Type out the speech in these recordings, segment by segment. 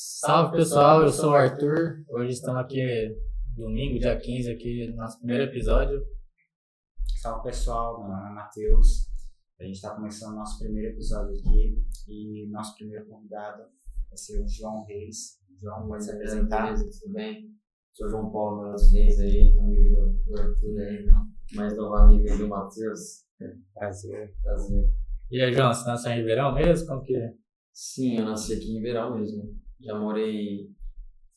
Salve pessoal, eu sou o Arthur. Hoje estamos aqui domingo, dia 15, aqui no nosso primeiro episódio. Salve pessoal, meu nome é Matheus. A gente está começando o nosso primeiro episódio aqui e nosso primeiro convidado vai ser o João Reis. O João vai se apresentar. É, Beleza, tudo bem? Sou João Paulo. Meus reis aí, amigo do Arthur aí, não? mais novo amigo aí do Matheus. Prazer. Prazer. E aí, João, você nasceu em Ribeirão mesmo? Como que é? Sim, eu nasci aqui em Ribeirão mesmo. Já morei.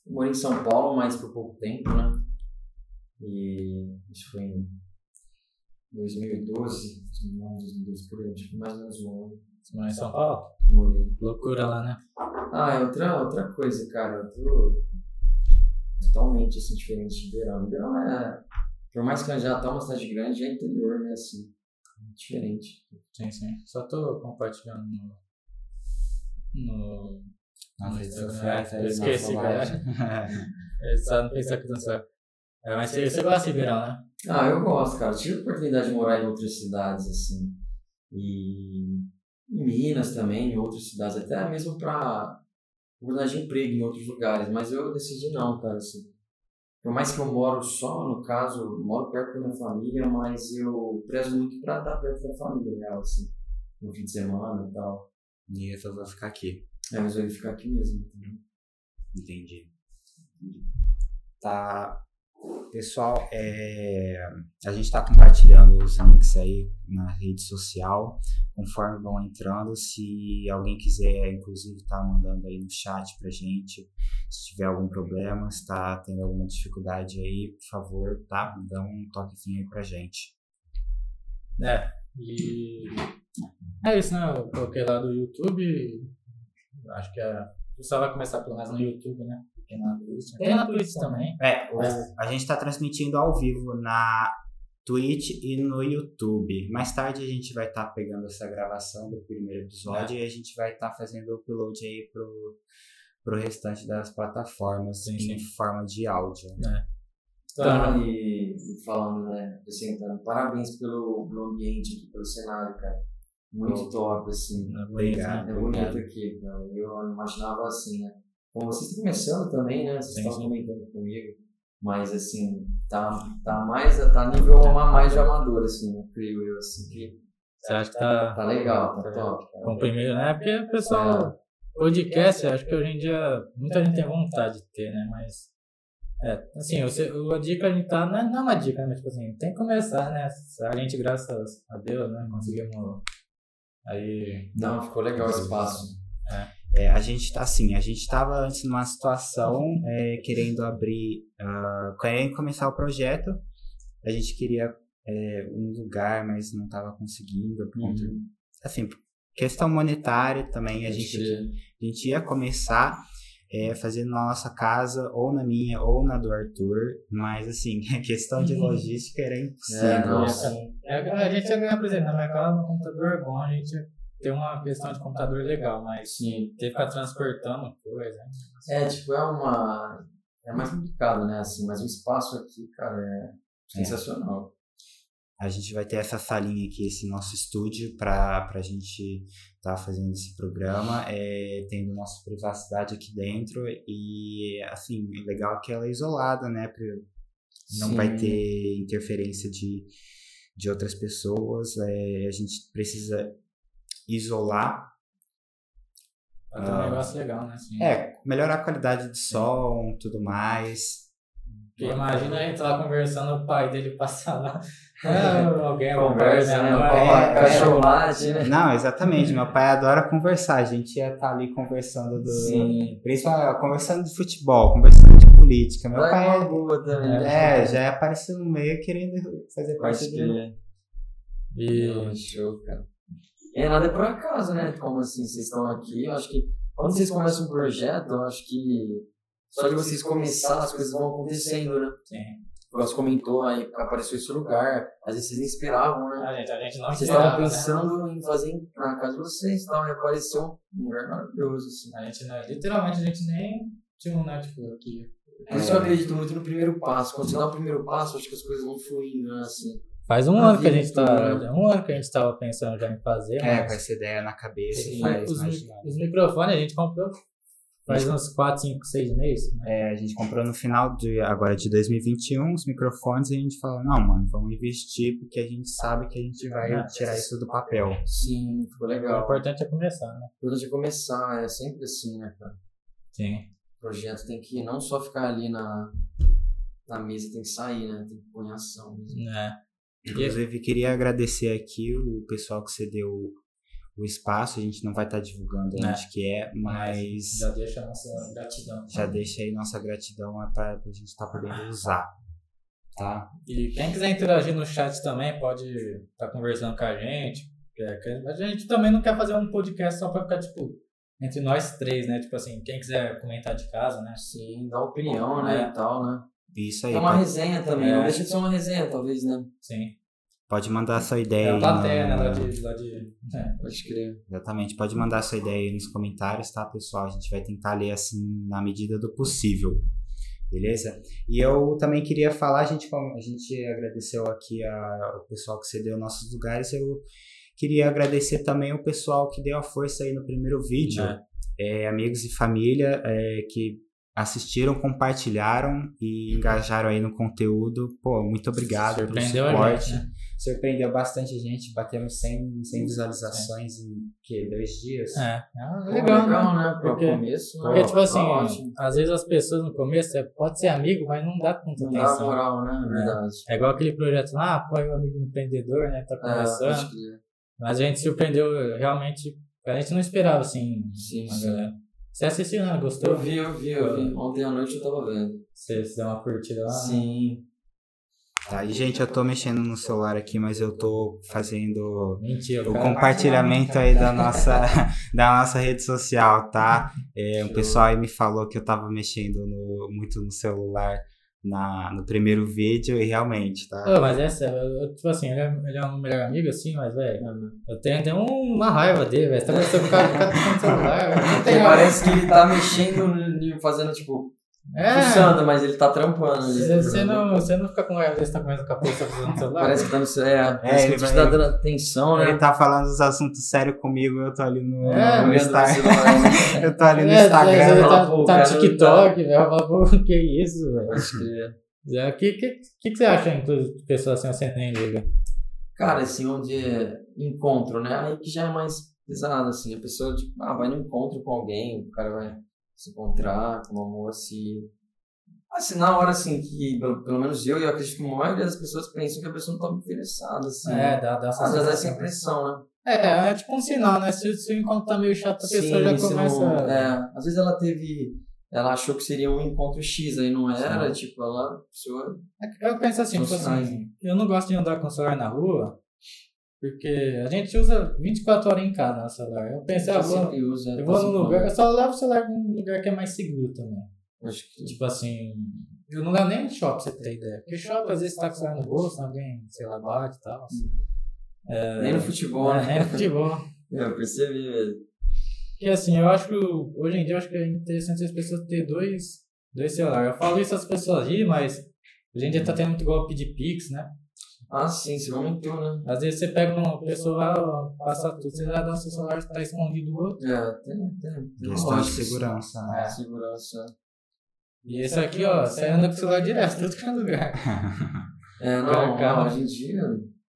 Morei em São Paulo, mas por pouco tempo, né? E isso foi em 2012, 2011, 2012, por aí, tipo, mais ou menos um ano. Você mora em São Paulo? Morei. Loucura lá, né? Ah, é outra, outra coisa, cara. Outro... Totalmente assim, diferente de Ribeirão. Ribeirão é. Por mais que já tá uma cidade grande, é interior, né? Assim, diferente. Sim, sim. Só tô compartilhando no. No. Nas no redes Instagram. né? sociais, aí, Eu esqueci, na cara. Eu só não pensei que dançar. É, mas você, você gosta de Ribeirão, né? Ah, eu gosto, cara. Tive a oportunidade de morar em outras cidades, assim. E em Minas também, em outras cidades, até mesmo pra oportunidade de emprego em outros lugares. Mas eu decidi não, cara, assim. Por mais que eu moro só, no caso, eu moro perto da minha família, mas eu prezo muito pra estar perto da família, né, assim. No fim de semana e tal. E eu vou ficar aqui. Aí eu resolvi ficar aqui mesmo. entendeu? Entendi. Tá. Pessoal, é, a gente está compartilhando os links aí na rede social, conforme vão entrando. Se alguém quiser, inclusive, tá mandando aí no chat pra gente, se tiver algum problema, se tá tendo alguma dificuldade aí, por favor, tá? Dá um toquezinho aí pra gente. É. E. É isso, né? Eu coloquei lá do YouTube. Acho que a. Só vai começar pelo menos no YouTube, né? Tem na Twitch. Tem na Twitch também. É, o- a gente tá transmitindo ao vivo na Twitch e no YouTube. Mais tarde a gente vai estar pegando essa gravação do primeiro episódio e a gente vai estar fazendo o upload aí pro, pro restante das plataformas Sim, em forma de áudio. Tá. Tá, e, e falando, né, acrescentando, parabéns pelo, pelo ambiente aqui, pelo cenário, cara. Muito top, assim. É bonito, Obrigado. né? É bonito aqui, cara. Eu não imaginava assim, né? Bom, vocês estão começando também, né? Vocês Sim, estão sim. comentando comigo. Mas, assim, tá, tá mais, tá nível uma mais de amador, assim, né? creio eu, assim, que Você acha que tá. tá legal, tá top, cara. Com o primeiro, né? Porque o pessoal, Tá. podcast, acho que hoje em dia muita gente tem vontade de ter, né? Mas, é, assim, você, a dica a gente tá, não é, não é uma dica, mas tipo assim, tem que começar, né? A gente, graças a Deus, né? Conseguimos aí, Não, ficou legal o um, espaço. É, a gente tá assim, a gente tava antes numa situação é, querendo abrir, ah, querendo começar o projeto. A gente queria é, um lugar, mas não tava conseguindo. por conta- Uhum. Assim, questão monetária também, a gente a gente ia começar é, fazendo na nossa casa, ou na minha, ou na do Arthur, mas assim, a questão de Uhum. logística era impossível. É, nossa. é, a gente ia ganhar presente, na minha casa no computador é bom, a gente tem uma questão de computador legal, mas Sim. ter que ficar transportando coisa, né? É, tipo, é uma. É mais complicado, né? Assim, mas o espaço aqui, cara, é sensacional. A gente vai ter essa salinha aqui, esse nosso estúdio, para a gente estar fazendo esse programa, é, tendo nossa privacidade aqui dentro, e assim, é legal que ela é isolada, né? pra- não Sim. vai ter interferência de, de outras pessoas, é, a gente precisa isolar Vai ter um Ah. negócio legal, né? Assim, É, melhorar a qualidade de som, tudo mais. Porque imagina a gente lá conversando, o pai dele passar lá. Ah, alguém conversa, né? É, Papai, é. Cachorrade, né? Não, exatamente. Meu pai adora conversar. A gente ia estar ali conversando do. Sim. Principalmente conversando de futebol, conversando de política. Meu Vai né? pai uma boa também. é, já apareceu no meio querendo fazer parte Acho do. que E é. Show, cara. É nada por acaso, né? Como assim, vocês estão aqui. Eu acho que quando vocês começam um projeto, eu acho que só de vocês começar, as coisas vão acontecendo, né? Sim. O Gosto comentou aí, apareceu esse lugar. Às vezes vocês nem esperavam, né? a Ah, gente, a gente não Vocês esperava, estavam né? pensando em fazer na casa de vocês, tal, e apareceu um lugar maravilhoso, assim. A gente, né, literalmente, a gente nem tinha um notebook aqui. Por isso que eu acredito muito no primeiro passo. Quando você dá o primeiro passo, acho que as coisas vão fluindo, né, assim. Faz um Na ano que a vida gente toda, tá. Um ano que a gente tava pensando já em fazer, É, com mas essa ideia na cabeça, Sim, faz os, mi- imaginar. os microfones a gente comprou. Faz uns 4, 5, 6 meses, né? É, a gente comprou no final de agora de 2021 os microfones e a gente falou, não, mano, vamos investir porque a gente sabe que a gente vai Ah, tirar isso do papel. Sim, ficou O legal. importante é começar, né? Quando de começar, é sempre assim, né, cara? Sim. O projeto tem que não só ficar ali na, na mesa, tem que sair, né? Tem que pôr em ação. mesmo. Né? Inclusive, queria agradecer aqui o pessoal que cedeu o espaço. A gente não vai estar divulgando É. onde que é, mas Já deixa a nossa gratidão. já deixa aí nossa gratidão para a gente estar podendo usar, tá? E quem quiser interagir no chat também pode estar conversando com a gente. é, que A gente também não quer fazer um podcast só pra ficar, tipo, entre nós três, né? Tipo assim, quem quiser comentar de casa, né? Sim, dar opinião, né? E tal, né? E Isso aí, É uma pode, resenha também, É. não deixa de ser uma resenha, talvez, né? Sim. pode mandar sua É ideia. a aí plateia, né? no- Lá de. Lá de é. Pode crer. Exatamente, pode mandar sua ideia aí nos comentários, tá, pessoal? A gente vai tentar ler assim na medida do possível. Beleza? E eu também queria falar, a gente, fal- a gente agradeceu aqui a, o pessoal que cedeu nossos lugares, eu queria agradecer também o pessoal que deu a força aí no primeiro vídeo, Né? É, amigos e família é, que assistiram, compartilharam e engajaram aí no conteúdo. Pô, muito obrigado Surpreendeu pelo a suporte gente. Né? surpreendeu bastante gente, batemos 100, 100 visualizações em que, dois dias? É. Ah, Pô, legal, né? né? Pra Porque- começo, né? Porque, tipo Tá assim, ótimo. às vezes as pessoas no começo é, pode ser amigo, mas não dá tanta Não dá atenção. moral, né? Verdade. É igual aquele projeto lá, "Ah, apoia o um amigo empreendedor, né? Tá É, conversando. pode crer. Mas a gente surpreendeu realmente. A gente não esperava assim. Sim, uma sim. galera. Você assistiu, né? Gostou? Eu vi, eu vi, eu vi. Ontem à noite eu tava vendo. Você, você deu uma curtida lá. Sim. Tá, e gente, eu tô mexendo no celular aqui, mas eu tô fazendo Mentira. o cara. compartilhamento aí da nossa, da nossa rede social, tá? É, o Show. pessoal aí me falou que eu tava mexendo no- muito no celular na, no primeiro vídeo e realmente, tá? Ô, mas essa, eu, eu, tipo assim, ele é, ele é um melhor amigo assim, mas, velho, eu tenho até uma raiva dele, velho. Tá vendo o cara ficar no celular, velho? Não tem Porque raiva. parece que ele tá mexendo, fazendo tipo, É. fuçando, mas ele tá trampando ali. Você- Você não, você não fica com raiva dele, você tá conversando com a pessoa usando o celular? Parece que tá no seu. É, É, parece que ele tu vai- tá dando atenção, né? Tá Ele tá falando os assuntos sérios comigo, eu tô ali É, no, no Olhando no Instagram. celular, né? Eu tô tá ali no É, Instagram. você fala, tá, pô, tá cara, TikTok, velho. Eu falo, pô, que isso, velho. Pode crer. O que, que, que, que você acha, inclusive, de pessoas assim, você nem liga? Cara, assim, onde é encontro, né? Aí que já é mais pesado, assim. A pessoa, tipo, ah, vai no encontro com alguém, o cara vai se encontrar com uma moça e. Assim, na hora, assim, que pelo, pelo menos eu e eu acredito que a maioria das pessoas pensam que a pessoa não tá interessada, assim. É, dá, dá essa Às vezes dá essa sensação. impressão, né? É, é tipo um sinal, né? Se, se o encontro tá meio chato, a pessoa já se começa. não- é, às vezes ela teve. Ela achou que seria um encontro X, aí não era, tipo, ela. a pessoa- Eu penso assim, São tipo sinais, assim, eu não gosto de andar com o celular na rua, porque a gente usa 24 horas em casa o celular. Eu pensei, ah, vou, sempre usa, eu vou assim, num lugar, eu só levo o celular num lugar que é mais seguro também. Acho que Tipo assim, eu não levo nem no shopping, pra você ter ideia. Porque shopping, às vezes, tá com o celular no bolso, alguém, sei lá, bate e tal. Nem no futebol, É, né? é futebol. Eu percebi mesmo. Porque assim, eu acho que o- hoje em dia eu acho que é interessante as pessoas terem dois, dois celulares. Eu falo isso as pessoas riem, mas hoje em dia tá tendo muito golpe de Pix, né? Ah, sim, você aumentou, né? Às vezes você pega uma pessoa lá, passa tudo, você já dá o seu celular, tá escondido o outro. É, tem, tem. tem Questão de lógica, segurança, né? sim. É, Segurança. E esse aqui, ó, você anda com o celular direto, tudo que é lugar. É, Cara, não, cara. não, hoje em dia.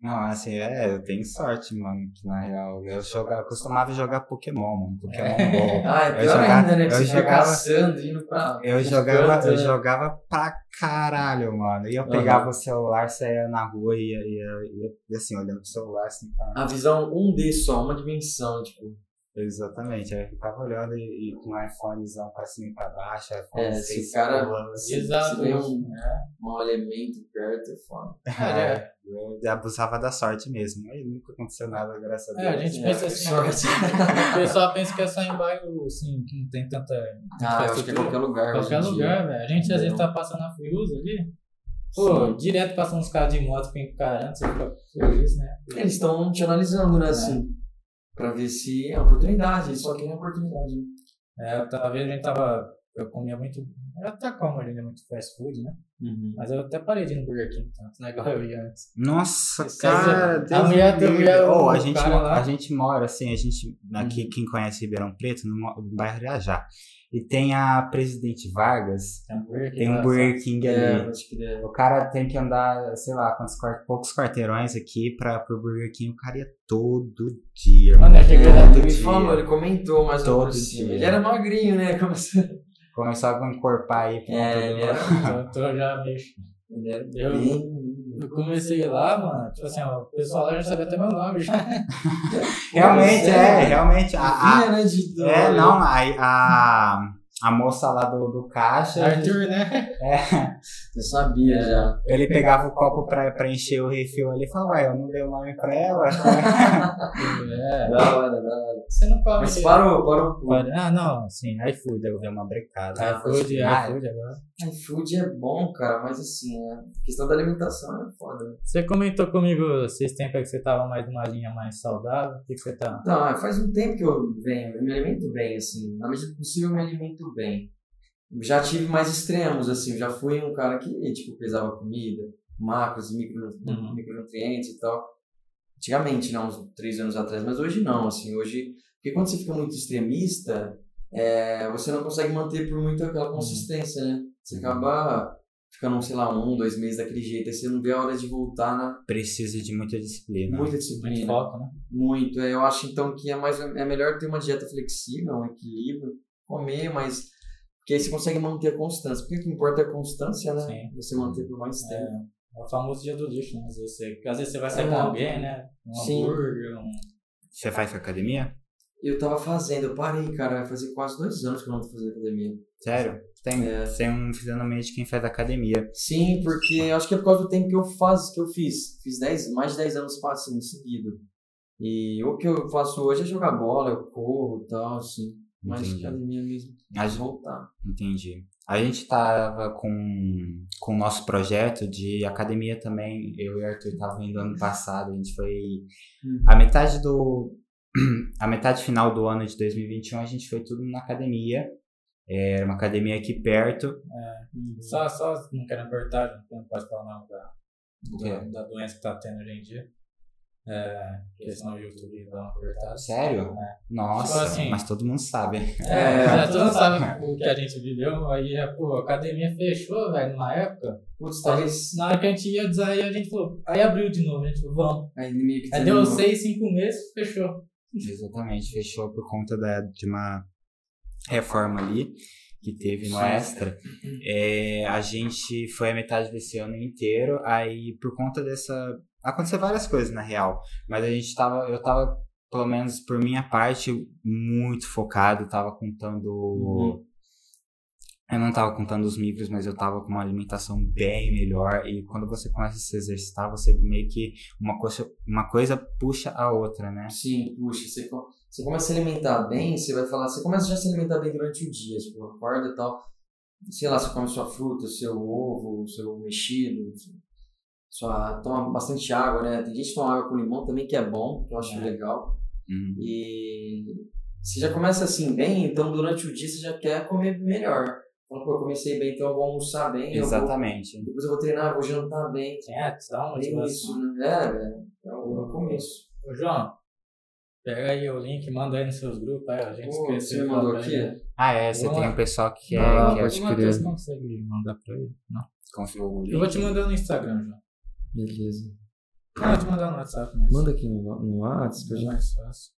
Não, assim, é, eu tenho sorte, mano, que na real. Eu, joga, eu costumava jogar Pokémon, mano. Pokémon Go. Ah, é Eu pior jogava- ainda, né? eu Porque você fica jogava- caçando, indo pra. Eu jogava, eu né? jogava pra caralho, mano. E eu Aham. pegava o celular, saía na rua e ia, ia, ia, ia, assim, olhando pro celular, assim, pra... A visão 1D só, uma dimensão, tipo. Exatamente. Aí eu ficava olhando e, e com o iPhonezão pra cima e pra baixo, iPhone É, se 6 o cara- Pro, assim, Exato. Se vê um, um elemento perto, é foda. Cara, é, eu abusava da sorte mesmo. Aí nunca aconteceu nada, graças a É, a Deus. gente É, pensa assim, sorte. o pessoal pensa que é só em bairro, assim, que não tem tanta... Ah, eu acho que é qualquer lugar. Qualquer hoje em dia. lugar, velho. A gente às vezes Não. tá passando a Friuza ali, pô, Sim. direto passando uns carros de moto com encarando, você fica feliz, né? Eles estão te analisando, né? Assim. Pra ver se é oportunidade, eles só querem oportunidade. É, talvez a gente tava Eu comia muito. Eu até como ali, né? Muito fast food, né? Uhum. Mas eu até parei de ir no Burger King, tanto, né? Igual eu ia antes. Nossa, Isso cara, aí, Deus a mulher- me a livre. mulher- Ô, a, o gente, cara lá- a gente mora, assim, a gente, aqui, quem conhece Ribeirão Preto, no mo- no bairro Irajá. E tem a Presidente Vargas, Tem um Burger King. tem um lá, Burger King ali. É, acho que é. O cara tem que andar, sei lá, quantos, quar- poucos quarteirões aqui pra, pro Burger King, o cara ia todo dia. Mano, mano. é que Todo Ele me dia. falou, ele comentou mais ou Todo menos por cima. dia. Ele era magrinho, né? Como se- Começou a encorpar aí. pra todo É, ele lado. era, Então, Eu tô já meio. ele era Eu- bem- Eu comecei lá, mano. Tipo assim, ó, o pessoal lá já sabia até meu nome já. Realmente, é, Sério? realmente. A, a- Vinha, né, de- é, não, a, a, a moça lá do, do caixa, Arthur, né? Eu sabia já. ele pegava o copo pra, pra encher o refil ali e falava, ué, eu não dei o nome pra ela. É. Da hora, da hora. Você não come. Mas aqui. parou, parou. o cu. Ah, não, sim, iFood agora. Deu uma brecada. Ah, iFood, ah, iFood agora. iFood é bom, cara, mas assim, a questão da alimentação é foda. Você comentou comigo esses tempos aí que você tava mais numa linha mais saudável. O que, que você tá? Não, faz um tempo que eu venho, eu me alimento bem, assim, na medida do possível eu me alimento bem. Já tive mais extremos, assim, eu já fui um cara que, tipo, pesava comida, macros, micro, Uhum. micronutrientes e tal. Antigamente, não, uns três anos atrás, mas hoje não, assim, hoje... Porque quando você fica muito extremista, é, você não consegue manter por muito aquela Uhum. consistência, né? Você acaba ficando, sei lá, um, dois meses daquele jeito, aí você não vê a hora de voltar na Precisa de muita disciplina. é muita Muito disciplina. foco, né? Muito. é, Eu acho então que é, mais, é melhor ter uma dieta flexível, um equilíbrio, comer, mas. Porque aí você consegue manter a constância. Porque o que importa é a constância, né? Sim. Você manter por mais tempo. É o famoso dia do lixo, né? Às vezes você, às vezes você vai sair É. com alguém, né? Um Sim. hambúrguer, um. Você faz academia? Eu tava fazendo, eu parei, cara, vai fazer quase dois anos que eu não tô fazendo academia. Sério? Tem, tem um fisionomia de quem faz academia. Sim, porque eu acho que é por causa do tempo que eu faço, que eu fiz. Fiz 10, mais de 10 anos assim, seguido. E o que eu faço hoje é jogar bola, eu corro e tal, assim. Mas Entendi. academia mesmo. A gente- Voltar. Entendi. A gente tava com, com o nosso projeto de academia também. Eu e o Arthur tava indo ano passado. A gente foi. Uhum. A metade do. A metade final do ano de 2021 a gente foi tudo na academia. É, Era uma academia aqui perto. Só, só não quero cortar, não pode falar não da, O da, É. quê? da doença que tá tendo hoje em dia. É, porque senão o YouTube dá uma cortada. Sério? É. Nossa, Tipo assim- mas todo mundo sabe. É, É. já todo mundo sabe o que a gente viveu. Aí, é, pô, a academia fechou, velho, numa época. Putz, talvez. Na hora que a gente ia desair, a gente falou, aí abriu de novo, a gente falou, vamos. Aí meio que Aí É, deu desanimou. seis, cinco meses, fechou. Exatamente, fechou por conta da, de uma reforma ali que teve no Sim. Extra. É, a gente foi a metade desse ano inteiro, aí por conta dessa. Aconteceu várias coisas na real, mas a gente tava. Eu tava, pelo menos por minha parte, muito focado, tava contando. Eu não tava contando os micros, mas eu tava com uma alimentação bem melhor. E quando você começa a se exercitar, você meio que uma coisa, uma coisa puxa a outra, né? Sim, puxa, você, co- você começa a se alimentar bem, você vai falar, você começa já a se alimentar bem durante o dia, tipo, acorda e tal. Sei lá, você come sua fruta, seu ovo, seu mexido, sua, toma bastante água, né? Tem gente que toma água com limão também, que é bom, que eu acho É. legal. Uhum. E você já começa assim bem, então durante o dia você já quer comer melhor. Fala, pô, eu comecei bem, então eu vou almoçar bem, eu vou- Exatamente. depois eu vou treinar, eu vou jantar bem. É, dá uma É motivação. isso, né? É, é, é o começo. Ô, João, pega aí o link, manda aí nos seus grupos. Aí, a gente Pô, esqueceu. né? você me mandou pra aqui? ele. Ah, é, você Vamos tem lá. um pessoal que é. Não, que é pode o Matheus crer. consegue mandar pra ele. Não. configura o Eu vou link. te mandar no Instagram, João. Beleza. Ah, eu vou te mandar no WhatsApp mesmo. Manda aqui no, no WhatsApp que eu É já. mais fácil.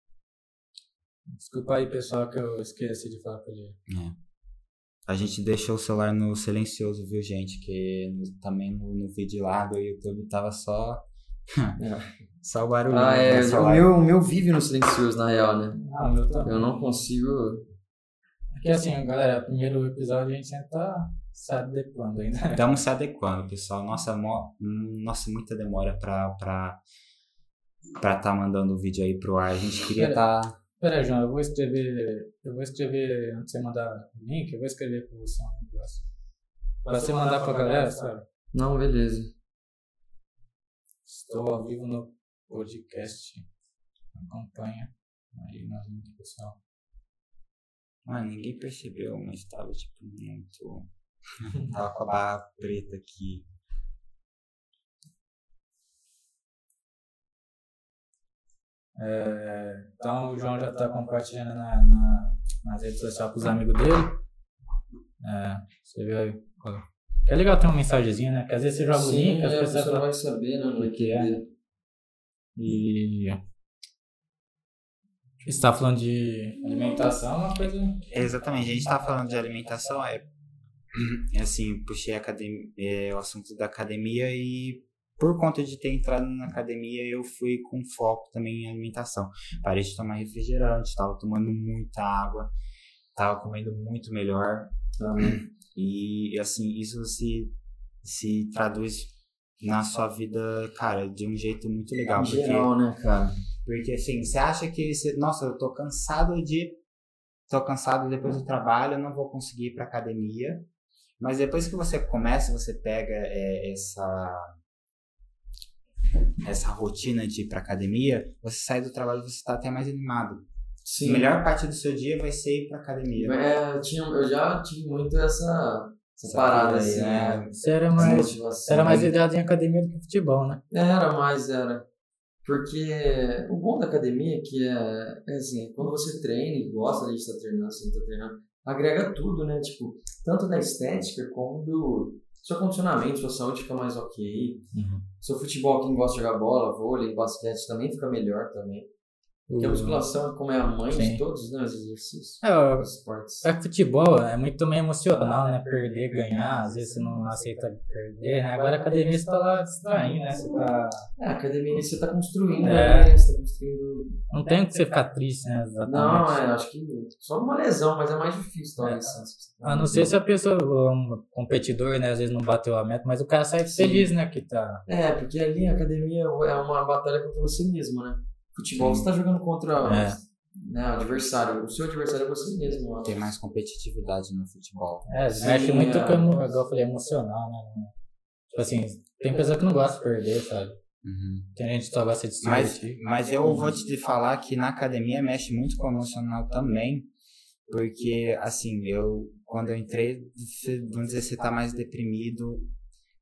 Desculpa aí, pessoal, que eu esqueci de falar pra ele. A gente deixou o celular no silencioso, viu, gente? Que no- também no, no vídeo lá do YouTube tava só. só o barulho. Ah, é. do O celular. meu, o meu vive no silencioso, na real, né? Ah, meu também. Eu não consigo. Porque assim, galera, primeiro episódio a gente ainda tá se adequando ainda. Estamos se adequando, pessoal. Nossa, é mó- nossa muita demora pra. pra pra tá mandando o vídeo aí pro ar. A gente queria Pera. tá. Pera aí, João, eu vou escrever. Eu vou escrever, antes de você mandar o link, eu vou escrever pra você um negócio. Pra você mandar pra galera, sabe? Não, beleza. Estou ao vivo no podcast. Acompanha aí no link, pessoal. Mano, Ah, ninguém percebeu, mas tava, tipo, muito. tava com a barra preta aqui. É, então o João já tá compartilhando na, na, nas redes sociais pros amigos dele. É, você vê aí. qual- Que é legal ter uma mensagenzinha, né? Porque às vezes você joga o link, as é, a pessoas pessoa falam. vai saber, né? Não vai O que é? entender. E. Você está falando de alimentação, é uma coisa. Exatamente, a gente tá falando de alimentação, é é assim, puxei a academ- é, o assunto da academia e por conta de ter entrado na academia, eu fui com foco também em alimentação. Parei de tomar refrigerante, tava tomando muita água, tava comendo muito melhor. E assim, isso se, se traduz na sua vida, cara, de um jeito muito legal. Em porque- geral, né, cara? porque assim, você acha que você, nossa, eu tô cansado de tô cansado depois do trabalho, eu não vou conseguir ir pra academia. Mas depois que você começa, você pega é, essa essa rotina de ir pra academia, você sai do trabalho, você tá até mais animado. Sim. A melhor parte do seu dia vai ser ir pra academia. É, eu, tinha, eu já tive muito essa, essa Essa parada, vida aí, assim, né? né? Você era Essa mais. Você motivação. era mais ligado em academia do que futebol, né? Era, mais era. Porque o bom da academia é que é, é assim, quando você treina e gosta de estar treinando, assim, tá treinando, agrega tudo, né? Tipo, tanto da estética como do seu condicionamento, sua saúde fica mais ok. Uhum. Seu futebol, quem gosta de jogar bola, vôlei, basquete também fica melhor também. Porque a musculação, como é a mãe Uhum. Sim. de todos né, os exercícios, É, eu- os esportes. É que futebol é muito também emocional, né? Perder, ganhar, às vezes você não aceita perder, né? Agora a academia você tá lá distraindo, né? Você tá... É, a academia você está construindo, É. né? Você tá construindo. Não tem o que você ficar triste, né? Exatamente. Né, Não, é, acho que só uma lesão, mas é mais difícil, talvez. A não ser se a pessoa, um competidor, né? Às vezes não bateu a meta, mas o cara sai Sim. feliz, né? Que tá... É, porque ali a academia é uma batalha contra você mesmo, né? Futebol Sim. você tá jogando contra É. né, o adversário. O seu adversário é você mesmo. ó. Tem mais competitividade no futebol. É, Sim, mexe muito é. com, emo- igual eu falei, emocional, né? Tipo assim, tem pessoa que não gosta de perder, sabe? Uhum. Tem gente que só gosta de se Mas, divertir. mas eu vou te falar que na academia mexe muito com o emocional também, porque, assim, eu, quando eu entrei, cê- vamos dizer, você tá mais deprimido,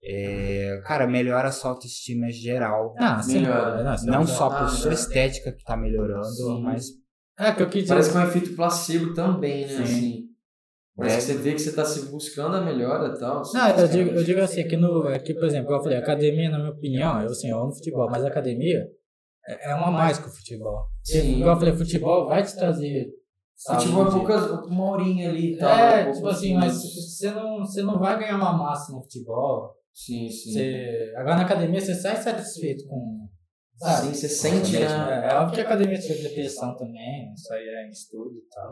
é, cara, melhora a sua autoestima geral. Ah, sim. Melhora. Não, sim. Não só Ah, por sua né? estética que tá melhorando, Sim. mas É, que eu quis dizer... Parece que é um efeito placebo também, né? Sim. Assim. Parece É. que você vê que você tá se buscando a melhora e tal. você Não, eu busca- digo, eu digo assim, que no, é que, por exemplo, eu falei, academia, na minha opinião, eu, assim, eu amo futebol, mas academia é é uma mais que o futebol. E, Sim. Igual eu falei, futebol vai te trazer saúde. Futebol é poucas, uma horinha ali e tal. né, É, poucos tipo assim, mas minutos. você não, você não vai ganhar uma massa no futebol. Sim, sim. Você, agora na academia você sai satisfeito com. Sabe? Ah, Sim, você sente, né? É, é óbvio que a academia teve depressão também, isso aí é em estudo e tal.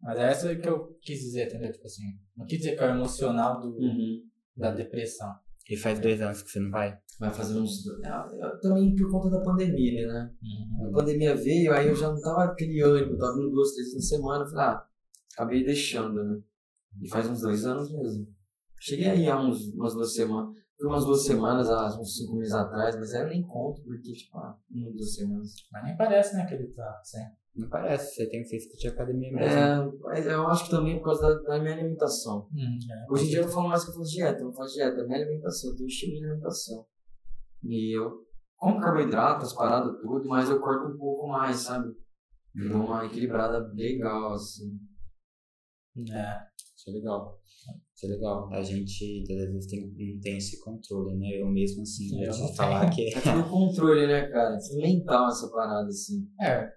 Mas é essa que eu quis dizer, entendeu? Tipo assim, não quis dizer que é o emocional do, Uhum. da depressão. e faz dois anos que você não vai. Vai fazer uns. Ah, eu- Também por conta da pandemia, né? A pandemia veio, aí eu já não tava aquele ânimo, tava indo duas, três na semana, eu falei, ah, acabei deixando, né? E faz uns dois anos mesmo. Cheguei aí há uns, umas duas semanas, foi umas duas semanas, há uns cinco meses atrás, mas aí eu nem conto, porque, tipo, ah, uma, duas semanas. Mas nem parece, né, que ele tá sem. Não parece, você tem que ser de academia mesmo. É, mas eu acho que também por causa da, da minha alimentação. Hum. Hoje em dia eu não falo mais que eu faço dieta, eu não faço dieta, é minha alimentação, eu tenho um estilo de alimentação. E eu como carboidrato, as paradas, tudo, mas eu corto um pouco mais, sabe? Eu dou uma equilibrada legal, assim. É. Isso é legal. Isso é legal. A gente, às vezes, tem, não tem esse controle, né? Eu mesmo, assim, Eu eu não vou falar que É tudo controle, né, cara? É mental essa parada, assim. É.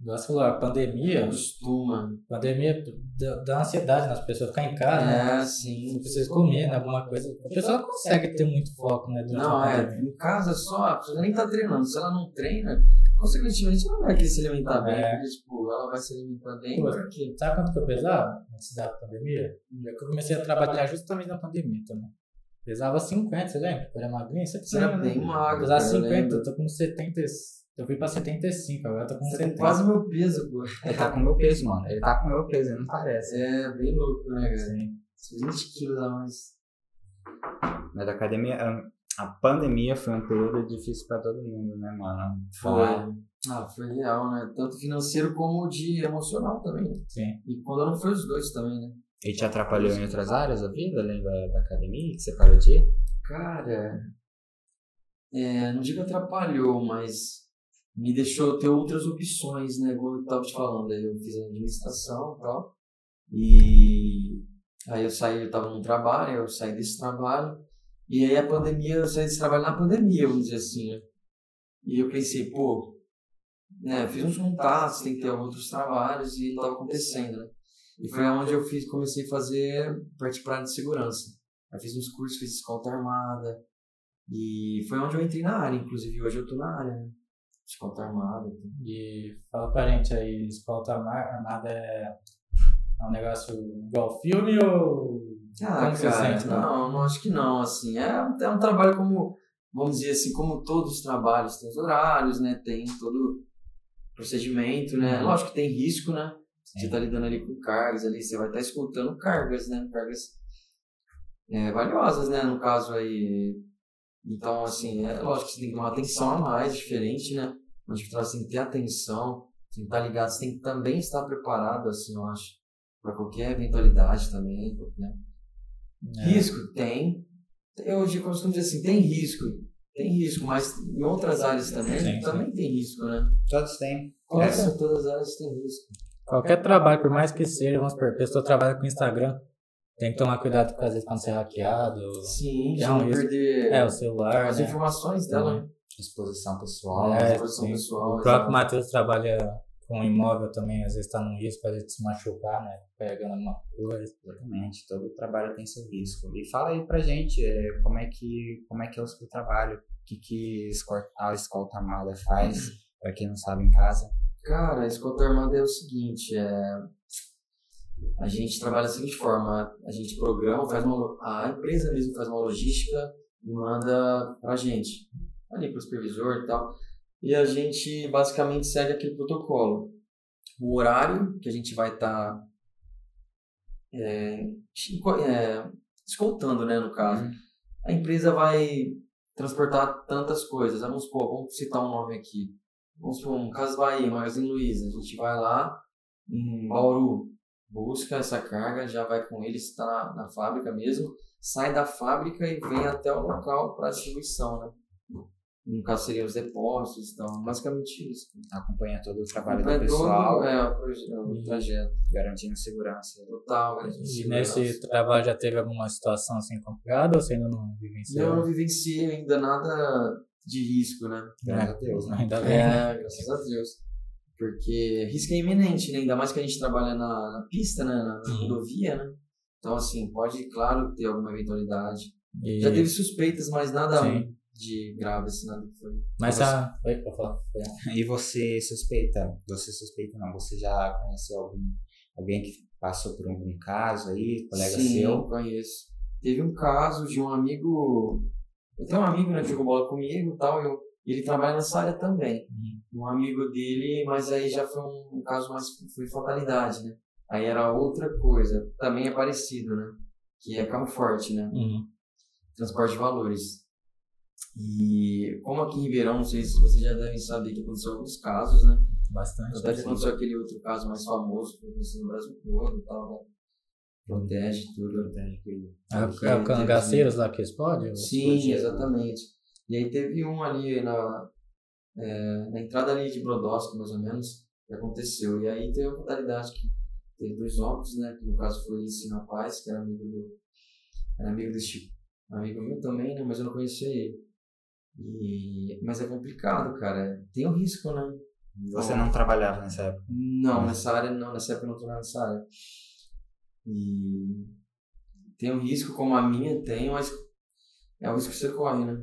Igual você falou, a pandemia, Costuma. a pandemia dá, dá ansiedade nas pessoas ficar em casa, né? É, Não sim. precisa comer, né? Alguma coisa. A pessoa não consegue ter muito foco, né? Durante Não, a é. pandemia. Em casa só, a pessoa nem tá treinando. Se ela não treina, consequentemente ela não vai querer se alimentar bem. É. Porque, tipo, ela vai se alimentar bem Pô. por quê? Sabe quanto que eu pesava antes da pandemia? É Eu comecei a trabalhar justamente na pandemia também. Pesava 50, você lembra? Eu era magrinha, você Você era lembra, né? bem magro. Pesava cara, eu 50, lembro. eu tô com 70. Eu fui pra 75, agora eu tô com Você tem 70. quase meu peso, pô. Ele tá com o meu peso, mano. Ele tá com o meu peso, ele não parece. É bem louco, né, cara? Sim. 20 quilos a mais. Mas a academia, ah, a pandemia foi um período difícil pra todo mundo, né, mano? Foi. Ah, foi real, né? Tanto financeiro como de emocional também. né? Sim. E quando não foi os dois também, né? E te atrapalhou em outras áreas da vida, além da, da academia, que você parou de ir? Cara, é, não digo atrapalhou, mas me deixou ter outras opções, né? Como eu tava te falando, aí eu fiz administração e tal. E aí eu saí, eu tava num trabalho, eu saí desse trabalho. E aí a pandemia, eu saí desse trabalho na pandemia, vamos dizer assim, né? E eu pensei, pô, né? Fiz uns contatos, tem que ter outros trabalhos e não tava acontecendo, né? E foi onde eu fiz, comecei a fazer parte para de segurança. Aí fiz uns cursos, fiz escolta armada. E foi onde eu entrei na área, inclusive hoje eu tô na área, né? Escolta armada. tudo. E fala pra gente aí, escolta arma- armada é é um negócio igual filme ou. Ah, Como que você cara, sente, né? não, não acho que não, assim, é, é um trabalho como, vamos dizer assim, como todos os trabalhos, tem os horários, né, tem todo o procedimento, né, Uhum. lógico que tem risco, né, você Sim. tá lidando ali com cargas ali, você vai estar escutando cargas, né, cargas é, valiosas, né, no caso aí, então, assim, é lógico que você tem que ter uma atenção a mais, diferente, né, no hospital você tem que ter atenção, você tem que estar ligado, você tem que também estar preparado, assim, eu acho, para qualquer eventualidade também, né, É, Risco tem. Eu de- costumo dizer assim, tem risco. Tem risco, mas em outras áreas também, Sim, É. sim. também tem risco, né? Todos têm. Nossa, É. todas as áreas tem risco. Qualquer trabalho, por mais que seja, vamos supor, a pessoa trabalha com Instagram, tem que tomar cuidado com às vezes pra não ser hackeado. Sim, É já um não risco. perder É, o celular. as né? informações dela, né? Exposição pessoal. É, exposição sim. pessoal. O próprio exato. Matheus trabalha com imóvel também, às vezes tá num risco, às vezes se machucar, né? Pegando alguma coisa. Exatamente, todo trabalho tem seu risco. E fala aí pra gente é, como é que como é que é o seu trabalho, o que, que escor- a escolta armada faz, pra quem não sabe em casa. Cara, a escolta armada é o seguinte, é... a gente trabalha da seguinte forma, a gente programa, faz uma, lo- a empresa mesmo faz uma logística e manda pra gente, ali pro supervisor e tal, e a gente basicamente segue aquele protocolo. O horário que a gente vai tá, estar é, escoltando, né, no caso. Uhum. A empresa vai transportar tantas coisas, vamos supor, vamos citar um nome aqui, vamos supor, um Casas Bahia, Magazine Luiza, a gente vai lá em Bauru, busca essa carga, já vai com ele, está na, na fábrica mesmo, sai da fábrica e vem até o local para distribuição, né? No caso seriam os depósitos, então, basicamente isso. Acompanha todo o trabalho É do pessoal, todo, é, o proje- o trajeto garantindo segurança. total. né? E nesse trabalho já teve alguma situação assim complicada ou você ainda não vivenciou? Eu não vivenciei ainda nada de risco, né? É. Graças a Deus, né? Ainda bem, né? É, graças a Deus. Porque risco é iminente, né? Ainda mais que a gente trabalha na, na pista, né? Na na Uhum. rodovia, né? Então, assim, pode, claro, ter alguma eventualidade. E- Já teve suspeitas, mas nada Sim. de grave, assim, nada que foi. Mas a. Oi, pra falar. E você suspeita? Você suspeita não? Você já conheceu algum, alguém que passou por algum caso aí, colega Sim, seu? conheço. Teve um caso de um amigo. Eu tenho um amigo, né, que jogou bola comigo e tal, eu, e ele trabalha nessa área também. Uhum. Um amigo dele, mas aí já foi um, um caso mais. Foi fatalidade, né? Aí era outra coisa. Também é parecido, né? Que é carro forte, né? Uhum. transporte de valores. E como aqui em Ribeirão, não sei se vocês já devem saber que aconteceu alguns casos, né? Bastante. Até que aconteceu aquele outro caso mais famoso que aconteceu no Brasil todo e tal, né? Protege tudo. É o- Porque é o teve- cangaceiros lá que explode? Sim, exatamente. E aí teve um ali na, é, na entrada ali de Brodowski, mais ou menos, que aconteceu. E aí teve uma fatalidade que teve dois óbitos, né? Que no caso foi esse rapaz, que era amigo do. Era amigo desse tipo, amigo meu também, né? Mas eu não conhecia ele. E, mas é complicado, cara. Tem o risco, né? Você não trabalhava nessa época. Né? Não, nessa área não, nessa época eu não tô nessa área. E tem um risco como a minha tem, mas é o risco que você corre, né?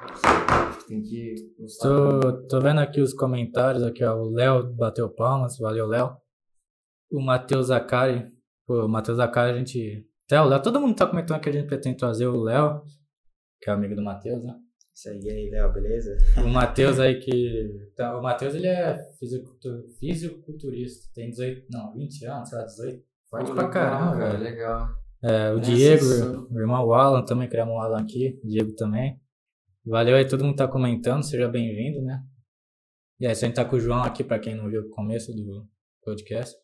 Acho que Tem que gostar. Tô, tô vendo aqui os comentários, aqui ó, o Léo bateu palmas, valeu Léo. O Matheus Zacari, pô, o Matheus Zacari a gente... Até o Léo, todo mundo tá comentando que a gente pretende trazer o Léo, que é amigo do Matheus, né? Isso aí, e aí, Léo, beleza? O Matheus aí que... tá, o Matheus ele é fisicultu- fisiculturista, tem 18, não, 20 anos, sei lá, 18. Forte Pô, pra legal, caramba, cara, velho. Legal. É, o É, Diego, sensacional. o irmão Alan, também criamos um Alan aqui, Diego também. Valeu aí, todo mundo que tá comentando, seja bem-vindo, né? E aí, a gente tá com o João aqui, pra quem não viu o começo do podcast.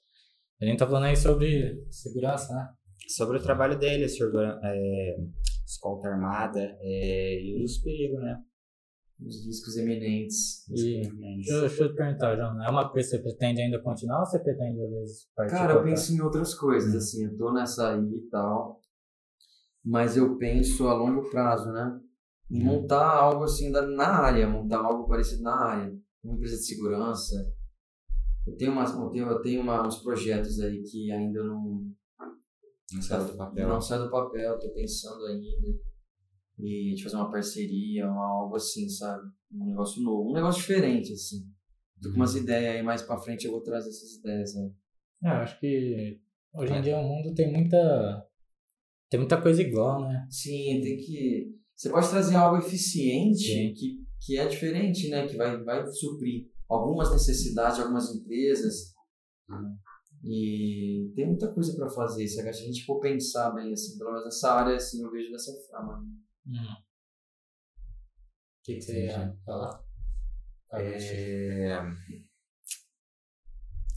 A gente tá falando aí sobre segurança, né? Sobre o trabalho dele, sobre é, escolta armada é, e os perigos, né? Os riscos eminentes. E deixa, eu- deixa eu te perguntar, João, é uma coisa que você pretende ainda continuar ou você pretende, às vezes, partir Cara, pra eu outra? penso em outras coisas, Hum. assim, eu tô nessa aí e tal, mas eu penso a longo prazo, né? Em Uhum. montar algo assim da, na área, montar algo parecido na área, uma empresa de segurança. Eu tenho, umas, eu tenho, eu tenho uma- uns projetos aí que ainda não, Não sai do papel. não sai do papel, tô pensando ainda. E de fazer uma parceria, um algo assim, sabe? Um negócio novo, um negócio diferente, assim. Tô Uhum. com umas ideias aí, mais pra frente eu vou trazer essas ideias né? aí. É, eu acho que hoje em dia o mundo tem muita. Tem muita coisa igual, né? Sim, tem que. Você pode trazer algo eficiente Sim. que, que é diferente, né? Que vai, vai suprir algumas necessidades de algumas empresas. E tem muita coisa para fazer. Se a gente for pensar bem, assim, pelo menos nessa área, assim, eu vejo dessa forma. né? O que, que você Entendi. ia falar? É...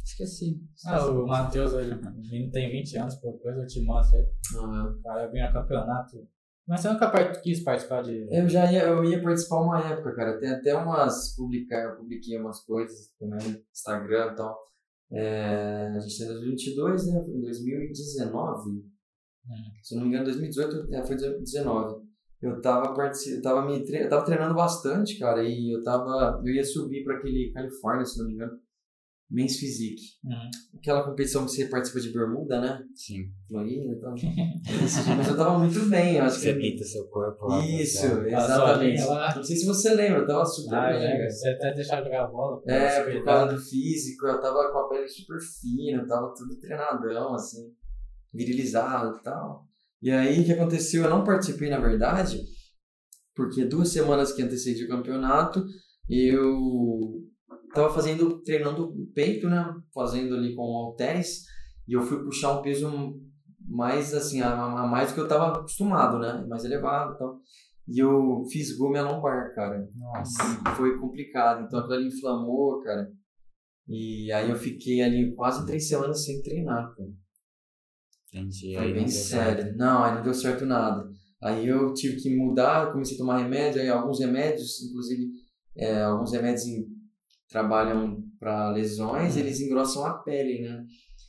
Esqueci. Ah, o Matheus, ele ele tem 20 anos, por coisa, eu te mostro aí. O cara ganha campeonato. Mas você nunca part- quis participar de. Eu já ia, eu ia participar uma época, cara. Tem até umas publicar, eu publiquei umas coisas também no Instagram e tal. É, a gente tem 2022, né? Em 2019. Se eu não me engano, 2018 é, foi 2019. Eu tava partici- eu tava me tre... eu tava treinando bastante, cara, e eu tava eu ia subir para aquele Califórnia, se não me engano, Men's Physique. Uhum. Aquela competição que você participa de bermuda, né? Sim. Florida e tal. Mas eu tava muito bem, eu acho Você é que pinta seu corpo né? lá. isso, você- É, exatamente. sozinha lá. Não sei se você lembra, eu tava super Ah, bem, é, cara. você até deixar jogar bola. pra É, se por cuidar. causa do físico, eu tava com a pele super fina, eu tava tudo treinadão, assim, virilizado e tal. E aí, o que aconteceu? Eu não participei, na verdade, porque duas semanas que antecedi o campeonato, eu tava fazendo, treinando o peito, né? Fazendo ali com halteres, e eu fui puxar um peso mais, assim, a, a mais do que eu tava acostumado, né? Mais elevado e tal. E eu fiz gol minha lombar, cara. Nossa. E foi complicado. Então aquilo ali inflamou, cara. E aí eu fiquei ali quase três semanas sem treinar, cara. Entendi. Foi aí bem não deu nada. sério. Não, aí não deu certo nada. Aí eu tive que mudar, comecei a tomar remédio, aí alguns remédios, inclusive, é, alguns remédios em- trabalham para lesões, Uhum. eles engrossam a pele, né?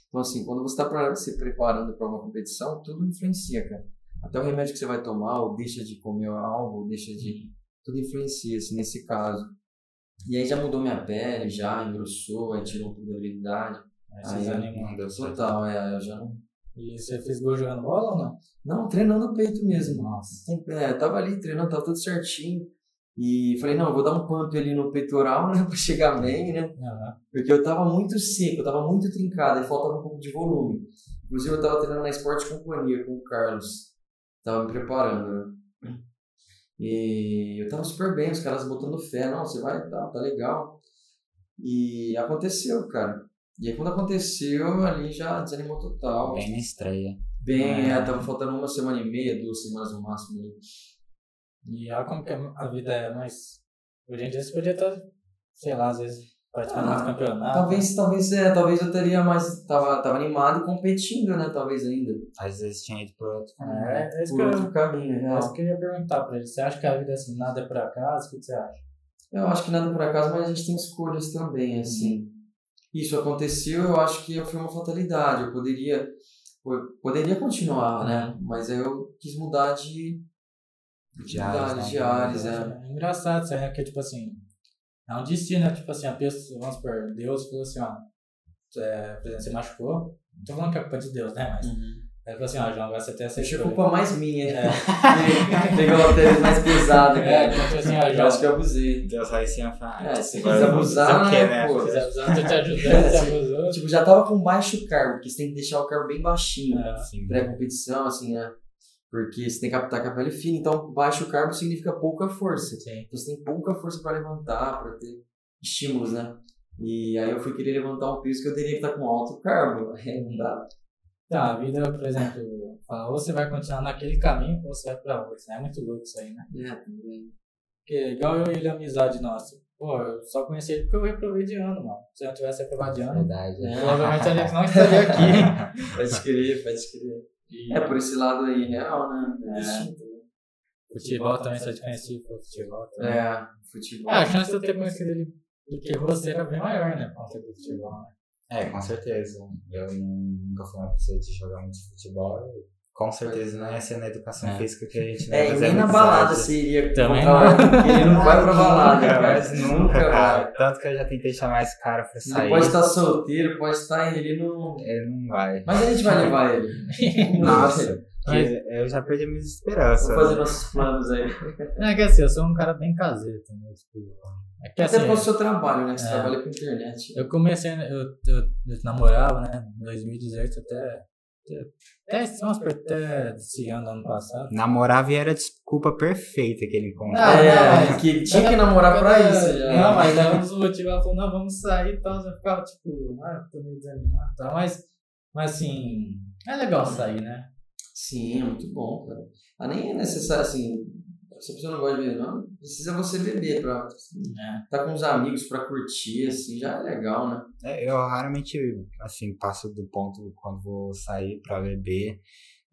Então, assim, quando você está se preparando para uma competição, tudo influencia, cara. Até o remédio que você vai tomar, ou deixa de comer algo, ou deixa de. Tudo influencia, assim, nesse caso. E aí já mudou minha pele, já engrossou, aí tirou um pouco da habilidade. Aí vocês Aí, é. animam. Não deu certo. Total, é, eu já não. E você fez gol jogando bola ou não? Não, treinando o peito mesmo. Nossa. Sempre, é, tava ali treinando, tava tudo certinho. E falei, não, eu vou dar um pump ali no peitoral, né? Pra chegar bem, né? Aham. Porque eu tava muito seco, eu tava muito trincado e faltava um pouco de volume. Inclusive, eu tava treinando na Esporte Companhia com o Carlos. Tava me preparando, né? E eu tava super bem, os caras botando fé. Não, você vai, tá, tá legal. E aconteceu, cara. E aí, quando aconteceu, ali já desanimou total. Bem na estreia. Bem, É. é, tava faltando uma semana e meia, duas semanas no máximo. ali. E olha como que a vida é, mas hoje em dia você podia estar, sei lá, às vezes um participando Ah, dos campeonatos. Talvez, talvez, é, talvez eu teria mais. Tava, tava animado e competindo, né? Talvez ainda. Às vezes tinha ido pro outro. É, é isso Por que eu, outro caminho, é né? isso que eu ia perguntar pra ele. Você acha que a vida é assim, nada é por acaso? O que que você acha? Eu acho que nada por acaso, mas a gente tem escolhas também, assim. Isso aconteceu, eu acho que foi uma fatalidade. Eu poderia, eu poderia continuar, né? Mas aí eu quis mudar de. De áreas, mudar né? de áreas, é. É engraçado, isso aí, né? Que tipo assim, é um destino, né? Tipo assim, a pessoa, vamos supor, Deus falou assim, ó, é, por exemplo, você machucou. Não tô falando que é culpa de Deus, né? Mas ele falou assim, ó, João, agora você tem essa Achei escolha. culpa mais minha. É. Pegou uma tênis mais pesada, É, cara. então, tipo assim, ó, Eu acho João, que eu abusei. Deus vai se afar. É, se Agora quis eu vou dizer o abusar, quê, né, pô? se abusar, tô tá te ajudando, te abusou. Tipo, já tava com baixo cargo, porque você tem que deixar o cargo bem baixinho. né? É. Sim. pré-competição, assim, né? Porque você tem que captar com a pele fina, então baixo carbo significa pouca força. Sim. Então você tem pouca força para levantar, para ter estímulos, né? E aí eu fui querer levantar um peso que eu teria que estar com alto carbo. É, não dá. Tá, a vida, por exemplo, fala, ou você vai continuar naquele caminho ou você vai pra outro. né? É muito louco isso aí, né? É, também. Porque Porque igual eu e ele, a amizade nossa. Pô, eu só conheci ele porque eu reprovei de ano, mano. Se eu não tivesse reprovado de ano, Verdade. É. provavelmente a gente não estaria aqui. Pode crer, pode crer. E É por esse lado aí, real, né? futebol também, só te conheci por futebol tá? É, também. é futebol. Ah, a chance de eu ter conhecido ele do que você era bem maior, né? Por conta do futebol, né? É, com certeza. Eu nunca fui uma pessoa de jogar muito futebol. Com certeza não ia ser na educação É. física que a gente não ia É, e fazer nem na amizade. balada você iria Também encontrar alguém, porque ele não vai pra Ah, balada, né? nunca, cara. Mas nunca, cara. Tanto que eu já tentei chamar esse cara pra Você sair. pode estar solteiro, pode estar ele não. Ele não vai. Mas a gente vai levar ele. Nossa, Mas- que eu já perdi minhas esperanças. Vamos fazer nossos planos aí. Não, é que assim, eu sou um cara bem caseiro também, tipo. É que assim, Até pelo seu trabalho, né? Que você É. trabalha com internet. eu comecei, né, eu, eu, eu namorava, né? Em 2018 até. Até, até, vamos supor, até esse ano, ano passado. Namorava e era a desculpa perfeita que ele encontrou. Ah, não, é, mas- que tinha que namorar pra isso né? já. Não, mas aí um dos motivos, ela falou, não, vamos sair e tal. Eu ficava tipo, ah, tô meio desanimado e tal. Mas, mas assim, é legal sair, né? Sim, é muito bom, cara. Ah, nem é necessário, assim, se a pessoa não gosta de beber, não, precisa você beber pra assim, É. tá com os amigos pra curtir, assim, já é legal, né? É, Eu raramente, assim, passo do ponto quando vou sair pra beber.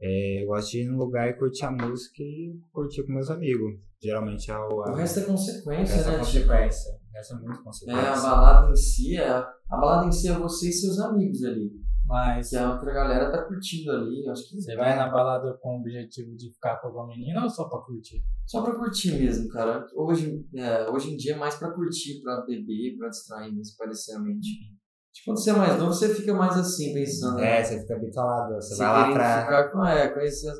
É, eu gosto de ir num lugar e curtir a música e curtir com meus amigos. Geralmente é o... O resto é consequência, essa né? Tipo, consequência. Essa é muito é, a consequência. balada em si é. A balada em si é você e seus amigos ali. Mas Que a outra galera tá curtindo ali, eu acho que. você vai na balada com o objetivo de ficar com alguma menina ou só pra curtir? Só pra curtir mesmo, cara. Hoje, é, hoje em dia é mais pra curtir, pra beber, pra distrair mesmo, parecer a mente. Tipo, quando você é mais novo, você fica mais assim, pensando. né? É, você fica bitolado. Você, Você vai lá querendo pra... ficar com, é, com essas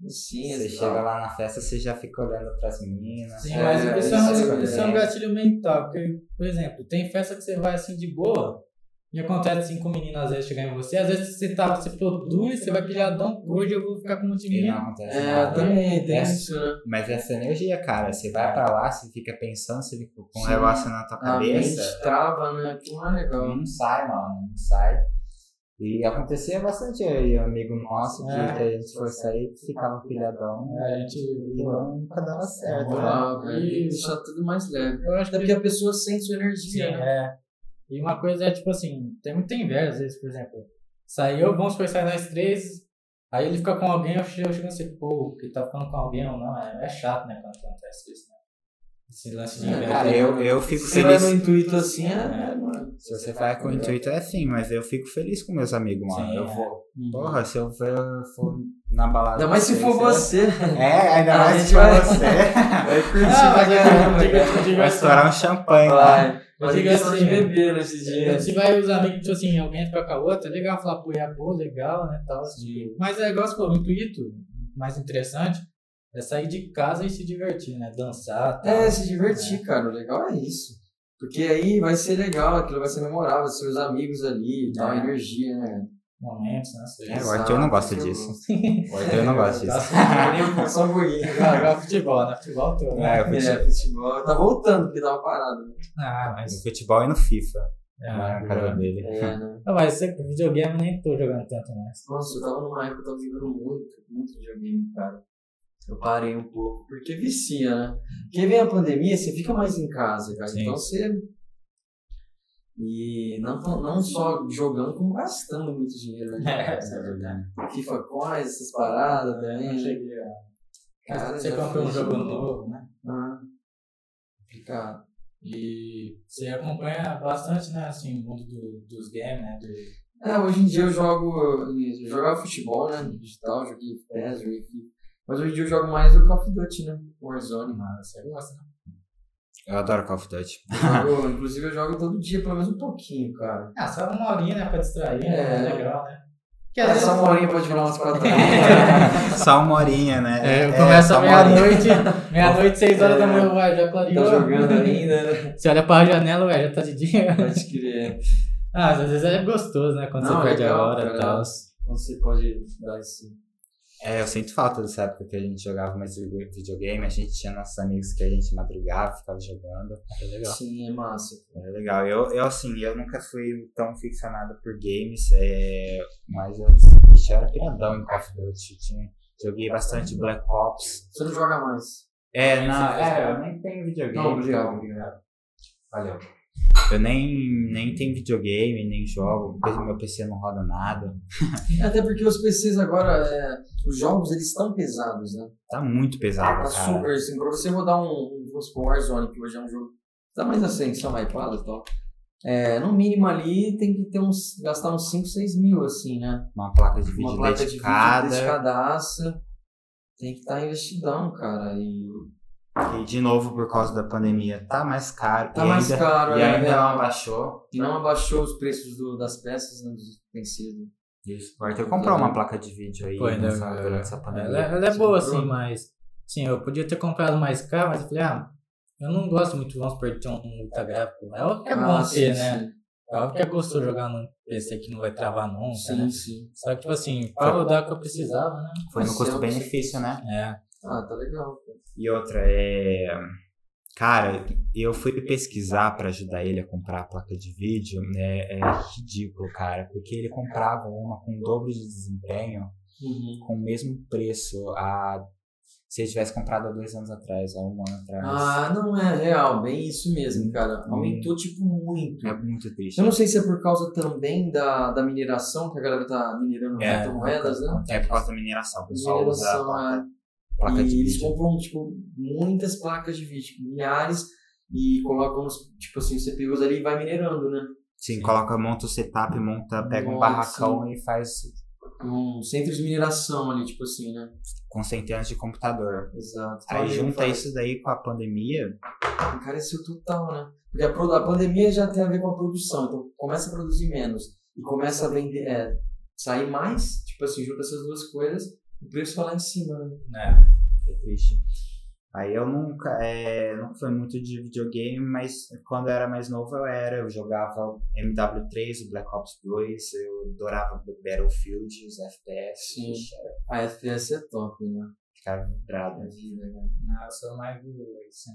mocinhas Você e chega tal. lá na festa, você já fica olhando pras meninas. Sim, É, mas isso é, isso um, é isso é um verdade. gatilho mental. Porque, por exemplo, tem festa que você vai assim de boa e acontece cinco meninas às vezes chegarem em você. Às vezes você tá, você produz, você vai pilhadão, hoje eu vou ficar com um monte de E não menina. acontece É, nada. também tem É. isso, né? Mas essa energia, cara, você vai pra lá, você fica pensando, você fica com um Sim. negócio na tua A cabeça. mente trava, né? Aquilo não é legal. Então, Não sai, mano, não sai. E acontecia bastante aí, amigo nosso, que É. que a gente foi sair, que ficava um pilhadão. É, a gente. E nunca dava certo, Não né? Ah, velho, tem que Isso. deixar tudo mais leve. Eu acho Até porque a pessoa sente sua Sim, energia, né? é. E uma coisa é, tipo assim, tem muita inveja às vezes, por exemplo. Saiu, vamos supor, sai nós três, aí ele fica com alguém, eu chego, eu chego assim, pô, que tá ficando com alguém ou não, é, é chato, né, quando acontece isso, né? Esse lance de É, inveja. Cara, eu, eu fico Você vai no feliz. intuito assim, é, é mano. Se você vai com o intuito, é assim, mas eu fico feliz com meus amigos, mano. Sim, eu é. vou. Hum. Porra, se eu for, for na balada. Ainda mais se com for vocês, você. É, ainda A mais gente se for vai- você. Vai curtir Ah, pra mas eu caramba, digo, cara. eu digo Vai assim, estourar um champanhe lá. Vai. Mas digo tem questão assim, de beber né? nesse dia. se vai os amigos, tipo assim, alguém fica com a outra, é legal falar, pô, é boa, legal, né, tal. Sim. Mas é igual você falou, o intuito mais interessante é sair de casa e se divertir, né, dançar, tal. É, se divertir, cara. O legal é isso. Porque aí vai ser legal, aquilo vai ser memorável, seus amigos ali, tal, É. energia, né? momentos, né, É, o Arthur não gosta disso. O Arthur não gosta disso. Nem tipo, só bonito. Igual igual futebol, né, futebol todo, né. É, eu fui- É, futebol. Tá voltando, porque tava parado. Ah, mas. no futebol e no FIFA. Ah, na cara dele. É, né? Não, mas esse videogame eu nem tô jogando tanto né? mais. Nossa, eu tava numa época que eu tava jogando muito, muito videogame, cara. Eu parei um pouco, porque vicia, né? Porque vem a pandemia, você fica mais em casa, cara. Sim. Então você. E não, não só jogando, como gastando muito dinheiro. Né? É, isso FIFA Coins, essas paradas também. né? não cheguei a. Cara, você já comprou um fiz. jogo novo, né? Ah, complicado. E você acompanha bastante, né, assim, o mundo do- dos games, né? do- É, hoje em dia eu jogo. Eu jogava futebol, né? no Digital, joguei PES, joguei FIFA. Mas hoje em dia eu jogo mais o Call of Duty, né? Warzone. Mas você gosta, né? Eu adoro Call of Duty. Eu jogo- inclusive eu jogo todo dia, pelo menos um pouquinho, cara. Ah, só uma horinha, né, pra distrair, né? É. Legal, né? Que às É, vezes- só uma horinha pode virar umas quatro horas. Só uma horinha, né? É, eu começo só à uma horinha. meia-noite, meia-noite, seis horas da É. manhã, ué, já clareou. tá jogando ainda, né? Você olha pra janela, ué, já tá de dia. Pode crer. Ah, às vezes é gostoso, né, quando Não, você perde legal, a hora e cara. tal. Então você pode dar esse. É, eu sinto falta dessa época que a gente jogava mais videogame. A gente tinha nossos amigos que a gente madrugava, ficava jogando. Era legal. Sim, é massa. Era legal. Eu, eu, assim, eu nunca fui tão ficcionado por games, é, mas eu, eu era piradão em Call of Duty. Tinha- joguei bastante Black Ops. Você não joga mais. É, Também não, você faz, é, cara. eu nem tenho videogame. Não, obrigado, cara. obrigado. Valeu. Eu nem, nem tenho videogame, nem jogo. Meu PC não roda nada. É, Até porque os PCs agora, é, os jogos, eles estão pesados, né? Tá muito pesado, Tá cara. super, assim, pra você rodar um, um, vamos supor, Warzone, que hoje é um jogo que tá mais assim, só vai e tal. É, no mínimo ali tem que ter uns, gastar uns 5, 6 mil, assim, né? Uma placa de vídeo Uma placa de dedicada. vídeo dedicadaça. Tem que estar investidão, cara. E E de novo, por causa da pandemia, tá mais caro. é tá e mais ainda, caro, E né? ainda não abaixou. E não abaixou os preços do- das peças, né, dos utensílios. Isso. O Arthur comprou Uhum. uma placa de vídeo aí Pô, ainda- nessa- durante essa pandemia. Ela, ela é Você boa, comprou? assim, mas. Sim, eu podia ter comprado mais caro, mas eu falei, ah, eu não gosto muito, vamos supor, de ter um multa gráfico. É óbvio que é Ah, bom ter, né? É óbvio que é gostoso jogar num PC que não vai travar nunca, né? Sim, sim. Só que, tipo assim, pra rodar o que eu precisava, né? Foi no Mas eu- custo-benefício, né? É. Ah, tá legal. E outra é. Cara, eu fui pesquisar pra ajudar ele a comprar a placa de vídeo, né? É ridículo, cara, porque ele comprava uma com o dobro de desempenho, Uhum. com o mesmo preço, a... se ele tivesse comprado há dois anos atrás, há um ano atrás. Ah, não é real, bem isso mesmo, cara. Aumentou, tipo, muito. Uhum. É muito triste. Eu não sei se é por causa também da, da mineração, que a galera tá minerando É, criptomoedas, né? É por causa da mineração, o pessoal usa a Mineração, placa, é. placa de E eles vídeo. compram, tipo, muitas placas de vídeo, tipo, milhares, e colocam, tipo assim, CPUs ali e vai minerando, né? Sim, coloca, monta o setup, monta, pega um Nossa. barracão e faz Um centro de mineração ali, tipo assim, né? com centenas de computador. Exato. Aí Olha, junta faz- isso daí com a pandemia, Encareceu total, né? Porque a, pro- a pandemia já tem a ver com a produção, então começa a produzir menos e começa a vender, é, sair mais, tipo assim, junta essas duas coisas, o preço vai lá em cima, né? né? É triste. Aí eu nunca, é, não fui muito de videogame, mas quando eu era mais novo eu era, eu jogava MW3, o Black Ops 2, eu adorava Battlefield, os FPS, Sim. poxa, eu A FPS é top, né? ficava vidrado. Não, Ah, eu sou mais do. Assim.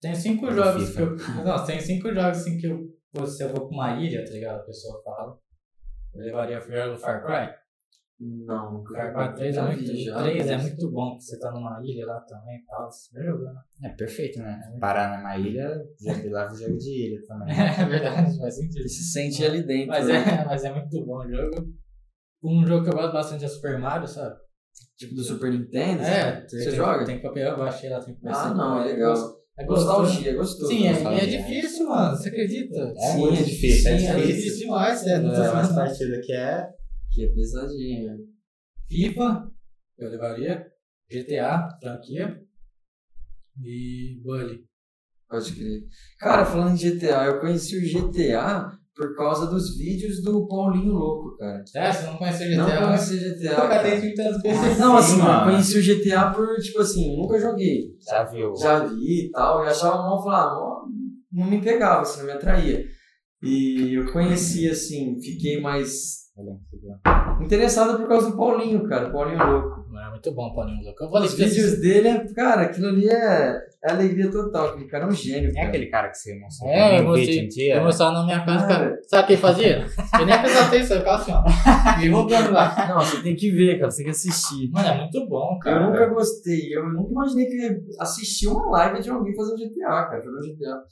Tem cinco Do jogos FIFA. que eu. Não, tem cinco jogos assim que eu. pô, Se eu vou pra uma ilha, tá ligado? A pessoa fala. Eu levaria o jogo Far Cry. Não, Far Cry 3 é já muito, vi, já. 3 é muito bom, porque você tá numa ilha lá também e tal. Você vai jogando. É perfeito, né? Parar numa ilha, já virava jogo de ilha também. É verdade, faz sentido. Ele se sente ali dentro. Mas né? é, mas é muito bom o jogo. Um jogo que eu gosto bastante é Super Mario, sabe? Tipo do Super Nintendo? É, Você joga? Tem papel, eu baixei lá, tem Ah, não, é legal. É gostoso. Nostalgia, gostoso. Sim, é, nostalgia. é difícil, mano. Você acredita? É Sim, muito é difícil, é Sim, é difícil. difícil demais, é. É umas partidas que é Que é pesadinho. né? FIFA, eu levaria. GTA, franquia. E Bully. Pode crer. Cara, falando de GTA, eu conheci o GTA por causa dos vídeos do Paulinho Louco, cara. É, você não conheceu GTA? Não mas conheci o GTA. Eu catei cara. 30 Ah, vezes. Não, assim, Sim, mano, mano. eu conheci o GTA por, tipo assim, nunca joguei. já viu. Já vi e tal, e achava mal, falava, "Ó, não me pegava, assim, não me atraía. E eu conheci, assim, fiquei mais É interessado por causa do Paulinho, cara, Paulinho Louco. Não, é muito bom, Paulinho Louco. Eu vou assim, Os ler vídeos dele, é- cara, aquilo ali é, é alegria total. Aquele cara é um gênio. É Cara. aquele cara que você mostrou É, pra mim eu um mostrei- vídeo um dia? Eu mostrava na minha casa, Cara. cara. Sabe o que ele fazia? Eu nem prestava atenção, eu ficava assim, ó. Me roubando lá. Não, você tem que ver, cara, você tem que assistir. Mano, é muito bom, Eu cara. nunca gostei, eu nunca imaginei que eu ia assistir uma live de alguém fazendo GTA, cara, jogando GTA.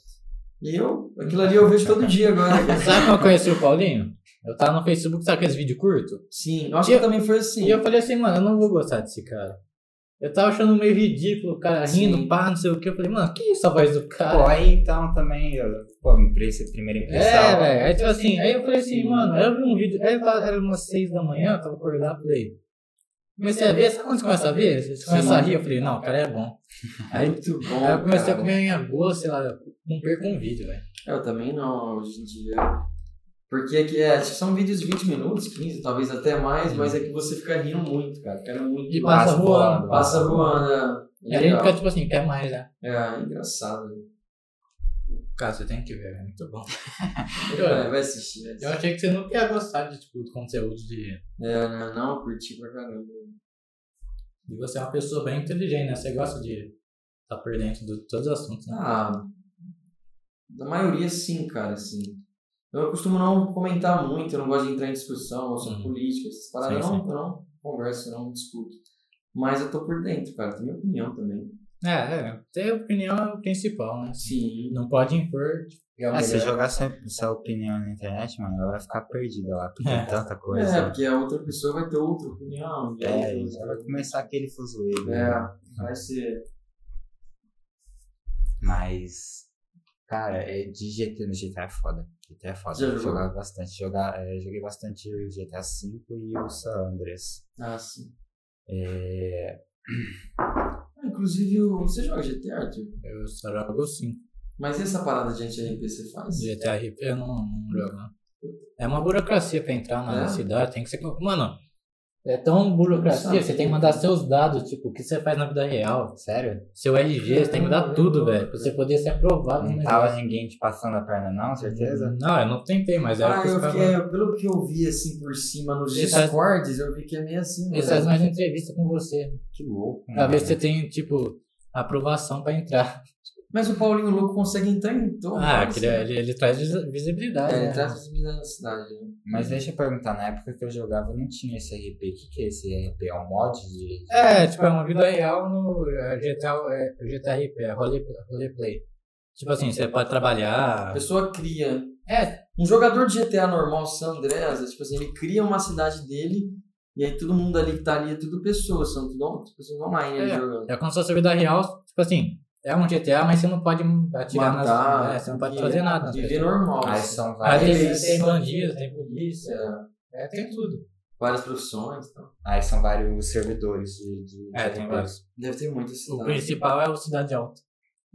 E eu, aquilo ali eu vejo todo dia agora. cara. Sabe como eu conheci o Paulinho? Eu tava no Facebook, sabe aqueles vídeos curtos? Sim, eu acho que também foi assim. E eu falei assim, mano, eu não vou gostar desse cara. Eu tava achando meio ridículo, o cara rindo, Sim. pá, não sei o que. Eu falei, mano, que isso a voz do Pô, cara? aí então também, eu- pô, me presta a primeira é, impressão. velho. Aí tipo assim, aí eu falei assim, mano, eu vi um vídeo, aí eu tava, era umas seis da manhã, eu tava acordado, falei. Comecei a ver, sabe quando você começa a ver? Você começa a rir, eu falei, não, o cara é bom. Aí Muito bom. Aí eu comecei a cara. comer em agosto, sei lá, eu não perco um vídeo, velho. Eu também não, hoje em dia. Porque aqui é, são vídeos de 20 minutos, 15, talvez até mais, mas é que você fica rindo muito, cara. Cara, é muito. E passa Passa voando. voando. Passa voando. E É, a gente legal. fica tipo assim, quer mais, né? é engraçado. Cara, você tem que ver, é muito bom. Vai, vai assistir. Vai assistir. É. Eu achei que você nunca ia gostar de, tipo, do conteúdo de É, não, não, curti pra caramba. E você é uma pessoa bem inteligente, né? Você gosta de estar por dentro de todos os assuntos, né? Ah, da maioria sim, cara, assim. Eu costumo não comentar muito, eu não gosto de entrar em discussão, eu gosto de Uhum. política, essas paradas. Sim, eu, não, eu não converso, eu não discuto. Mas eu tô por dentro, cara, tenho minha opinião também. É, é, ter opinião é o principal, né? Sim. Não pode impor. É, o Ah, se melhor. jogar sua, sua opinião na internet, mano, ela vai ficar perdida lá, porque É. tem tanta É, coisa. porque a outra pessoa vai ter outra opinião. e É, aí, já vai começar aquele fuzuê, né? é, vai ser. Mas, cara, é de GTA, no GTA é foda. GTA é foda. Já Eu jogou? jogava bastante. Jogar, é, joguei bastante o GTA V e o San Andreas. Ah, sim. É, Ah, Inclusive, o- você joga GTA, Arthur? tipo, Eu assim. só jogo 5. Mas e essa parada de anti-RP você faz? GTA RP eu não, não jogo, não. É uma burocracia pra entrar na É? cidade, tem que ser. com- Mano, é tão burocracia, você tem que mandar seus dados, tipo, o que você faz na vida real. sério? Seu LG, você tem que mandar tudo, velho, pra você poder ser aprovado no né? Não negócio. tava ninguém te passando a perna, não? Uhum. Certeza? Não, eu não tentei, mas era o é Ah, que eu os fiquei, caras. eu- pelo que eu vi assim por cima nos Ele faz- discords, eu vi que é meio assim. Eles velho. fazem mais entrevista com você. Que louco. Ah, né? Pra mano. ver se Uhum. você tem, tipo, aprovação pra entrar. Mas o Paulinho Louco consegue entrar em todo. Ah, que ele, ele, ele traz visi- visibilidade. ele né? traz visibilidade na cidade. né? Mas deixa eu perguntar, na época que eu jogava não tinha esse RP. O que, que é esse RP? É um mod de. É, tipo, é uma vida real no é, GTA, é, GTA RP, é role- roleplay. Tipo assim, você pode A trabalhar. pessoa cria. É. Um jogador de GTA normal, San Andreas, é, tipo assim, ele cria uma cidade dele e aí todo mundo ali que tá ali é tudo pessoas, são tudo on- pessoas online ali É. jogando. É como se fosse vida real, tipo assim, é um GTA, mas você não pode atirar Matar, nas. É, você não pode e- fazer nada. nas assim, Viver pessoas. normal. assim, Aí são Aí vários. tem, Eles- tem bandidos, tem polícia, É, é, tem tudo. várias profissões então, e tal. Aí são vários servidores de. de- É, de RP. Deve ter muita O cidade. principal é o Cidade Alta. Tá.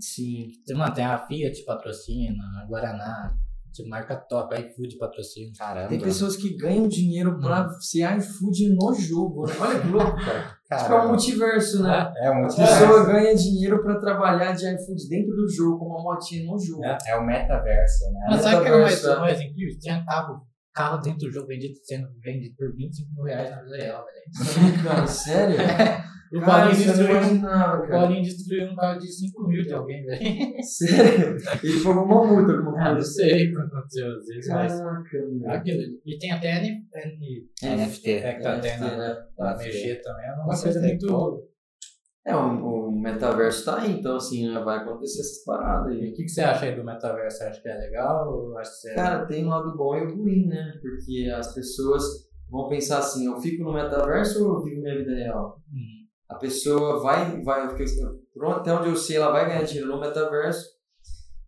Sim. Você mantém a Fiat patrocina, a Guaraná, tipo, marca top, a iFood patrocina. Caramba. Tem pessoas que ganham dinheiro Hum. pra ser iFood no jogo. né? Olha que louco, cara. tipo, é um Caramba. multiverso, né? É um A multiverso. pessoa ganha dinheiro pra trabalhar de iFood dentro do jogo, com uma motinha no jogo. É. É o metaverso, né? Mas sabe o que é mais, Metaverso, mais incrível? Tinha carro, carro dentro do jogo vendido, sendo vendido por 25 mil reais na vida real, velho. Cara, Tá sério? O Cara, Paulinho isso é eu não destruiu, imaginava, o cara. É Paulinho destruiu um carro de 5 mil de alguém, velho. Sério? Ele pagou uma multa, Ah, alguma não coisa. É, sei o que aconteceu às vezes, mas... Caraca, meu. Aquilo. E tem até N, N NFT. é, que tá NFT, tendo né? pra mexer também, é uma Você coisa tem muito... É, o, o metaverso tá aí, então assim, né, vai acontecer essas paradas aí. E O que, que você acha aí do metaverso? Você acha que é legal? Ou acha que é... Cara, tem um lado bom e o ruim, né? Porque as pessoas vão pensar assim, eu fico no metaverso ou eu vivo minha vida real? Hum. A pessoa vai, vai, porque, por até onde eu sei, ela vai ganhar dinheiro no metaverso.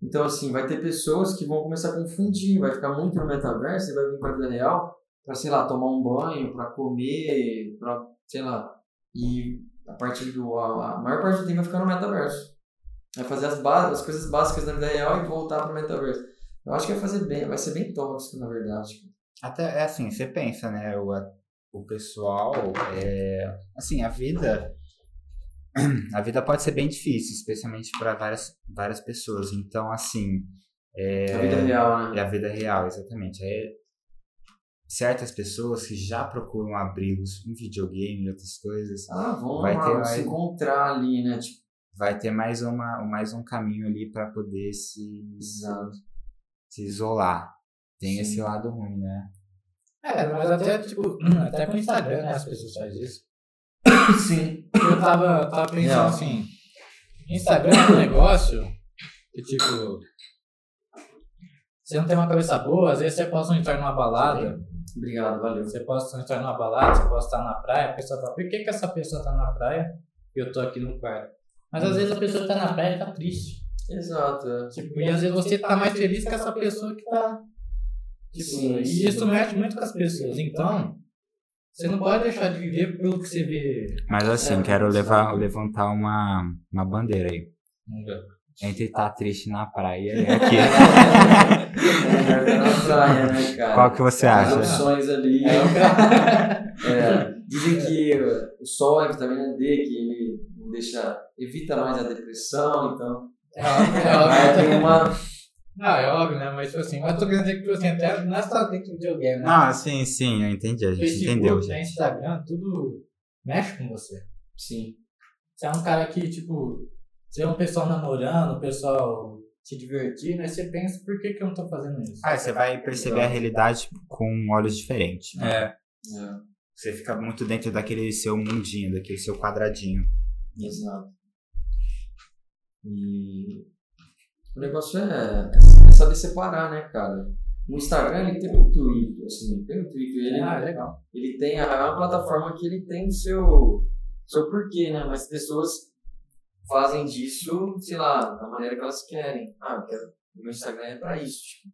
Então, assim, vai ter pessoas que vão começar a confundir, vai ficar muito no metaverso e vai vir pra vida real pra, sei lá, tomar um banho, pra comer, pra, sei lá. E a partir do. A, a maior parte do tempo vai ficar no metaverso. Vai fazer as, ba- as coisas básicas da vida real e voltar pro metaverso. Eu acho que vai fazer bem, vai ser bem tóxico, na verdade. Até é assim, você pensa, né? O, o pessoal é. Assim, a vida. A vida pode ser bem difícil, especialmente para várias, várias pessoas. Então, assim. É, A vida real, É né? a vida real, exatamente. Aí, certas pessoas que já procuram abrigos em videogame e outras coisas, Ah, vão Vai lá, ter vão mais- se encontrar ali, né? Tipo, vai ter mais, uma, mais um caminho ali para poder se, Exato. se isolar. Tem Sim. esse lado ruim, né? É, mas até, tipo, até com o Instagram, né, as pessoas fazem isso. sim. Eu tava, tava pensando Real. assim, Instagram é um negócio que, tipo, você não tem uma cabeça boa, às vezes você posta um story numa balada, Obrigado, valeu. você posta um story numa balada, você posta estar na praia, a pessoa fala, por que, que essa pessoa tá na praia e eu tô aqui no quarto? Mas às vezes a pessoa tá na praia e tá triste. Exato. é. Tipo, e às vezes você tá mais feliz que essa pessoa que tá. Tipo, Sim, e sim. isso mexe muito com as pessoas. Então, você não pode deixar de viver pelo que você vê. Mas assim, É, quero sabe? levar, levantar uma, uma bandeira aí. É, Entre estar triste na praia né? e aqui. Vai ficar É, na praia, né, cara? Qual que você As acha? opções ali. É, dizem que o sol é vitamina D, que ele deixa, evita mais a depressão, então. É óbvio, Ah. é Vai óbvio. ter uma. Não, é óbvio, né? Mas, tipo assim, mas tô querendo dizer que, tipo assim, até não é só dentro do videogame, né? Não, sim, sim, eu entendi, Ah, a gente entendeu. Facebook, gente. né, Instagram, tudo mexe com você. Sim. Você é um cara que, tipo, você vê um pessoal namorando, o pessoal se divertindo, aí você pensa, por que, que eu não tô fazendo isso? Ah, você vai perceber a realidade com olhos diferentes. né? É. É, Você fica muito dentro daquele seu mundinho, daquele seu quadradinho. exato. E o negócio é, é saber separar, né, cara? O Instagram, ele tem um Twitter, assim, tem um Twitter, ele, Ah, legal. ele tem, é uma plataforma que ele tem o seu, seu porquê, né? Mas as pessoas fazem disso, sei lá, da maneira que elas querem. Ah, eu quero, o meu Instagram é pra isso, tipo,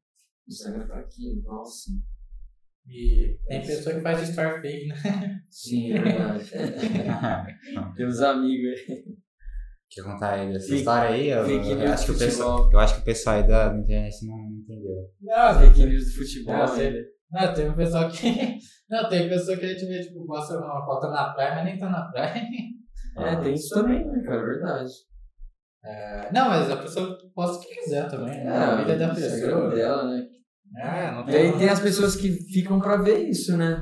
o Instagram é pra aquilo, nossa. E tem pessoa que faz story fake, né? Sim, é verdade. tem uns amigos aí. Quer contar aí dessa Fake- história aí? Eu, fake eu news acho que o do pessoal, futebol. eu acho que o pessoal aí da da internet não entendeu. Não, Fake news do futebol, Não, né? você- assim. não, tem um pessoal que. Não, tem pessoa que a gente vê, tipo, mostra uma foto na praia, mas nem tá na praia. É, tem isso também, né, cara? É verdade. Não, mas a pessoa posta o que quiser também. né? a vida da o Instagram pessoa. dela, né? É. Ah, não é E aí tem as pessoas que ficam pra ver isso, né?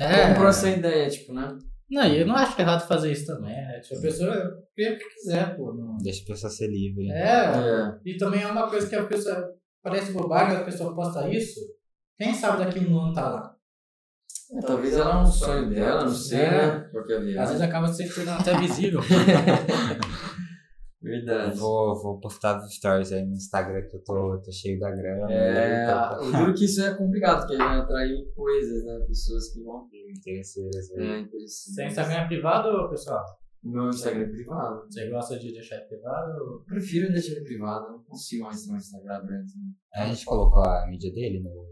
É. um Comprou essa ideia, tipo, né? Não, e eu não acho que é errado fazer isso também, né? Tipo, a pessoa vê o que quiser, pô. não- Deixa a pessoa ser livre. É, É. e também é uma coisa que a pessoa. Parece bobagem, a pessoa posta isso. Quem sabe daqui um ano tá lá? Talvez ela é um sonho dela, não sei, É. né? Qualquer Às viagem. vezes acaba se tornando até visível. Eu Verdade. Vou, vou postar os stories aí no Instagram que eu tô, tô cheio da grana. É, Tá, eu duro que isso é complicado, porque vai atrair coisas, né? Pessoas que vão ver. interesseiras aí. É Seu interessante. Instagram é privado, pessoal? O meu Instagram é privado. Você gosta de deixar privado? Eu prefiro deixar ele privado, eu não consigo mais ter um Instagram aberto. né? A gente colocou a mídia dele no. no-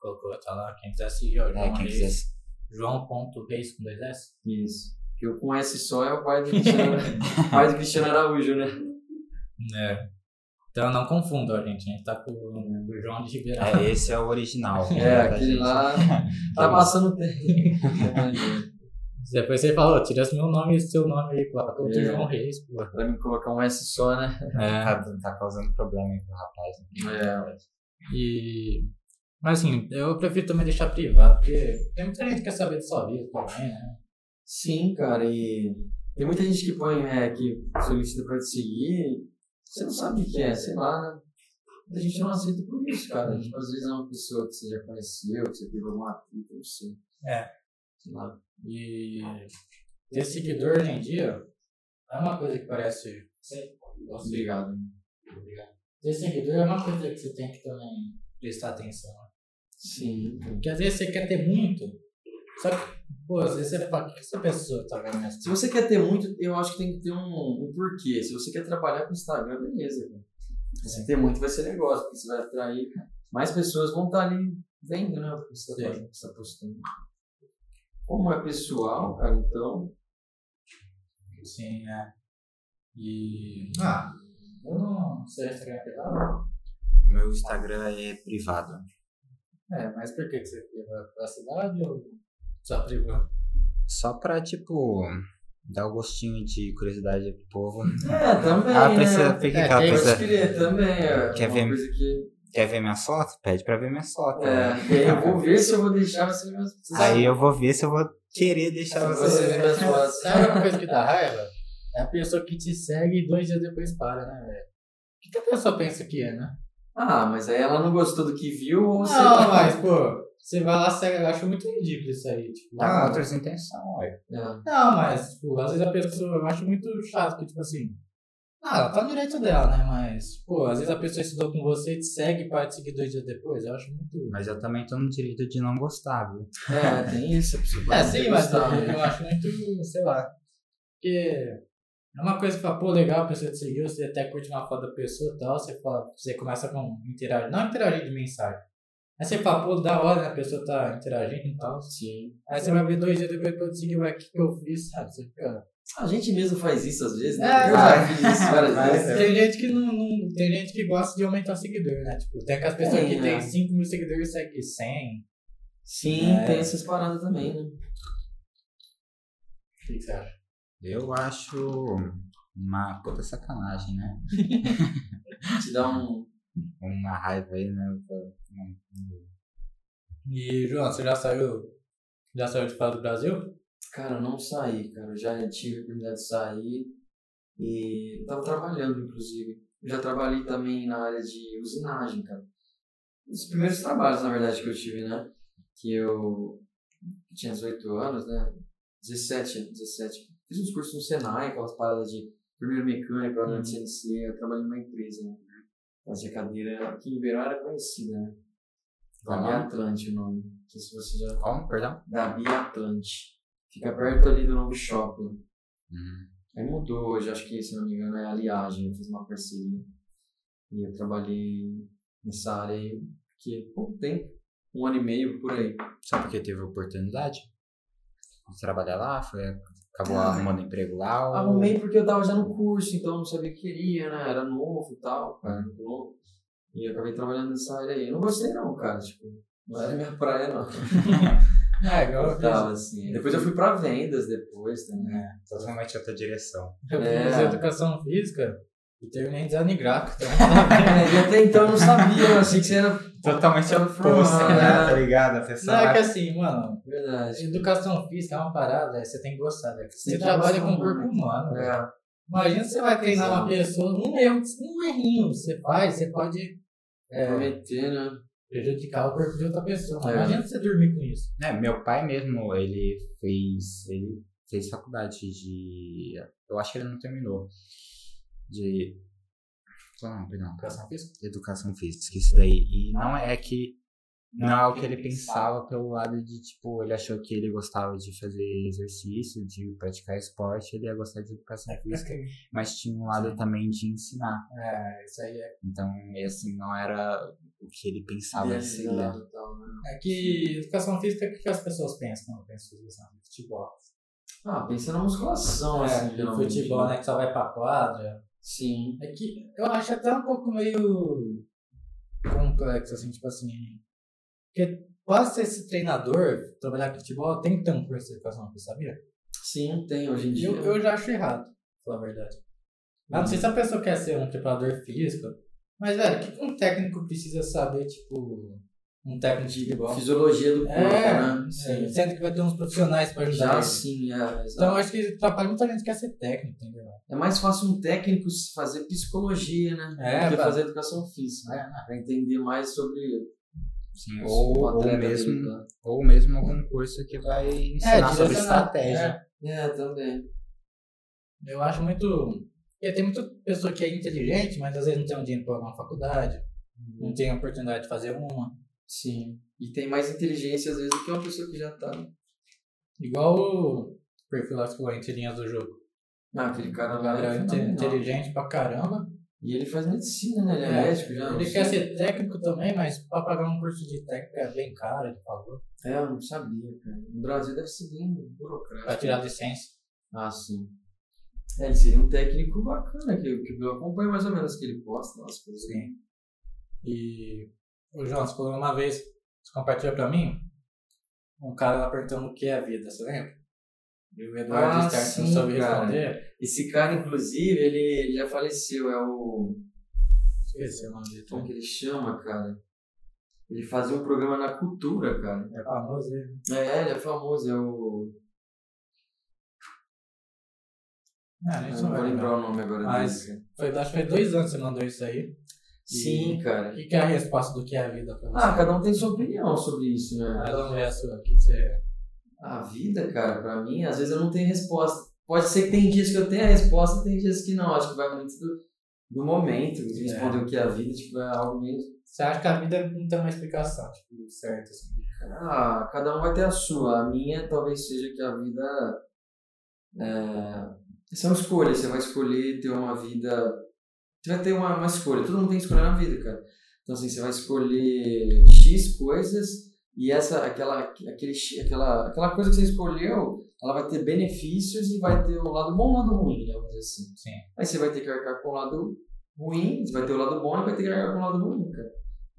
Colocou, tá lá. Quem quiser seguir, ó, é, João quem Reis. quiser. João.reis com dois S. Isso. Porque eu com S só é o pai do Cristiano, pai do Cristiano Araújo, né? É. Então não confunda, ó, gente. A gente tá com o João de Ribeirão. É, esse é o original. É, da aquele gente. lá tá passando tempo. Depois você falou, tira meu nome e seu nome aí, pô. Outro É. João Reis, pô. pra mim colocar um S só, né? É. Tá, tá causando problema aí pro rapaz. É. E. Mas assim, eu prefiro também deixar privado, porque tem muita gente que quer saber da sua vida também, né? Sim, cara, e tem muita gente que põe, é, que solicita pra te seguir, você não sabe o que é, sei lá, né? A gente não aceita por isso, cara. Tipo, às vezes é uma pessoa que você já conheceu, que você teve alguma atrito, não sei. É. Sei lá. E ter seguidor hoje em dia é uma coisa que parece. Você- Obrigado. Ter seguidor é uma coisa que você tem que também prestar atenção. né? Sim. Porque às vezes você quer ter muito, só que, pô, às vezes você fala, o que essa pessoa tá vendo nessa? Se você quer ter muito, eu acho que tem que ter um, um porquê. Se você quer trabalhar com Instagram, beleza, cara. É. Se você ter muito, vai ser negócio, porque você vai atrair. Mais pessoas vão estar ali vendo, né? O que você Sim. está tá postando. Como é pessoal, cara, então. Sim, é. E. Ah, eu não sei é Instagram privado. Meu Instagram é privado. É, mas por que que você priva da cidade ou só privado? Só pra, tipo, dar o gostinho de curiosidade pro povo. É, também. Ela Ah, precisa, né? fica É, aquela tem Pode coisa. escrever também. É Quer uma ver- coisa que. Quer ver minha foto? Pede pra ver minha foto. É, né? e aí eu vou ver se eu vou deixar você ver minhas Aí eu vou ver se eu vou querer deixar Você- você. vê as fotos. Sabe uma coisa que dá raiva? É a pessoa que te segue e dois dias depois para, né, velho? O que, que a pessoa pensa que é, né? tá Ah, mas aí ela não gostou do que viu ou tá sei Não, lá. mas, pô, você vai lá, segue, eu acho muito ridículo isso aí. Tipo, Tá ah, com outras intenções, ué. É. Não, mas, tipo, às vezes a pessoa, eu acho muito chato, porque, tipo assim, ah, ela tá no direito dela, né? Mas, pô, às vezes a pessoa estudou com você e te segue e para te seguir dois dias depois, eu acho muito. Mas eu também tô no direito de não gostar, viu? É, tem isso. a pessoa É, pode sim, ter mas gostado, né? eu, eu acho muito, sei lá. Porque é uma coisa que fala, pô, legal, a pessoa te seguiu, você até curte uma foto da pessoa e tal, você, fala, você começa com interagir, não interagir de mensagem. Aí você fala, pô, da hora, né? A pessoa tá interagindo e tal. Sim. Aí você vai ver dois dias depois que eu te seguir, vai, o que que eu fiz, sabe? Você fica. A gente mesmo faz isso às vezes, né? É, eu já fiz isso várias vai, vezes. É. Tem gente que não, não- Tem gente que gosta de aumentar seguidor, né? Tipo, tem aquelas pessoas Tem, que né? tem 5 mil seguidores e segue 100. Sim, É. tem essas paradas também, né? O que que você acha? Eu acho uma puta sacanagem, né? Te dá um. Uma raiva aí, né? E, João, você já saiu. Já saiu de fora do Brasil? Cara, eu não saí, cara. Eu já tive a oportunidade de sair e tava trabalhando, inclusive. Eu já trabalhei também na área de usinagem, cara. Os primeiros trabalhos, na verdade, que eu tive, né? Que eu tinha 18 anos, né? 17, 17. Fiz uns cursos no Senai, aquelas paradas de primeiro mecânico lá Uhum. no CNC, eu trabalhei numa empresa, né? Fazia cadeira, aqui em Ribeirão era conhecida, né? Qual Dabi nome? Atlante o nome. Não sei se você já. Como? Perdão? Dabi Atlante. Fica perto ali do novo shopping. Hum. Aí mudou hoje, acho que, se não me engano, é aliagem, eu fiz uma parceria. E eu trabalhei nessa área aí, que pouco tempo, um ano e meio por aí. Só porque teve oportunidade de trabalhar lá, foi, acabou Ah. arrumando emprego lá. ou- Arrumei porque eu tava já no curso, então eu não sabia o que queria, né? Era novo e tal, cara, muito novo. E eu acabei trabalhando nessa área aí. Eu não gostei não, cara, tipo, não era minha praia não. É, igual Eu eu fiz, tava assim. Depois eu fui pra vendas depois né? também. Totalmente outra direção. eu fiz É. educação física e terminei design gráfico. Então, É, e até então eu não sabia, eu achei que você era... Totalmente oposto, Ah, né? é. Tá ligado? A pessoa não é lá- que assim, mano, Verdade. educação física é uma parada, você tem que gostar. né? Você, Você tá trabalha com gostando, o corpo humano. velho. É, Imagina você vai treinar uma pessoa, um erro, um errinho que você faz, você pode É. prometer, né? prejudicar o corpo de outra pessoa. Mas É. Imagina você dormir com isso. É, meu pai mesmo, ele fez, ele fez faculdade de, eu acho que ele não terminou, de, é não, perdão, Educação física? educação física, esqueci daí, e não é que, não é o que ele pensava pelo lado de, tipo, ele achou que ele gostava de fazer exercício, de praticar esporte, ele ia gostar de educação física, é mas tinha um lado também de ensinar, É, isso aí é. então, e assim, não era o que ele Ah, pensava em seguir. Idealizado e tal, né? É que educação física, o que que as pessoas pensam quando pensam em educação física? Futebol. Ah, pensa na musculação, assim, É, geralmente. futebol, né? Que só vai pra quadra. Sim. É que eu acho até um pouco meio complexo, assim, tipo assim. Porque quase ser esse treinador, trabalhar com futebol, tem que ter um curso de educação física, sabia? Sim, tem hoje em dia. Eu, eu já acho errado, pra falar a verdade. Ah, não sei se a pessoa quer ser um preparador físico, mas, velho, o que que um técnico precisa saber, tipo, um técnico de futebol? Fisiologia do corpo, É, né? é, sendo que vai ter uns profissionais pra ajudar Já ele. sim, é. Então, eu exato. acho que atrapalha muita gente que quer ser técnico, entendeu? É mais fácil um técnico se fazer psicologia, né? É, do que pra- fazer educação física. né? Pra entender mais sobre Sim, um o ou, ou atleta mesmo... dele, tá? Ou mesmo algum curso que vai ensinar sobre estratégia. É, também. É, eu acho muito... Porque tem muita pessoa que é inteligente, mas às vezes não tem um dinheiro pra alguma faculdade, Uhum. não tem a oportunidade de fazer uma. Sim. E tem mais inteligência, às vezes, do que uma pessoa que já tá. Igual o perfil lá que ficou entre linhas do jogo. Ah, aquele cara O lá Gabriel é é inte- fenomenal. inteligente pra caramba, E ele faz medicina, né? Ele é, médico já. não Ele sei. quer ser técnico também, mas pra pagar um curso de técnico é bem caro, ele falou. É, eu não sabia, cara. No Brasil deve ser bem burocrático. Pra tirar licença. Ah, sim. É, ele seria um técnico bacana, que, que eu acompanho mais ou menos o que ele posta, as coisas. Sim. E o João, você falou uma vez, você compartilhou pra mim, um cara lá perguntando o que é vida, você lembra? E o Eduardo Ah, Stark não sim, soube cara. responder. Esse cara, inclusive, ele, ele já faleceu, é o. Esqueci o nome dele. Como que ele chama, cara? Ele fazia um programa na cultura, cara. É famoso ele. É, ele é famoso, é o. Ah, Eu a gente não não Ah, vou vai lembrar lembrar. o nome agora Mas- dele. cara. Foi, acho que foi dois anos que você mandou isso aí. Sim, O cara. que, que é a resposta do que é a vida pra você? Ah, cada um tem sua opinião sobre isso, né? Ah, não é a sua. O que que você... A vida, cara, pra mim, às vezes eu não tenho resposta. Pode ser que tem dias que eu tenha a resposta, tem dias que não. Acho que vai muito do, do momento de É. responder o que é a vida, tipo, é algo meio. você acha que a vida não tem uma explicação, tipo, certa, assim. Ah, cada um vai ter a sua. A minha talvez seja que a vida. É, são escolhas. Você vai escolher ter uma vida. Você vai ter uma, uma escolha. Todo mundo tem escolha na vida, cara. Então, assim, você vai escolher X coisas e essa, aquela, aquele, X- aquela, aquela coisa que você escolheu, ela vai ter benefícios e vai ter o lado bom e o lado ruim, né? Vamos dizer assim. Sim. Aí você vai ter que arcar com o lado ruim, você vai ter o lado bom e vai ter que arcar com o lado ruim, cara.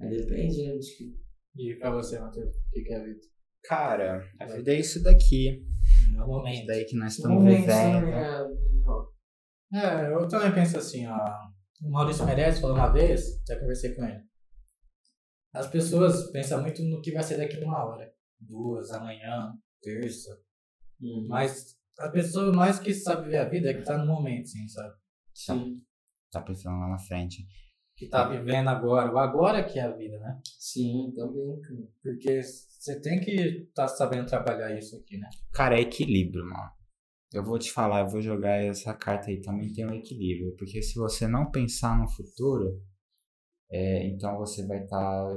Aí depende, né? Acho que. E pra você, Matheus, o que que é a vida? Cara, a vida é isso daqui. É o Isso momento. daí que nós Bom, estamos né, isso vivendo. é- É, eu também penso assim, ó. O Maurício Meirelles falou uma vez, já conversei com ele. As pessoas pensam muito no que vai ser daqui a uma hora. Duas, amanhã, terça. Uhum. Hum, Mas a pessoa mais que sabe viver a vida é que tá no momento, assim, sabe? Sim, Tá pensando lá na frente. Que tá vivendo agora. O agora que é a vida, né? sim, também. cara. Porque você tem que estar tá sabendo trabalhar isso aqui, né? Cara, é equilíbrio, mano. eu vou te falar, eu vou jogar essa carta aí também tem um equilíbrio, porque se você não pensar no futuro, é, então você vai estar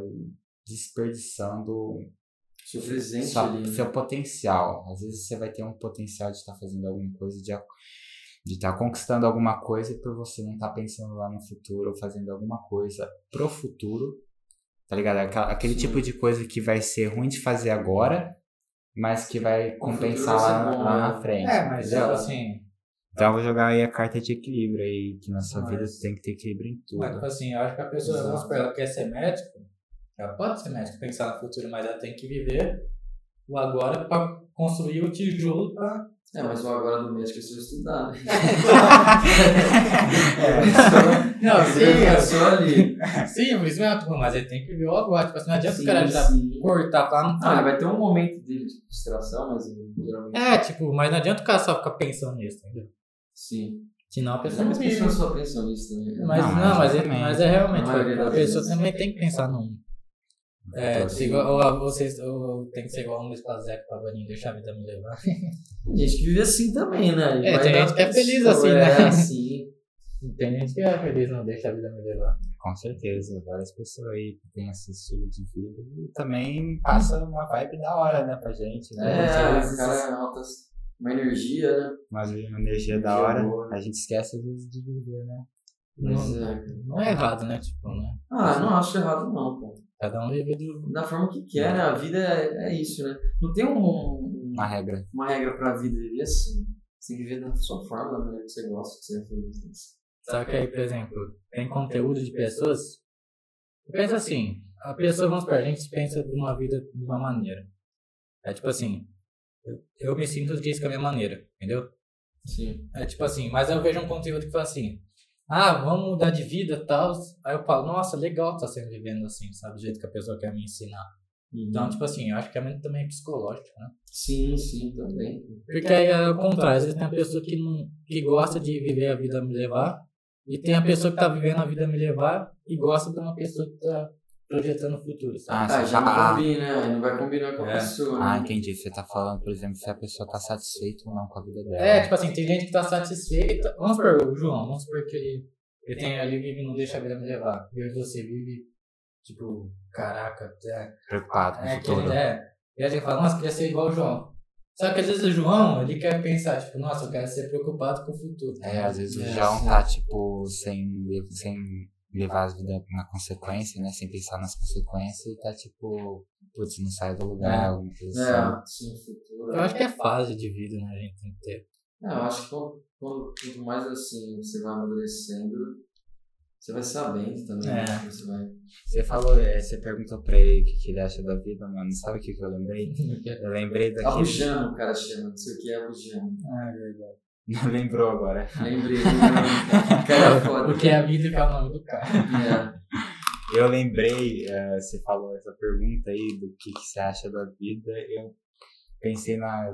desperdiçando Seu presente sua- ali. né? seu potencial. Às vezes você vai ter um potencial de estar fazendo alguma coisa, de a- de estar conquistando alguma coisa e por você não estar pensando lá no futuro ou fazendo alguma coisa pro futuro, tá ligado? Aquela- aquele Sim. tipo de coisa que vai ser ruim de fazer agora, mas que vai compensar vai ser lá, bom, lá né? na frente. É, mas entendeu? tipo assim, Então eu vou jogar aí a carta de equilíbrio aí, que na sua Mas- vida você tem que ter equilíbrio em tudo. mas, tipo assim, eu acho que a pessoa, Exato. vamos supor, ela quer ser médico, ela pode ser médico, pensar no futuro, mas ela tem que viver o agora pra construir o tijolo pra. É, mas o agora do médico é só estudar, né? Não, é só ali. Sim, por isso mesmo, tipo, mas ele tem que ver o agora. Tipo assim, não adianta Sim, o cara já sim. cortar pra não Ah, tá. vai ter um momento dele de distração, mas eh, geralmente É, tipo, mas não adianta o cara só ficar pensando nisso, entendeu? sim. Senão a Mas pessoa não as vive. pessoas só pensam nisso também. né? Mas Não, não, mas mas, é, também. mas é realmente. A maioria A das pessoa vezes. também tem que pensar num. É, se igual, ou a- vocês, ou tem que ser igual um Luiz Pazek pra Vaninho deixar a vida me levar. Tem gente que vive assim também, né? E É, vai tem dar gente que é pessoa, feliz assim, né? É, assim. Tem gente que é feliz, não deixa a vida me levar. Com certeza, várias pessoas aí que têm esse estilo de vida e também passa uma vibe da hora, né, pra gente, É, né? Às o vezes, cara altas. Uma energia, né? mas vive uma energia da Energia hora, boa, né? a gente esquece às vezes de viver, né? Mas, Não, é. não é errado, né? Tipo, né? Ah, não acho errado não, pô. Cada um vive do. Da forma que quer, né? A vida é, é isso, né? Não tem um, um- Uma regra. uma regra pra vida viver assim. Você tem que viver da sua forma, da maneira que você gosta, que você é feliz. Né? Só que aí, por exemplo, tem conteúdo de pessoas. Eu penso assim, a pessoa, vamos supor, a gente pensa de uma vida de uma maneira. É tipo assim, eu, eu me sinto disso com a minha maneira, entendeu? Sim. É tipo assim, mas eu vejo um conteúdo que fala assim, ah, vamos mudar de vida e tal. Aí eu falo, nossa, legal tá sendo vivendo assim, sabe? Do jeito que a pessoa quer me ensinar. Então, tipo assim, eu acho que é muito também psicológico, né? Sim, sim, também. Porque aí é o contrário, às vezes tem a pessoa que, não, que gosta de viver a vida me levar, e tem a pessoa que tá vivendo a vida me levar e gosta de uma pessoa que tá projetando o futuro, sabe? Ah, Ah, você já tá- não combina, aí não vai combinar com a É. pessoa. Ah, né? entendi. Você tá falando, por exemplo, se a pessoa tá satisfeita ou não com a vida dela. É, tipo assim, tem gente que tá satisfeita. Vamos supor, o João, vamos supor que ele, ele, tem, ele vive e não deixa a vida me levar. E hoje você vive, tipo, caraca, até. Preocupado com É, o que ele futuro. é. E a gente fala, nossa, queria ser igual o João. Só que às vezes o João, ele quer pensar, tipo, nossa, eu quero ser preocupado com o futuro. É, às vezes o É, João sim. tá, tipo, sem, le- sem levar as vidas na consequência, né? Sem pensar nas consequências e tá, tipo, putz, não sai do lugar, É. alguma coisa assim. É, sim, futuro. Eu acho que é fase de vida, né, a gente tem que ter. É, eu acho que quando, quando- quanto mais assim você vai amadurecendo, você vai sabendo também. É. né? Você vai... Você falou, é, você perguntou pra ele o que, que ele acha da vida, mano. Sabe o que, que eu lembrei? Eu Tá lembrei daquele. Abujamo, o cara chama, não sei o que é abujamo. Não lembrou agora. Lembrei, lembrei. O cara é foda. O que é a vida e o que é o nome do cara. É. Eu lembrei, é, você falou essa pergunta aí do que, que você acha da vida. Eu pensei na,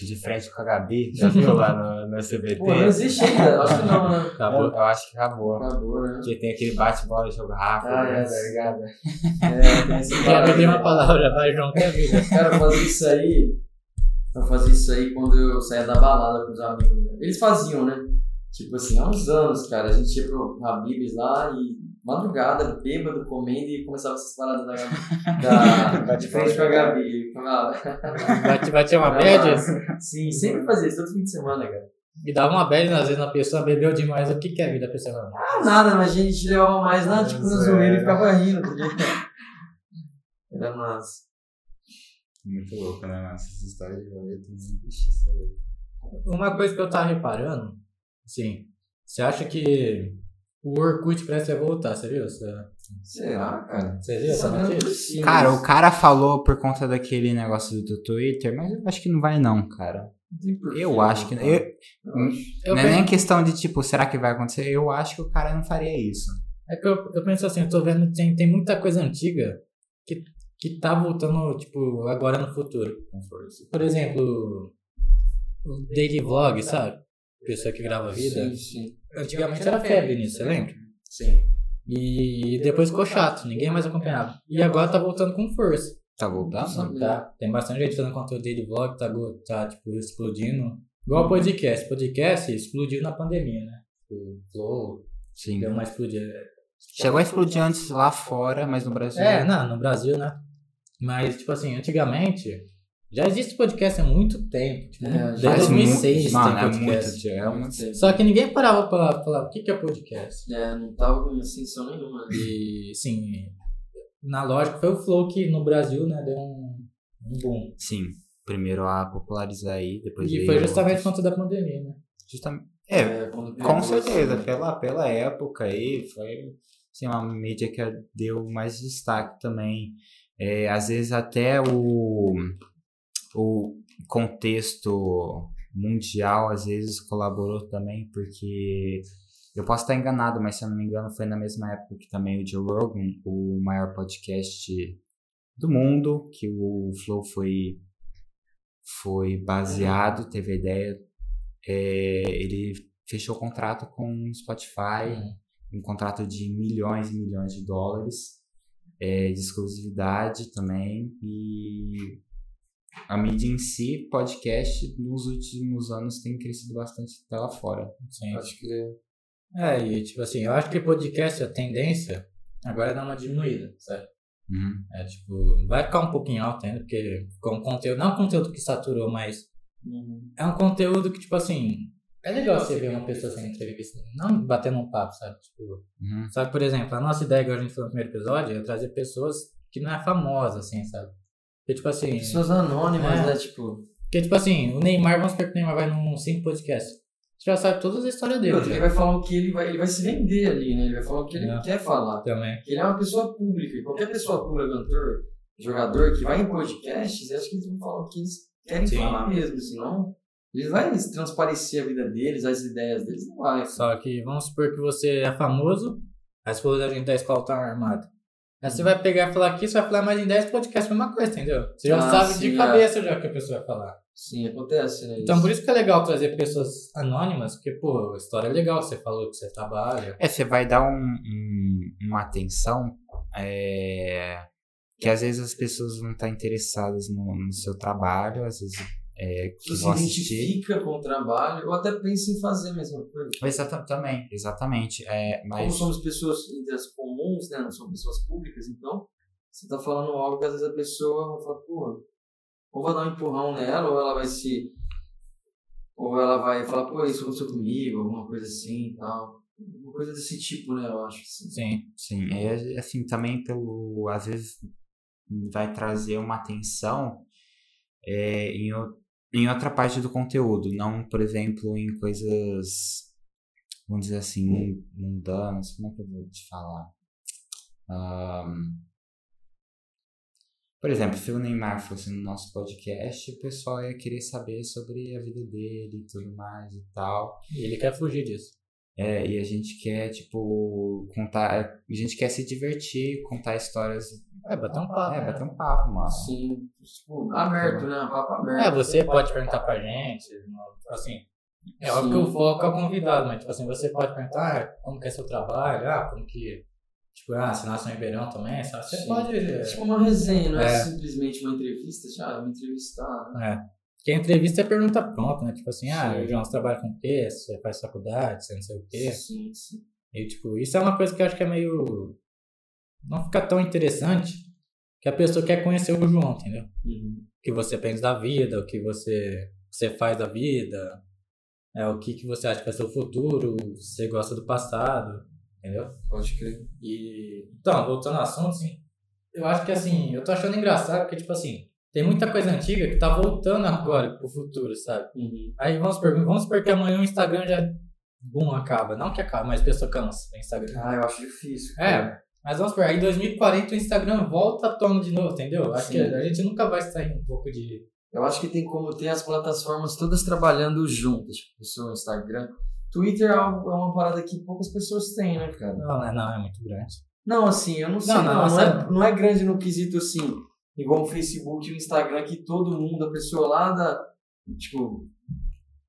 de frente com a Gabi, já viu lá no, no CBT? Pô, não existe ainda, acho que não, né? eu, Acabou. eu acho que acabou. Acabou, né? Porque tem aquele bate-bola, jogo rápido. Ah, né? é, tá ligado? É, tem esse Quer barato. beber uma palavra, vai, João, que é a vida. Cara, fazer isso aí. Eu fazia isso aí quando eu saía da balada com os amigos. meus. Eles faziam, né? Tipo assim, há uns anos, cara, a gente ia pro Habib's lá e madrugada, bêbado, comendo e começava essas paradas da Gabi. Da, de frente com né? a Gabi. Com a, Bate, bate uma bad Uhum. sim, sempre fazia isso, todo fim de semana, cara. e dá uma bad, às vezes, na pessoa bebeu demais. O que, que é a vida? A pessoa fala, Ah, nada, mas a gente levava mais lá, tipo, no Isso é. zoeiro e ficava rindo. tá ligado? Era massa. Muito louco, né? mano? Essas histórias de rolê, tudo existe isso aí. Uma coisa que eu tava reparando, assim, você acha que o Orkut parece vai voltar, você viu? Você, Será, cara? você viu essa Sabendo notícia? por cima. Cara, o cara falou por conta daquele negócio do Twitter, mas eu acho que não vai não, cara. Não tem porquê, Eu acho que... né? Eu, Eu acho. Eu não é penso- nem questão de, tipo, será que vai acontecer? Eu acho que o cara não faria isso. É que eu, eu penso assim, eu tô vendo, tem, tem muita coisa antiga que, que tá voltando, tipo, agora no futuro. Por exemplo, o daily vlog, sabe? Pessoa que grava a vida. Sim, sim. Antigamente era febre nisso, você lembra? Sim. E depois ficou chato, né? ninguém mais acompanhava. E agora tá voltando com força. Tá voltando? Sim. Tá? Tem bastante gente fazendo conteúdo daily vlog, tá, go- tá tipo, explodindo. Igual podcast. Podcast explodiu na pandemia, né? O Flow. Sim. Deu um uma explodida. Chegou a explodir antes lá fora, mas no Brasil. É, não, no Brasil, né? Mas, tipo assim, antigamente. Já existe podcast há muito tempo. Tipo, É, desde faz 2006 mano, tem é podcast. muito, é muito Só que ninguém parava pra falar o que que é podcast. É, não tava com sensação nenhuma. né? E, sim, na lógica foi o Flow que no Brasil, né, deu um, um boom. Sim. Primeiro a popularizar aí, depois E veio foi justamente por outros. conta da pandemia, né? Justam- É, com quando pegou, certeza. assim, Pela, pela época aí, foi assim, uma mídia que deu mais destaque também. É, às vezes até o, o contexto mundial, às vezes, colaborou também, porque... Eu posso estar enganado, mas se eu não me engano, foi na mesma época que também o Joe Rogan, o maior podcast do mundo, que o Flow foi, foi baseado, teve a ideia. É, ele fechou contrato com o Spotify, um contrato de milhões e milhões de dólares, é, de exclusividade também, e a mídia em si, podcast, nos últimos anos tem crescido bastante até lá fora. Sim. Acho que É, e tipo assim, eu acho que podcast, a tendência, agora é dar uma diminuída, certo? É tipo, vai ficar um pouquinho alto ainda, porque com um conteúdo, não é um conteúdo que saturou, mas Uhum. é um conteúdo que, tipo assim, é legal você ver uma pessoa sendo entrevista, não batendo um papo, sabe? Tipo, Uhum. sabe, por exemplo, a nossa ideia, agora a gente falou no primeiro episódio, é trazer pessoas que não é famosa, assim, sabe? Porque, tipo assim, Pessoas anônimas, É. né? Tipo, porque, tipo assim, o Neymar, vamos supor que o Neymar vai num simples podcast, você já sabe todas as histórias dele, ele né? vai falar o que ele vai. Ele vai se vender ali, né? Ele vai falar o que ele É. quer falar. também. Porque ele é uma pessoa pública. E qualquer pessoa pública, cantor, jogador que vai em podcasts, acho que eles vão falar o que eles querem Sim. falar mesmo. Senão, eles vai transparecer a vida deles, as ideias deles, não vai. Só que vamos supor que você é famoso, aí você falou da gente da escola tá armado. Aí Uhum. você vai pegar e falar aqui, você vai falar mais em 10 podcasts, mesma coisa, entendeu? Você já Ah, sabe sim, de é. cabeça já o que a pessoa vai falar. Sim, acontece, né? Então por isso que é legal trazer pessoas anônimas, porque, pô, a história é legal, você falou que você trabalha. É, você vai dar um, um- uma atenção é, que às vezes as pessoas não estão interessadas no, no seu trabalho, às vezes é, que Você se vão assistir. identifica com o trabalho, ou até pensa em fazer a mesma coisa. Exata, também, exatamente. É, Como mas somos pessoas entre as comuns, né? Não somos pessoas públicas, então você tá falando algo que às vezes a pessoa vai falar, porra, ou vai dar um empurrão nela, ou ela vai se. Ou ela vai falar, pô, isso aconteceu comigo, alguma coisa assim e tal. Uma coisa desse tipo, né? Eu acho. Assim. Sim, sim, é assim, também pelo. Às vezes vai trazer uma atenção é, em, o- em outra parte do conteúdo, não, por exemplo, em coisas, vamos dizer assim, mun- mundanas, como é que eu vou te falar? Ahn, por exemplo, se o Neymar fosse no nosso podcast, o pessoal ia querer saber sobre a vida dele e tudo mais e tal. e ele quer fugir disso. É, e a gente quer, tipo, contar. A gente quer se divertir, contar histórias. É, bater um Ah, papo. é, né? bater um papo, mano. Sim, tipo, aberto, né? Papo É, aberto. você pode perguntar pra gente, assim. É óbvio que o foco é o convidado, mas tipo assim, você pode perguntar ah, como que é seu trabalho, ah, como que. Tipo, ah, você nasceu em Ribeirão também, sabe? Você Sim. pode. É tipo uma resenha, não é, É. simplesmente uma entrevista, já me entrevistar. né? É. Porque a entrevista é pergunta pronta, né? Tipo assim, ah, Sim. João, você trabalha com o quê? Você faz faculdade, você não sei o quê. Né? Sim, sim. E tipo, isso é uma coisa que eu acho que é meio. Não fica tão interessante que a pessoa quer conhecer o João, entendeu? Uhum. o que você pensa da vida, o que você, você faz da vida, é, o que, que você acha que vai ser o futuro, se você gosta do passado, entendeu? Pode crer. E, então, voltando ao assunto, assim, eu acho que, assim, eu tô achando engraçado porque, tipo assim, tem muita coisa antiga que tá voltando agora pro futuro, sabe? Uhum. Aí vamos supor, vamos supor que amanhã o Instagram já, boom, acaba. Não que acaba, mas a pessoa cansa do Instagram. Ah, eu acho difícil. cara. É, mas vamos supor, aí em 2040 o Instagram volta à tona de novo, entendeu? Acho que Sim. a gente nunca vai sair um pouco de... Eu acho que tem como ter as plataformas todas trabalhando juntas. Tipo, o seu Instagram. Twitter é uma é uma parada que poucas pessoas têm, né, cara? Não, não, não, é muito grande. Não, assim, eu não sei. não, Não, não é, sabe? não é grande no quesito assim, igual o Facebook e o Instagram, que todo mundo, a pessoa lá da. Tipo,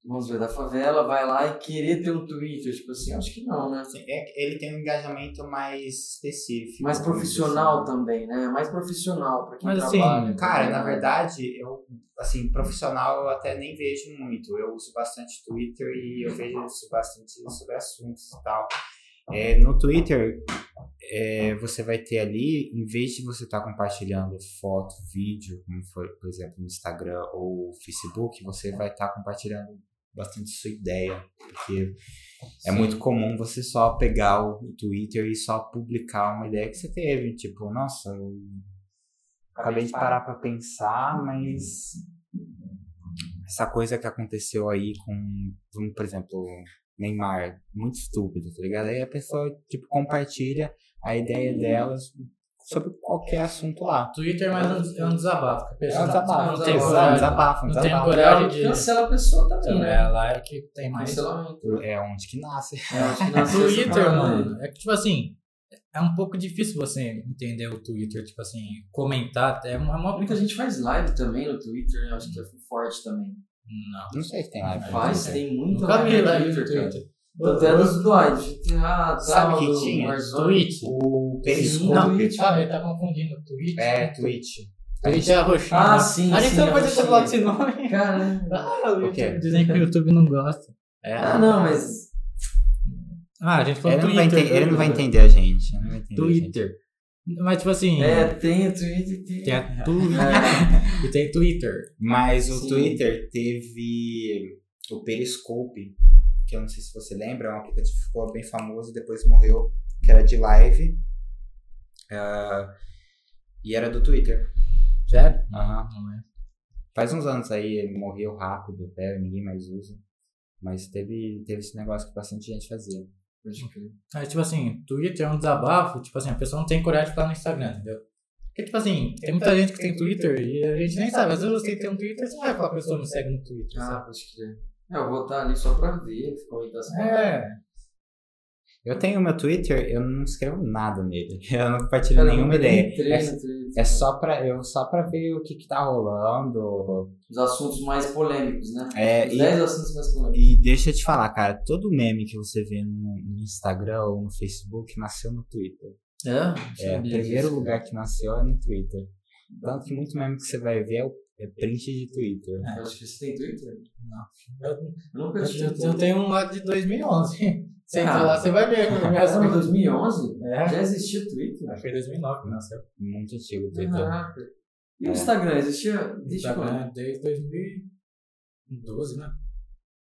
vamos ver, da favela, vai lá e querer ter um Twitter. Tipo assim, acho que não, né? Assim, é- ele tem um engajamento mais específico. Mais vamos dizer profissional assim. também, né? Mais profissional pra quem Mas, assim, trabalha. né? Cara, na verdade, eu, assim, profissional eu até nem vejo muito. Eu uso bastante Twitter e eu vejo isso bastante sobre assuntos e tal. É, no Twitter, é, você vai ter ali, em vez de você estar compartilhando foto, vídeo, como foi, por exemplo, no Instagram ou Facebook, você vai estar compartilhando bastante sua ideia. Porque é muito comum você só pegar o Twitter e só publicar uma ideia que você teve. Tipo, nossa, eu Acabei de parar pra pensar, mas essa coisa que aconteceu aí com, vamos, por exemplo, Neymar, muito estúpido, tá ligado? Aí a pessoa tipo compartilha a ideia delas sobre qualquer assunto lá. Twitter mais um, é um desabafo. tá, que a É pessoa um não desabafo, tem é um coragem. desabafo, um não tem desabafo. coragem de... Cancela a pessoa também, Então, né? é lá é que tem mais... Cancelamento. É onde que nasce. É, acho que nasceu essa Twitter, parada aí. mano, é que, tipo assim, é um pouco difícil você entender o Twitter, tipo assim, comentar até. É uma, uma... Muita gente faz live também no Twitter, né? acho que é forte também. Não. Não sei se tem né? live. Faz, não sei. tem muita Nunca vi lá é. live no no Twitter. Twitter. cara. Tanto é dos duais, GTA, Sabe ah, tal, que do tinha? Warzone. Twitch? O Não. Periscope. Ah, ele tá confundindo o Twitch. É, Twitch. Twitch é a roxinha. Ah, né? sim, A gente sim, não pode a ter roxinha. falado esse nome. Caramba. Ah, o O quê? YouTube dizem que o YouTube não gosta. É. Ah, não, mas Ah, a gente falou Ele não, vai Twitter. entender, ele não vai né? entender a gente. ele não vai entender a gente. Twitter. Mas, tipo assim, é, tem o Twitter, tem... tem a Twitter É, e tem Twitter. Mas o Ah, Sim. Twitter teve o Periscope, que eu não sei se você lembra, é um aplicativo que ficou bem famoso e depois morreu, que era de live. Ah, e era do Twitter. Sério? Aham. Não é. Faz uns anos aí, ele morreu rápido até, ninguém mais usa. Mas teve, teve esse negócio que bastante gente fazia. pode crer. Aí, tipo assim, Twitter é um desabafo, tipo assim, a pessoa não tem coragem de falar no Instagram, entendeu? Porque, tipo assim, tem muita gente que tem Twitter e a gente nem sabe. Às vezes você tem um Twitter, você não vai falar a pessoa me segue no Twitter, Ah, sabe? pode crer. É, eu vou estar ali só pra ver, comentar as coisas. É, Eu tenho meu Twitter, eu não escrevo nada nele. Eu não compartilho Cara, eu nenhuma nunca ideia. entrei né? É, no Twitter. é só pra, eu, só pra ver o que, que tá rolando, Os assuntos mais polêmicos, né? É, Os e- 10 assuntos mais polêmicos. E deixa eu te falar, cara, todo meme que você vê no, no Instagram ou no Facebook nasceu no Twitter. É, o primeiro lugar que nasceu é no Twitter. Tanto que muito meme que você vai ver é, o- é print de Twitter. Eu acho que você tem Twitter. Eu, É. Eu nunca tive. eu- eu tenho um lá de 2011. Você entra Ah. lá, você vai ver. Mas em Minhas... 2011? É, Já existia Twitter? acho que é foi 2009 que nasceu. Muito antigo o Twitter. Caraca. E o É. Instagram? Existia desde quando? Instagram Tá desde 2012, né?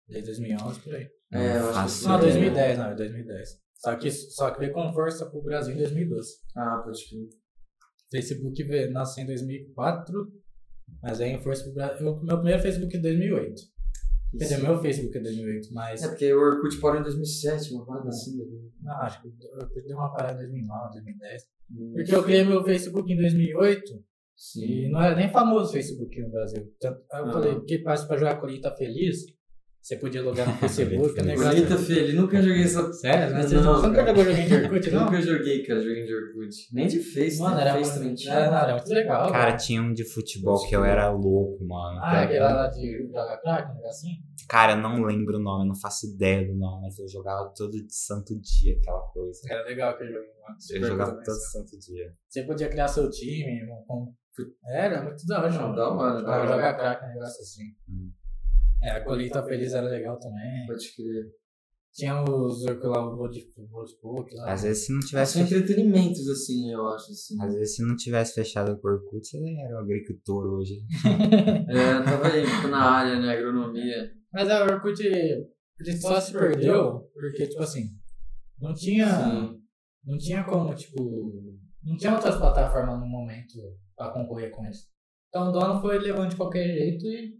Desde 2011, por aí. É, eu acho que Fácil. Não, sim. 2010, não, é 2010. Só que, só que veio com força pro Brasil em 2012. Ah, pode crer. Facebook veio- nasceu em 2004, mas aí em força pro Brasil. O meu primeiro Facebook é 2008. Quer dizer, Isso. meu Facebook é 2008, mas. É porque o Orkut parou em 2007, uma Ah. parada assim. né? Não, acho que eu dei uma parada em 2009, 2010. Porque eu criei meu Facebook em 2008. E Sim. não era nem famoso o Facebook no Brasil. Tanto, aí eu Ah. falei, que passa pra jogar Colheita Feliz, você podia logar no Facebook, o Bonita, negócio. Feliz, nunca joguei essa. Sério? Mas você Não, não, você nunca cara. jogou joguinho de Orkut, não? Nunca joguei, cara, joguinho de Orkut. Nem de Face, Mano, né? era Face também muito, tinha. era, não, era muito legal. Cara, tinha um de futebol que eu era louco, mano. ah, é aquele né? lá lá de jogar crack, um negócio assim? Cara, eu não lembro o nome, eu não faço ideia do nome, mas eu jogava todo santo dia aquela coisa. Era legal aquele joguinho. mano. Eu Super jogava bom, né? todo santo dia. Você podia criar seu time. um- um- Era muito da hora. Não, mano. da hora, da hora. Jogar crack, um negócio assim. Hum. É, a Colheita Feliz era legal também. Pode crer. Tinha os eu lá, o World Book lá. Às vezes se não tivesse São entretenimentos, assim, eu acho. Assim. É. Às vezes, se não tivesse fechado o Orkut, você era um agricultor hoje. É, tava aí tipo, na área, né? Agronomia. Mas a Orkut, ele só se perdeu porque, tipo assim, não tinha, Sim. não tinha como, tipo, não tinha outras plataformas no momento pra concorrer com isso. Então o dono foi levando de qualquer jeito e,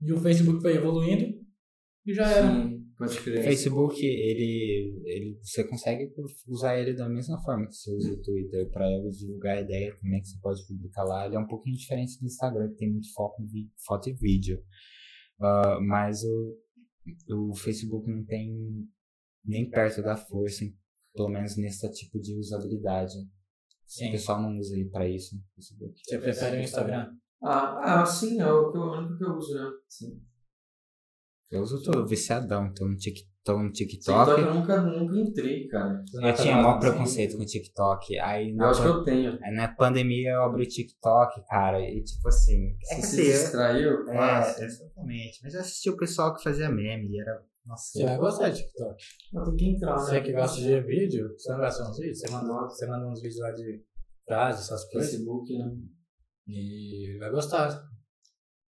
e o Facebook foi evoluindo e já era. Sim, pode O crer. Facebook, ele, ele, você consegue usar ele da mesma forma que você usa o Twitter para divulgar a ideia também que você pode publicar lá. Ele é um pouquinho diferente do Instagram, que tem muito foco em vi- foto e vídeo. Ah, mas o, o Facebook não tem nem perto da força, pelo menos nesse tipo de usabilidade. O Sim. pessoal não usa ele para isso. o Facebook. Você um prefere o Instagram? é Ah, ah, sim, é o que eu, o único que eu uso, né? Sim. Eu uso tudo, viciadão. Tô no, Tik, tô no TikTok. TikTok eu nunca, nunca entrei, cara. Eu tinha maior preconceito com o TikTok. Aí Eu na, acho que eu tenho. aí na pandemia eu abri o TikTok, cara. E tipo assim. Se que se assim, eu- distraiu, É, é. exatamente. Mas eu assisti o pessoal que fazia meme e era. Nossa, Você vai gostar de TikTok. tem que entrar, né? Você que gosta de vídeo, você não gosta de uns vídeos? Você manda, Nossa. você manda uns vídeos lá de frases, essas coisas. Facebook, né? E vai gostar.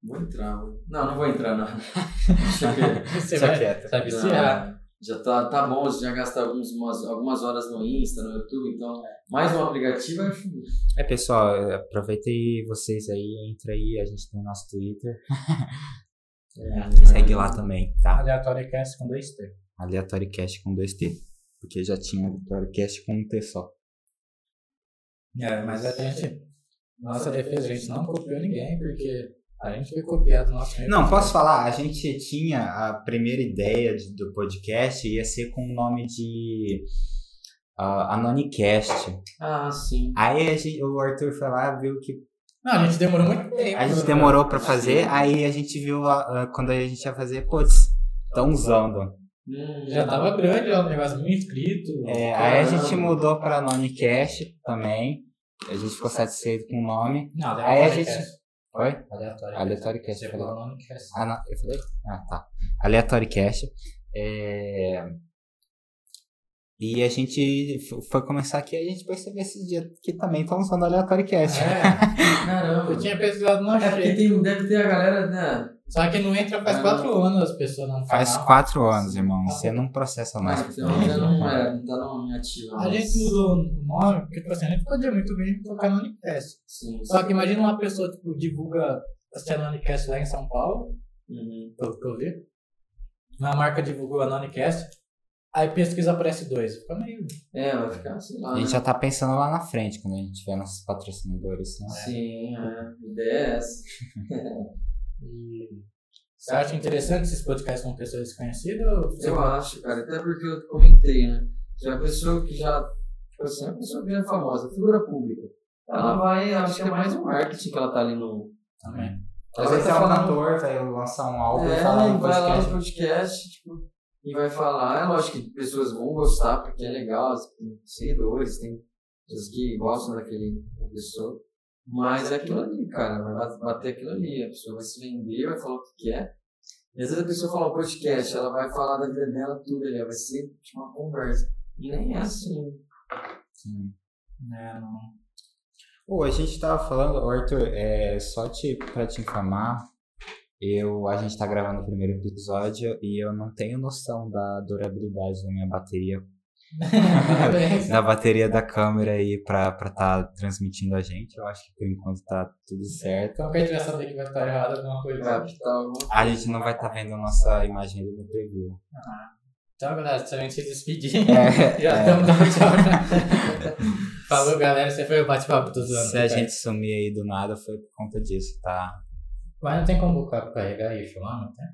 Vou entrar. vou- Não, não vou entrar, não. Deixa eu ver. Você só vai, quieto. vai viciar. Não, Já tá, tá bom, você já gasta alguns, umas- algumas horas no Insta, no YouTube, então mais um aplicativo é É, pessoal, aproveita aí vocês aí, entra aí, a gente tem nosso Twitter. É, Segue lá também, tá? Ah, Aleatório é cast com dois T. AleatóriCast com 2T. Porque já tinha AleatóriCast com um T só. É, mas a gente, nossa defesa, a gente não copiou ninguém, porque a gente foi copiado do nosso meio. Não, posso falar? A gente tinha a primeira ideia de- do podcast ia ser com o nome de ah, Anonicast. Ah, sim. Aí a gente- o Arthur foi lá, viu que Não, a gente demorou muito tempo. a gente né? demorou pra fazer, aí a gente viu a- a- quando a gente ia fazer, putz, tão usando. Hum, Já tá. tava grande, ó, o negócio um muito inscrito. É, aí a gente mudou pra Anonicast também. A gente ficou satisfeito com o nome. Não, Aí a aleatório é gente- cast. Oi? Aleatório é Aleatório cast. Cast. Você falou o nome que é assim. Ah, não, eu falei? Ah, tá. Aleatório Cash. É, E a gente f- foi começar aqui e a gente percebeu esse dia que também estão usando Aleatório Cash. É, Caramba. eu tinha pesquisado, não É porque achei. tem, deve ter a galera, né? Só que não entra faz Ah. quatro anos as pessoas não Faz falam. quatro anos, irmão. Você não processa mais. Ah, então ainda não, é, não tá não ativa. A gente mudou o nome, porque tipo assim, a gente podia muito bem colocar no Unicast. Sim. Só que imagina uma pessoa tipo, divulga a Nonicast lá em São Paulo, Uhum. pelo que eu vi. Uma marca divulgou a Nonicast, aí pesquisa aparece dois. Fica meio. É, vai ficar, sei lá. A gente né? já tá pensando lá na frente, quando a gente tiver nossos patrocinadores. Né? Sim, é. IDS. E... Você acha interessante esses podcasts com pessoas desconhecidas? Ou você Eu acho, cara, até porque eu comentei, né? Se a pessoa que já, tipo assim, a pessoa que já é famosa, figura pública, ela vai, acho que é mais um marketing que ela tá ali no. também? Às vezes é um cantor, vai lançar um álbum e tá É, falar no vai lá no podcast. podcast, tipo, e vai falar. É lógico que pessoas vão gostar, porque é legal, as- tem seguidores, tem pessoas que gostam daquele da pessoa. Mas é aquilo ali, cara, vai bat- bater aquilo ali. A pessoa vai se vender, vai falar o que quer. E às vezes a pessoa fala um podcast, ela vai falar da vida dela, tudo ali, vai ser tipo, uma conversa. E nem é assim. Sim. É, não. Pô, a gente tava falando, ô, Arthur, é, só te, pra te informar, eu, a gente tá gravando o primeiro episódio e eu não tenho noção da durabilidade da minha bateria, Parabéns. da bateria da câmera aí pra pra tá transmitindo a gente. Eu acho que por enquanto tá tudo certo. Qualquer direção daqui vai estar errada, alguma coisa. Vai É. apitar alguma A gente não vai tá vendo a nossa imagem ali no preview. Então, galera, se a gente se despedir. É, Já é, estamos dando tchau. né? Falou, galera. Você foi o bate-papo dos anos. né? se a gente sumir aí do nada foi por conta disso, tá? Mas não tem como ca- carregar isso lá, não tem?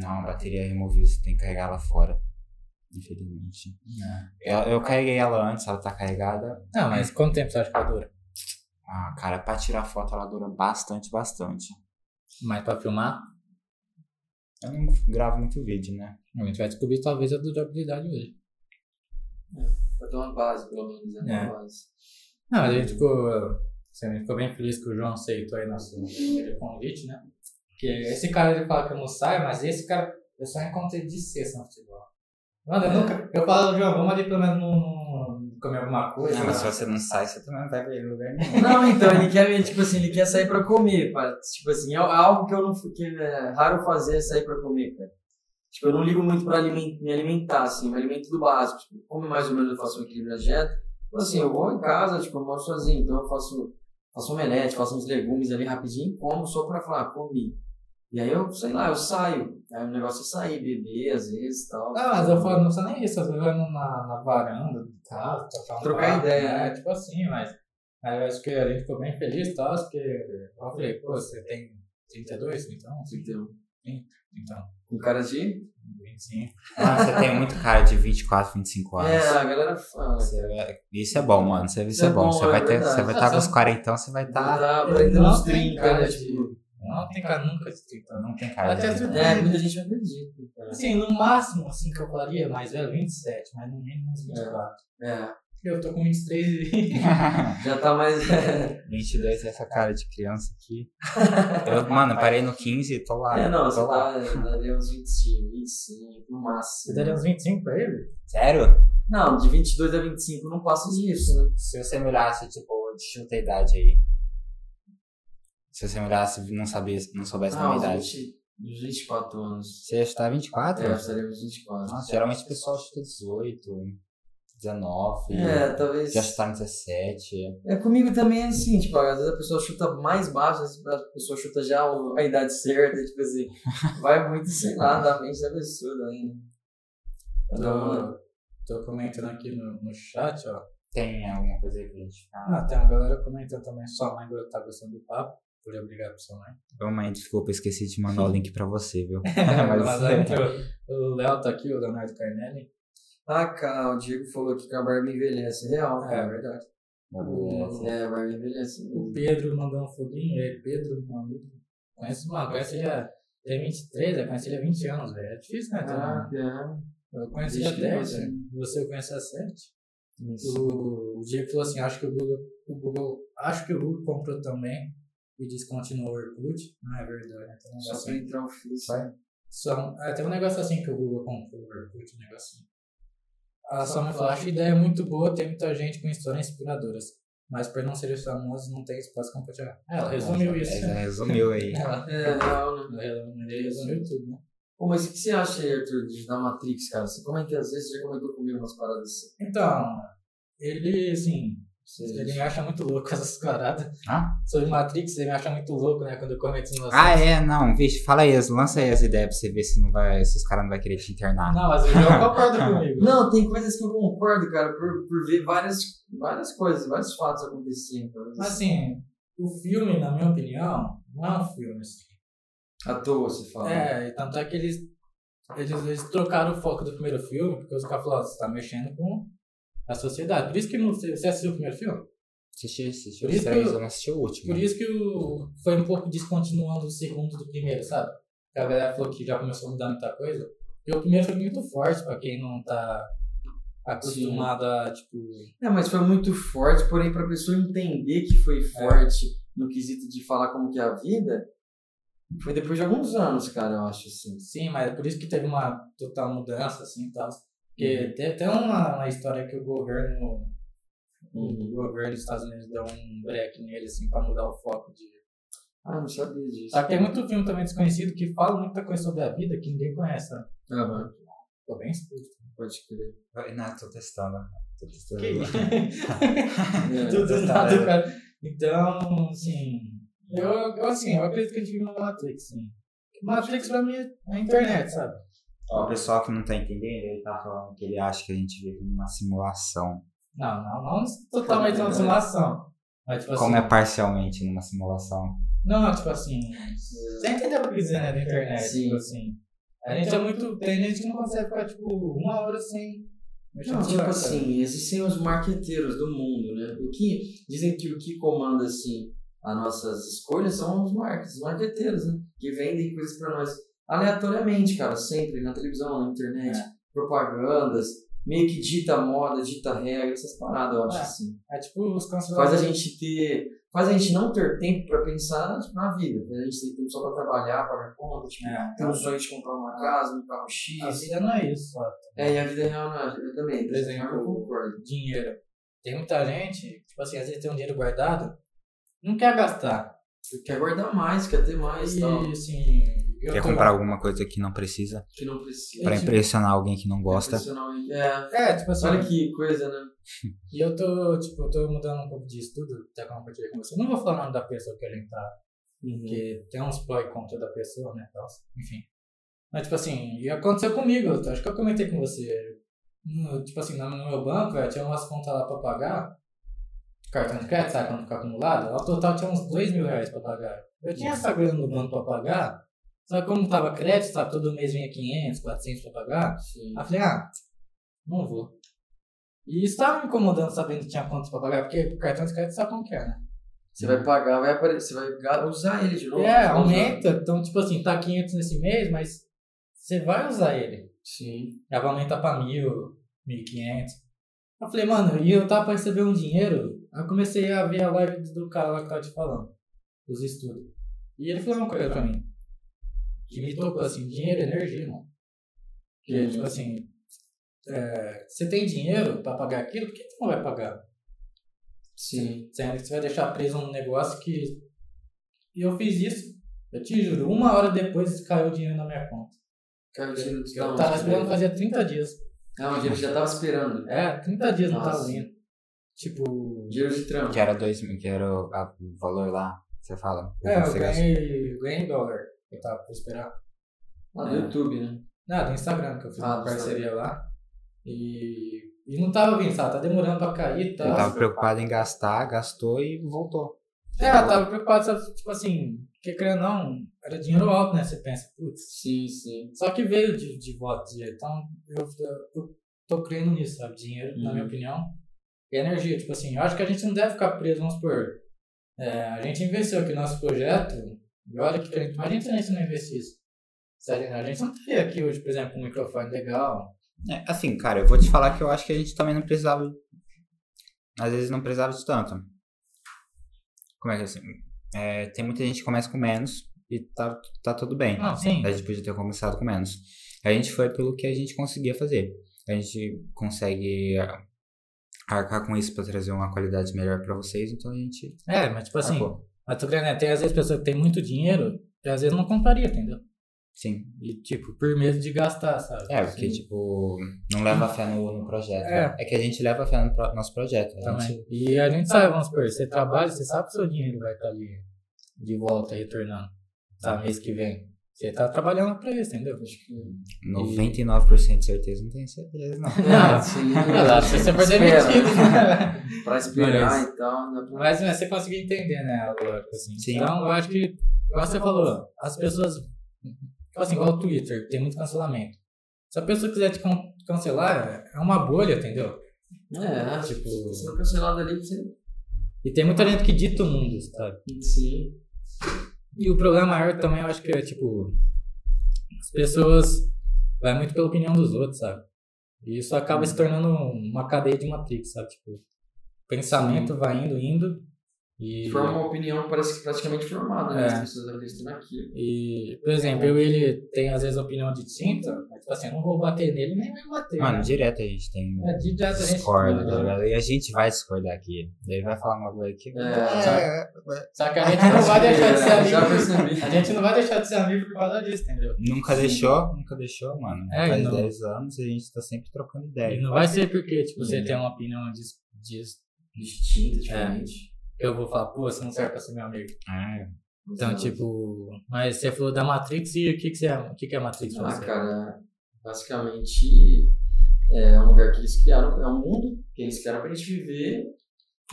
Não, a bateria é removível, você tem que carregar ela fora. Infelizmente. né? Eu, eu carreguei ela antes, ela tá carregada. Não, mas quanto tempo você acha que ela dura? Ah, cara, pra tirar foto ela dura bastante, bastante. Mas pra filmar, Eu não gravo muito vídeo, né? a gente vai descobrir talvez a durabilidade hoje. Vai ter uma base, pelo menos, é uma É. base. Não, a gente ficou, assim, a gente ficou bem feliz que o João aceitou aí nosso primeiro convite, né? Porque esse cara ele fala que eu não saio, mas esse cara eu só encontrei de sexta no futebol. Mano, eu nunca. Eu falo, João, vamos ali pelo menos num- num- comer alguma coisa. Não, Ah, mas se você não sai, você também não vai ver lugar nenhum. Não, então, ele quer, tipo assim, ele quer sair pra comer, pá. Tipo assim, é algo que eu não que é raro fazer é sair pra comer, cara. Tipo, eu não ligo muito pra alimen- me alimentar, assim, eu me alimento do básico. Tipo, como mais ou menos eu faço um equilíbrio da dieta, então, assim, eu vou em casa, tipo, eu moro sozinho, então eu faço, faço um omelete, faço uns legumes ali rapidinho, como só pra falar, "Ah, comi. E aí eu, sei lá, eu saio. Aí o negócio é sair, beber às vezes e tal. Não, Ah, mas eu falo, não precisa nem isso, eu tô jogando na, na varanda do carro, trocar um Trocar papo, ideia, né? né? Tipo assim, mas. Aí eu acho que a gente ficou bem feliz e tal, porque eu falei, pô, você tem 32, então? Então, Então, com cara de. 25. Ah, você tem muito cara de 24, 25 anos. É, a galera fala. Você vai- Isso é bom, mano. Isso é, Isso é bom. bom, Você é vai tá ter, verdade. você vai estar com os 40, então você vai estar. Tá, tá, pra entrar Não nos tem 30, cara né? de- Tipo, Não tem cara nunca de 30 anos. Não tem cara. Até de- tudo É, muita gente não acredita. cara. Assim, no máximo, assim, que eu faria, mais velho, 27, mas no mínimo uns 24. É, Eu tô com 23 e... já tá mais. 22 é essa cara de criança aqui. Eu, mano, eu parei no 15 e tô lá. é, não, tô você lá. tá, daria uns 25, 25, no máximo. Você daria uns 25 pra ele? Sério? Não, de 22 a 25 não passa disso, né? Se você me olhasse, tipo, chuta a idade aí. Se você me olhasse e não, sabia, não soubesse da Ah, é minha uns idade. 20, uns 24 anos. Você tá ia chutar 24? É, eu estaria uns 24. Nossa, geralmente o pessoal chuta 18, 19. É, talvez. Já chutaram 17. É comigo também é assim, tipo, às vezes a pessoa chuta mais baixo, às vezes a pessoa chuta já o- a idade certa, tipo assim, vai muito, sei lá, da mente da pessoa daí, né? Cada uma- Tô, tô comentando aqui no, no chat, ó. Tem alguma coisa aí pra gente falar? Ah, tem uma galera comentando também. Sua mãe tá gostando do papo. Podia brigar pra sua mãe. Ô, mãe, desculpa, esqueci de mandar o link pra você, viu? Mas, é. aí, É, Mas, o- o Léo tá aqui, o Leonardo Carnelli. Ah, cara, o Diego falou aqui que a barba envelhece. Real, cara, é verdade. É, a barba envelhece. O Pedro mandou um foguinho. E aí, Pedro, meu amigo. Conhece, mano, conhece ele é há tem 23, eu conheci né? ele há 20 anos, velho. É difícil, né? Ah, Tá? é. Eu conheci ele há Desde 10, criança. você conhece há 7. Isso. O, o Diego falou assim, acho que o Google, o Google, acho que o Google comprou também e descontinuou o Orkut. Não é verdade, então não Só pra entrar o fixo. Vai. só, é, tem um negócio assim que o Google comprou, o Orkut, um negocinho. A sua mãe falou, acho a ideia é muito boa, tem muita gente com histórias inspiradoras, mas por não serem famosos não tem espaço compartilhar. É, Ela resumiu isso. Ela resumiu aí. Ela, É, real, né? ela, ele resumiu tudo, né? Pô, mas o que você acha aí, Arthur, de- da Matrix, cara? Você comenta às vezes, você já comentou comigo umas paradas assim. Então, ele, assim, Você- ele me acha muito louco essas paradas. Ah? Sobre Matrix, ele me acha muito louco, né, quando eu comento no Ah, é? Não, vixe, fala aí, lança aí as ideias pra você ver se, não vai, se os caras não vão querer te internar. Não, mas o João concorda Ah, comigo. Não, tem coisas que eu concordo, cara, por, por ver várias, várias coisas, vários fatos acontecendo. né? coisas Mas assim, o filme, na minha opinião, não é um filme. Assim. À toa, você fala. É, e tanto é que eles, eles, eles trocaram o foco do primeiro filme, porque os caras falaram, "Ó, você tá mexendo com a sociedade. Por isso que não- você você assistiu o primeiro filme? Assisti, assisti Por os isso três, que eu- eu não assisti o último. Por isso que o, foi um pouco descontinuando o segundo do primeiro, sabe? Porque a galera falou que já começou a mudar muita coisa. E o primeiro foi muito forte pra quem não tá acostumado a, tipo... É, mas foi muito forte, porém, pra pessoa entender que foi forte no quesito de falar como que é a vida, foi depois de alguns anos, cara, eu acho, assim. Sim, mas é por isso que teve uma total mudança, assim, e tal. Porque tem até uma, uma história que o governo o governo dos Estados Unidos deu um break nele, assim, pra mudar o foco de... Ah, eu não sabia disso. Só que tem muito filme também desconhecido que fala muita coisa sobre a vida que ninguém conhece, né? Ah, mano, Ficou bem explícito. pode crer. Não, tô testando. Tô testando. É. Tudo né? do nada, cara. Então, assim... Eu, eu, assim, eu acredito que a gente vive uma Matrix, sim. Matrix pra mim é a internet, sabe? Ó, o pessoal que não tá entendendo, ele tá falando que ele acha que a gente vive numa simulação. Não, não, não totalmente uma simulação. Mas, tipo Como assim... é parcialmente numa simulação? Não, tipo assim... Você entendeu o que eu quis dizer, né, da internet, Sim. Então, tipo assim... A gente é muito... Tem gente que não consegue ficar, tipo, uma hora sem... mexer Não, no tipo celular, sabe? assim, existem os marqueteiros do mundo, né? O que, dizem que o que comanda, assim, as nossas escolhas são os marketers, os marqueteiros, né? Que vendem coisas pra nós aleatoriamente, cara, sempre, na televisão, na internet, É. propagandas, meio que dita moda, dita regra, essas paradas, eu acho, É. assim. É tipo os Faz a canceladores. gente ter, faz a gente não ter tempo pra pensar, tipo, na vida. Faz a gente ter tempo só pra trabalhar, pagar conta, tipo, ter um sonho de comprar uma casa, um carro X. É, então, a vida não é isso, só É, e a vida real, não, eu também, Por exemplo, eu concordo. dinheiro. Tem muita gente, tipo assim, às vezes tem um dinheiro guardado, não quer gastar. Quer guardar mais, quer ter mais, E tal, assim, eu Quer tô- comprar alguma coisa que não precisa? que não precisa. Pra impressionar alguém que não gosta? Profissionalmente, É, É, tipo assim, olha que coisa, né? e eu tô, tipo, eu tô mudando um pouco de estudo, até que eu compartilhei com você. Não vou falar o nome da pessoa que eu entrar, porque tem uns pró e contra da pessoa, né, tal, enfim. Mas, tipo assim, e aconteceu comigo, eu acho que eu comentei com você. No- tipo assim, no meu banco, eu tinha umas contas lá pra pagar, cartão de crédito, sabe, quando fica acumulado, ao total tinha uns 2 mil reais pra pagar. Eu tinha essa grana no banco pra pagar, só que como tava crédito, sabe, todo mês vinha 500, 400 pra pagar, Sim. Aí eu falei, ah, não vou. E isso tava me incomodando sabendo que tinha contas pra pagar, porque o cartão de crédito sabe como que é, né? Você vai pagar, vai aparecer, você vai ga- usar ele de novo. É, Você tá vai usar. um aumenta. Então, tipo assim, tá 500 nesse mês, mas você vai usar ele. Sim. Aí vai aumentar pra 1.000, 1.500. Eu falei, mano, e eu tava pra receber um dinheiro. Aí eu comecei a ver a live do cara lá que tava te falando, dos estudos. E ele falou uma coisa pra mim. Que me tocou assim: dinheiro é energia, mano. Porque, tipo assim, é, você tem dinheiro pra pagar aquilo, por que você não vai pagar? Sim. Sendo que você vai deixar preso um negócio que. E eu fiz isso, eu te juro, uma hora depois caiu o dinheiro na minha conta. Cara, o dinheiro Eu tava Tá esperando fazia 30 dias. um Não, o dinheiro já tava esperando. É, 30 dias não tava Nossa. vindo. Tipo. Dinheiro de trampo. Que era dois mil, que era o, a- o valor lá, você fala. É, eu Você gasta. ganhei, ganhei em dólar. Eu tava pra esperar. Lá do É. YouTube, né? Não, do Instagram, que eu fiz Ah, uma do parceria lá. E. E não tava vindo, sabe? Tá demorando pra cair, tá? Eu tava preocupado em gastar, gastou e voltou. É, eu tava preocupado, sabe? Tipo assim, porque querendo ou não, era dinheiro alto, né? Você pensa, putz. Sim, sim. Só que veio de, de voto, de- então eu, eu tô crendo nisso, sabe? Dinheiro, na Uhum. minha opinião, e energia. Tipo assim, eu acho que a gente não deve ficar preso, vamos supor. é, a gente investiu aqui no nosso projeto, e olha que crente, mas a gente se não investisse. Se a gente- A gente não teria aqui hoje, por exemplo, um microfone legal. É, assim, cara, eu vou te falar que eu acho que a gente também não precisava. Às vezes não precisava de tanto. Como é que é assim? É, tem muita gente que começa com menos e tá, tá tudo bem. Não, sim. A gente podia ter começado com menos. A gente foi pelo que a gente conseguia fazer. A gente consegue ah, arcar com isso pra trazer uma qualidade melhor pra vocês, então a gente. É, mas tipo assim, arcou. mas tu crê, né? Tem às vezes pessoas que têm muito dinheiro e às vezes não compraria, entendeu? Sim. E tipo, por medo de gastar, sabe? É, porque, Sim. tipo, não leva fé no, no projeto. É. né? É que a gente leva fé no pro- nosso projeto. A gente- Também. Então, E a gente sabe, vamos supor, você trabalha, você sabe que o seu dinheiro vai estar ali de volta, retornando, tá? Mês que vem. Você tá trabalhando pra isso, entendeu? Acho que. 99% de certeza, não tenho certeza, não. Não, É, sim. se você tá for Espera, demitido, né? Pra esperar Mas- e tal. dá pra- Mas né, você conseguiu entender, né, a lógica, assim. Sim. Então, eu acho que, igual você falou, as pessoas, tipo assim, igual o Twitter, tem muito cancelamento. Se a pessoa quiser te can- cancelar, é uma bolha, entendeu? É, Tipo- tipo. Você não cancelado ali, você. E tem muita gente que dita o mundo, tá? sabe? Sim. E o problema maior também, eu acho que é, tipo, as pessoas vai muito pela opinião dos outros, sabe? E isso acaba Uhum. se tornando uma cadeia de Matrix, sabe? Tipo, o pensamento vai indo, indo, e, Forma uma opinião parece que praticamente formada, né? É. As pessoas acreditam naquilo. e, por exemplo, eu e ele tem às vezes opinião distinta, mas, tipo assim, eu não vou bater nele, nem vai bater. Mano, né? direto a gente tem. é, de direto a gente... Discorda, tá ligado? E a gente vai discordar aqui. Daí vai falar uma coisa aqui. É. Só que a gente não vai deixar de ser É, Já amigo. percebi. A gente não vai deixar de ser amigo por causa disso, entendeu? Nunca deixou, nunca deixou, mano. É, Faz não. 10 anos e a gente tá sempre trocando É. E ideia. não vai ser porque, tipo, você Uhum. Sim. tem uma opinião dis, dis, Distinta, É. diferente. eu vou falar, pô, você não serve pra ser meu amigo. Ah, Então, tipo, mas você falou da Matrix e o que, que, você, o que, que é Matrix pra Ah, você? cara, basicamente é um lugar que eles criaram, é um mundo que eles criaram pra gente viver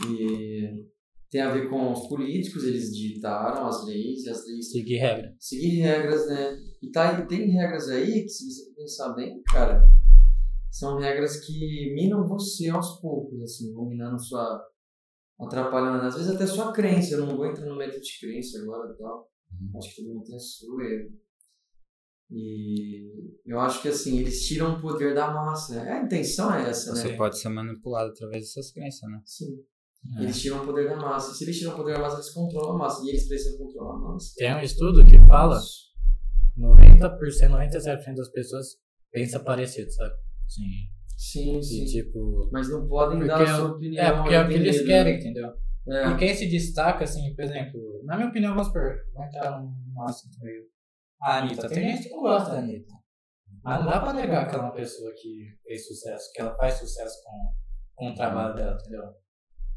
e tem a ver com os políticos, eles ditaram as leis e as leis Seguir regra. seguir regras, né? E tá, aí- tem regras aí que, se você pensar bem, cara, são regras que minam você aos poucos, assim, vão minando sua. atrapalhando, às vezes até sua crença. Eu não vou entrar no método de crença agora e tal. Uhum. Acho que todo mundo tem a sua. é. E eu acho que, assim, eles tiram o poder da massa. A intenção é essa, você né? pode ser manipulado através dessas crenças, né? Sim. É. Eles tiram o poder da massa. E se eles tiram o poder da massa, eles controlam a massa. E eles precisam controlar a massa. Tem um estudo que fala 90%, 97% das pessoas pensa parecido, sabe? Sim. Sim, E, sim. tipo. Mas não podem Porque dar a é sua o- opinião. É, porque é o que eles entendeu? querem, entendeu? É. E quem se destaca, assim, por exemplo, na minha opinião, vamos supor, vai entrar um assunto meio. Ah, A então Anitta. Ah, então Tem gente que não gosta da Anitta. Mas não dá pra negar que ela é uma pessoa que fez sucesso, que ela faz sucesso com, com o trabalho dela, entendeu?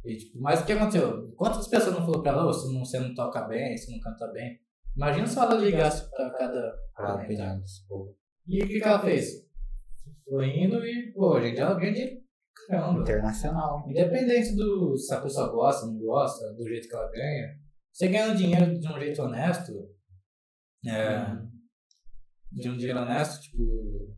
E, tipo, mas o que aconteceu? Quantas pessoas não falaram pra ela, "Ô, você não, você não toca bem, você não canta bem? Imagina se ela ligasse pra cada. Pra É, opinião dos povos. E o que, que ela fez? Foi indo e, pô, gente, ela ganha dinheiro. Caramba. Internacional. Uhum. Independente do se a pessoa gosta, não gosta, do jeito que ela ganha, você ganha dinheiro de um jeito honesto, é, de um dinheiro honesto, tipo,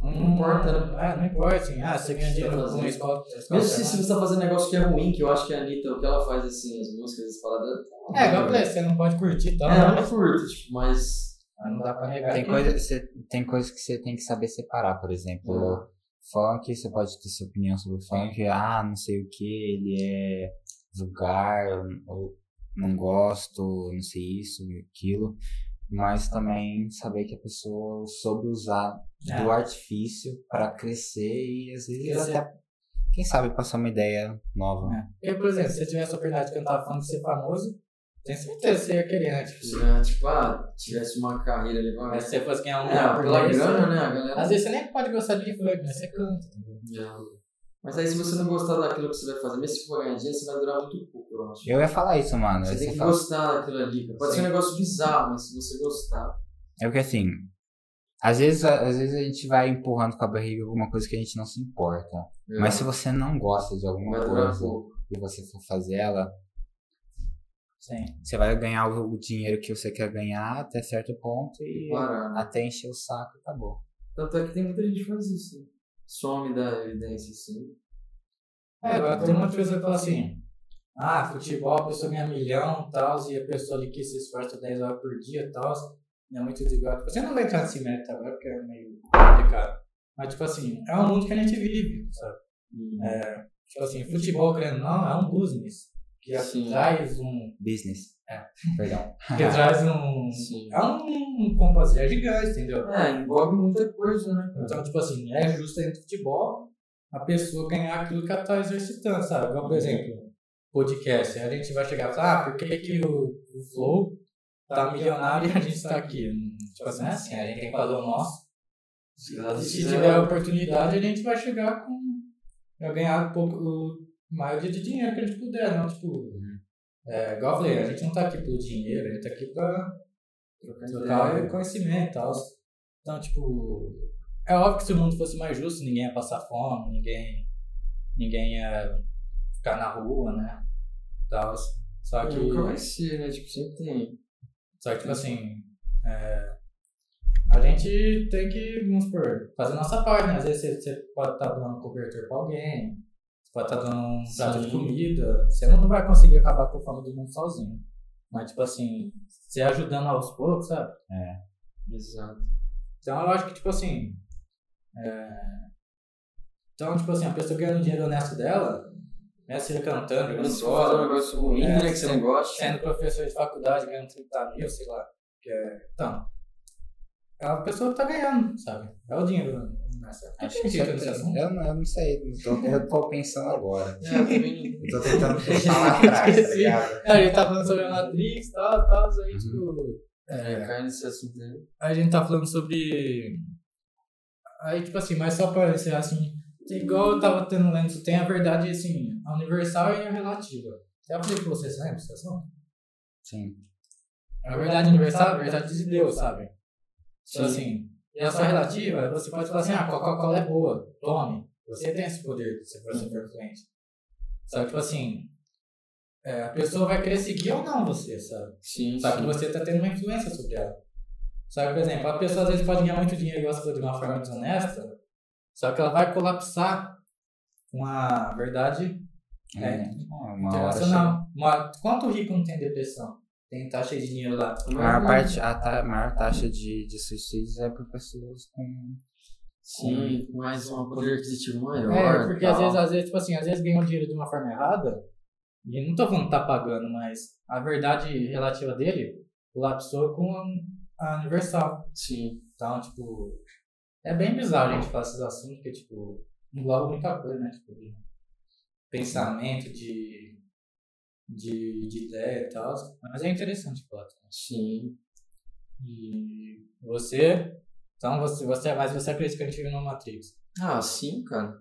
Não importa, né? Ah, não importa, assim. Ah, você ganha dinheiro com uma escola. escola Mesmo se, se você está fazendo negócio que é ruim, que eu acho que a Anitta, o que ela faz assim, as músicas, as paradas. É, igual eu falei, você não pode curtir e tal. É, ela né? não curto, tipo, mas. Mas Não dá pra negar. Tem que- coisa, você, tem coisa que você tem que saber separar, por Hum. exemplo, funk, você pode ter sua opinião sobre o funk, ah, não sei o que, ele é vulgar, ou não gosto, não sei isso, aquilo, mas também saber que a pessoa soube usar do artifício para crescer e às vezes É. Crescer. até, quem sabe, passar uma ideia nova. né? É. Porque, por exemplo, se você tivesse a oportunidade de cantar funk e ser famoso, tenho certeza que você ia querer, né? Tipo, né, Tipo, ah, tivesse uma carreira ali pra. mas se você fosse ganhar um É, pela mês, grana, né? A galera. Às vezes você nem pode gostar de funk, mas você canta. Não. Mas aí, se você não gostar daquilo que você vai fazer, mesmo se for ganhar dinheiro, você vai durar muito pouco, eu acho. Eu ia falar isso, mano. Você aí tem que fala- gostar daquilo ali. cara. Pode Sim. ser um negócio bizarro, mas se você gostar. É porque assim, às vezes, às vezes a gente vai empurrando com a barriga alguma coisa que a gente não se importa. É. Mas se você não gosta de alguma vai durar coisa pouco. e você for fazer ela, Sim. você vai ganhar o o dinheiro que você quer ganhar até certo ponto e Parar, né? até encher o saco e acabou. Tanto é que tem muita gente que faz isso. né? Some da evidência, assim. É, agora tem uma pessoa que fala assim, ah, futebol, a pessoa ganha milhão e tal, e a pessoa ali que se esforça 10 horas por dia e tal, é muito desigual. Você não vai entrar nesse mérito agora, porque é meio complicado. Mas, tipo assim, é um mundo que a gente vive, sabe? Tipo assim, futebol, querendo ou não, é um business. Que Sim. traz um... Business. É, Perdão. Que traz um... Sim. É um compositor gigante, entendeu? É, envolve muita coisa, né? Então, tipo assim, é justo dentro do futebol a pessoa ganhar aquilo que ela está exercitando, sabe? Igual, por exemplo, podcast. A gente vai chegar e falar, ah, por que, que o, o Flow tá milionário e a gente está aqui? Hum, Tipo assim, não é assim, a gente tem que fazer o nosso. E se tiver a oportunidade, a gente vai chegar com. Vai ganhar um pouco, o maioria de dinheiro que a gente puder, não? Tipo, é, igual eu falei, a gente não tá aqui pelo dinheiro, a gente tá aqui pra é trocar conhecimento e tal. Então, tipo, é óbvio que se o mundo fosse mais justo, ninguém ia passar fome, ninguém, ninguém ia ficar na rua, né? Tal. Só que, é Nunca vai ser, né? Tipo, sempre tem. só que tipo assim, é, a gente tem que, vamos supor, fazer a nossa parte, né? Às vezes você, você pode estar dando um cobertor pra alguém, você pode estar dando um prato de Sim. comida, você não vai conseguir acabar com a fome do mundo sozinho. Mas, tipo assim, se ajudando aos poucos, sabe? Exato. Então eu acho que, tipo assim. é, Então, tipo assim, a pessoa ganhando o dinheiro honesto dela, né? Seja cantando, jogando Mas se for fazer um bola, negócio ruim, É, né? Que você sim. não gosta. sendo professor de faculdade, ganhando 30 mil, sei lá. que é- Então. A pessoa tá ganhando, sabe? É o dinheiro honesto. Eu tinha dito é nesse tá assunto. eu, não, eu não sei, não tô- eu tô pensando agora. É, também. Eu tô tentando pensar lá atrás, tá Esqueci. ligado? A gente tá falando sobre a Matrix e tal, tal, aí, tipo. É, cai nesse assunto aí. a gente tá falando sobre. Aí, tipo assim, mas só pra encerrar assim, igual eu tava tendo lendo, tem a verdade assim, a universal e a relativa. Já falei pra vocês, lembra? essa situação? Sim. A verdade universal é a verdade de Deus, sabe? Então, Sim. assim, e a sua relativa, você pode falar assim, ah, Coca-Cola é boa, tome. Você tem esse poder se você for influente. Só que, tipo assim, é, a pessoa vai querer seguir ou não você, sabe? Sim, Só que sim. você está tendo uma influência sobre ela. Só que, por exemplo, a pessoa às vezes pode ganhar muito dinheiro igual você falou, de uma forma desonesta, só que ela vai colapsar com a verdade É, né, né? Uma hora chega- internacional. Uma- quanto rico não tem depressão? Tem tá cheio de dinheiro lá. a né, Uhum. maior, parte, a ta- maior taxa de, de suicídios é por pessoas com. Sim, com mais um poder aquisitivo maior. É, porque às tal. vezes, às vezes, tipo assim, às vezes ganham dinheiro de uma forma errada, e não tô falando que tá pagando, mas a verdade relativa dele colapsou com a universal. Sim. Então, tipo, é bem bizarro a gente falar esses assuntos, porque, tipo, engloba muita coisa, né? Tipo, de pensamento, de, de, de ideia e tal. Mas é interessante falar também. Sim. E você, então, você, você, mas você acredita que a gente vive numa Matrix. Ah, sim, cara.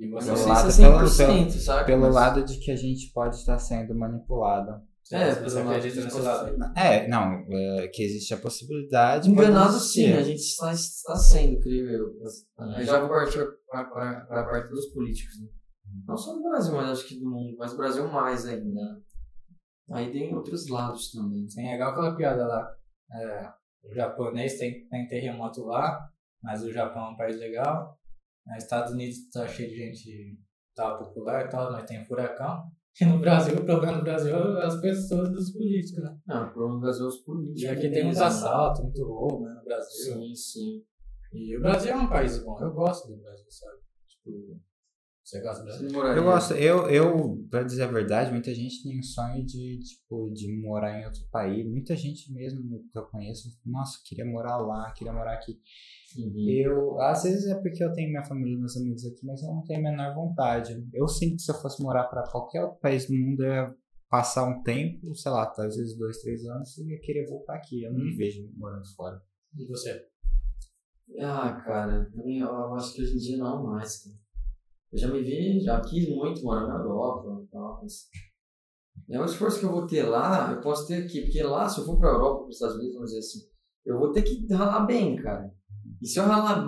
E Mas você, não Pelo sei lado- se é 100%, pelo- sabe? Pelo Mas- lado de que a gente pode estar sendo manipulado. É, você, pelo lado acredita de nesse você- lado. É, não, é, que existe a possibilidade. Enganado pode É. sim, existir. a gente está, está sendo, creio eu. Eu já vou partir para a parte dos políticos. Né? Não só do Brasil, mas acho que do mundo. Mas o Brasil mais ainda. Aí tem outros lados também. Sim, é igual aquela piada lá. É, o japonês tem, tem terremoto lá, Mas o Japão é um país legal. Nos Estados Unidos tá cheio de gente tá popular e tal, mas tem furacão. E no Brasil, o problema do Brasil é as pessoas dos políticos, né? Não, o problema do Brasil é os políticos. Já que tem uns assaltos, muito roubo né, no Brasil. Sim, sim. E o Brasil é um país bom. Eu gosto do Brasil, sabe? Tipo, você gosta do Brasil? Você moraria. Eu gosto, eu, eu, pra dizer a verdade, muita gente tem o sonho de, tipo, de morar em outro país. Muita gente mesmo que eu conheço, nossa, queria morar lá, queria morar aqui. Uhum. Eu, às vezes é porque eu tenho minha família e meus amigos aqui, mas eu não tenho a menor vontade. Eu sinto que se eu fosse morar pra qualquer outro país do mundo, eu ia passar um tempo, sei lá, tá, às vezes dois, três anos, e ia querer voltar aqui. Eu não Uhum. me vejo morando fora. E você? Ah, cara, também eu acho que hoje em dia não mais, cara. Eu já me vi, já quis muito morar na Europa e tal, mas... É um esforço que eu vou ter lá, eu posso ter aqui, porque lá, se eu for pra Europa, pros Estados Unidos, vamos dizer assim, eu vou ter que ralar bem, cara. E se eu ralar,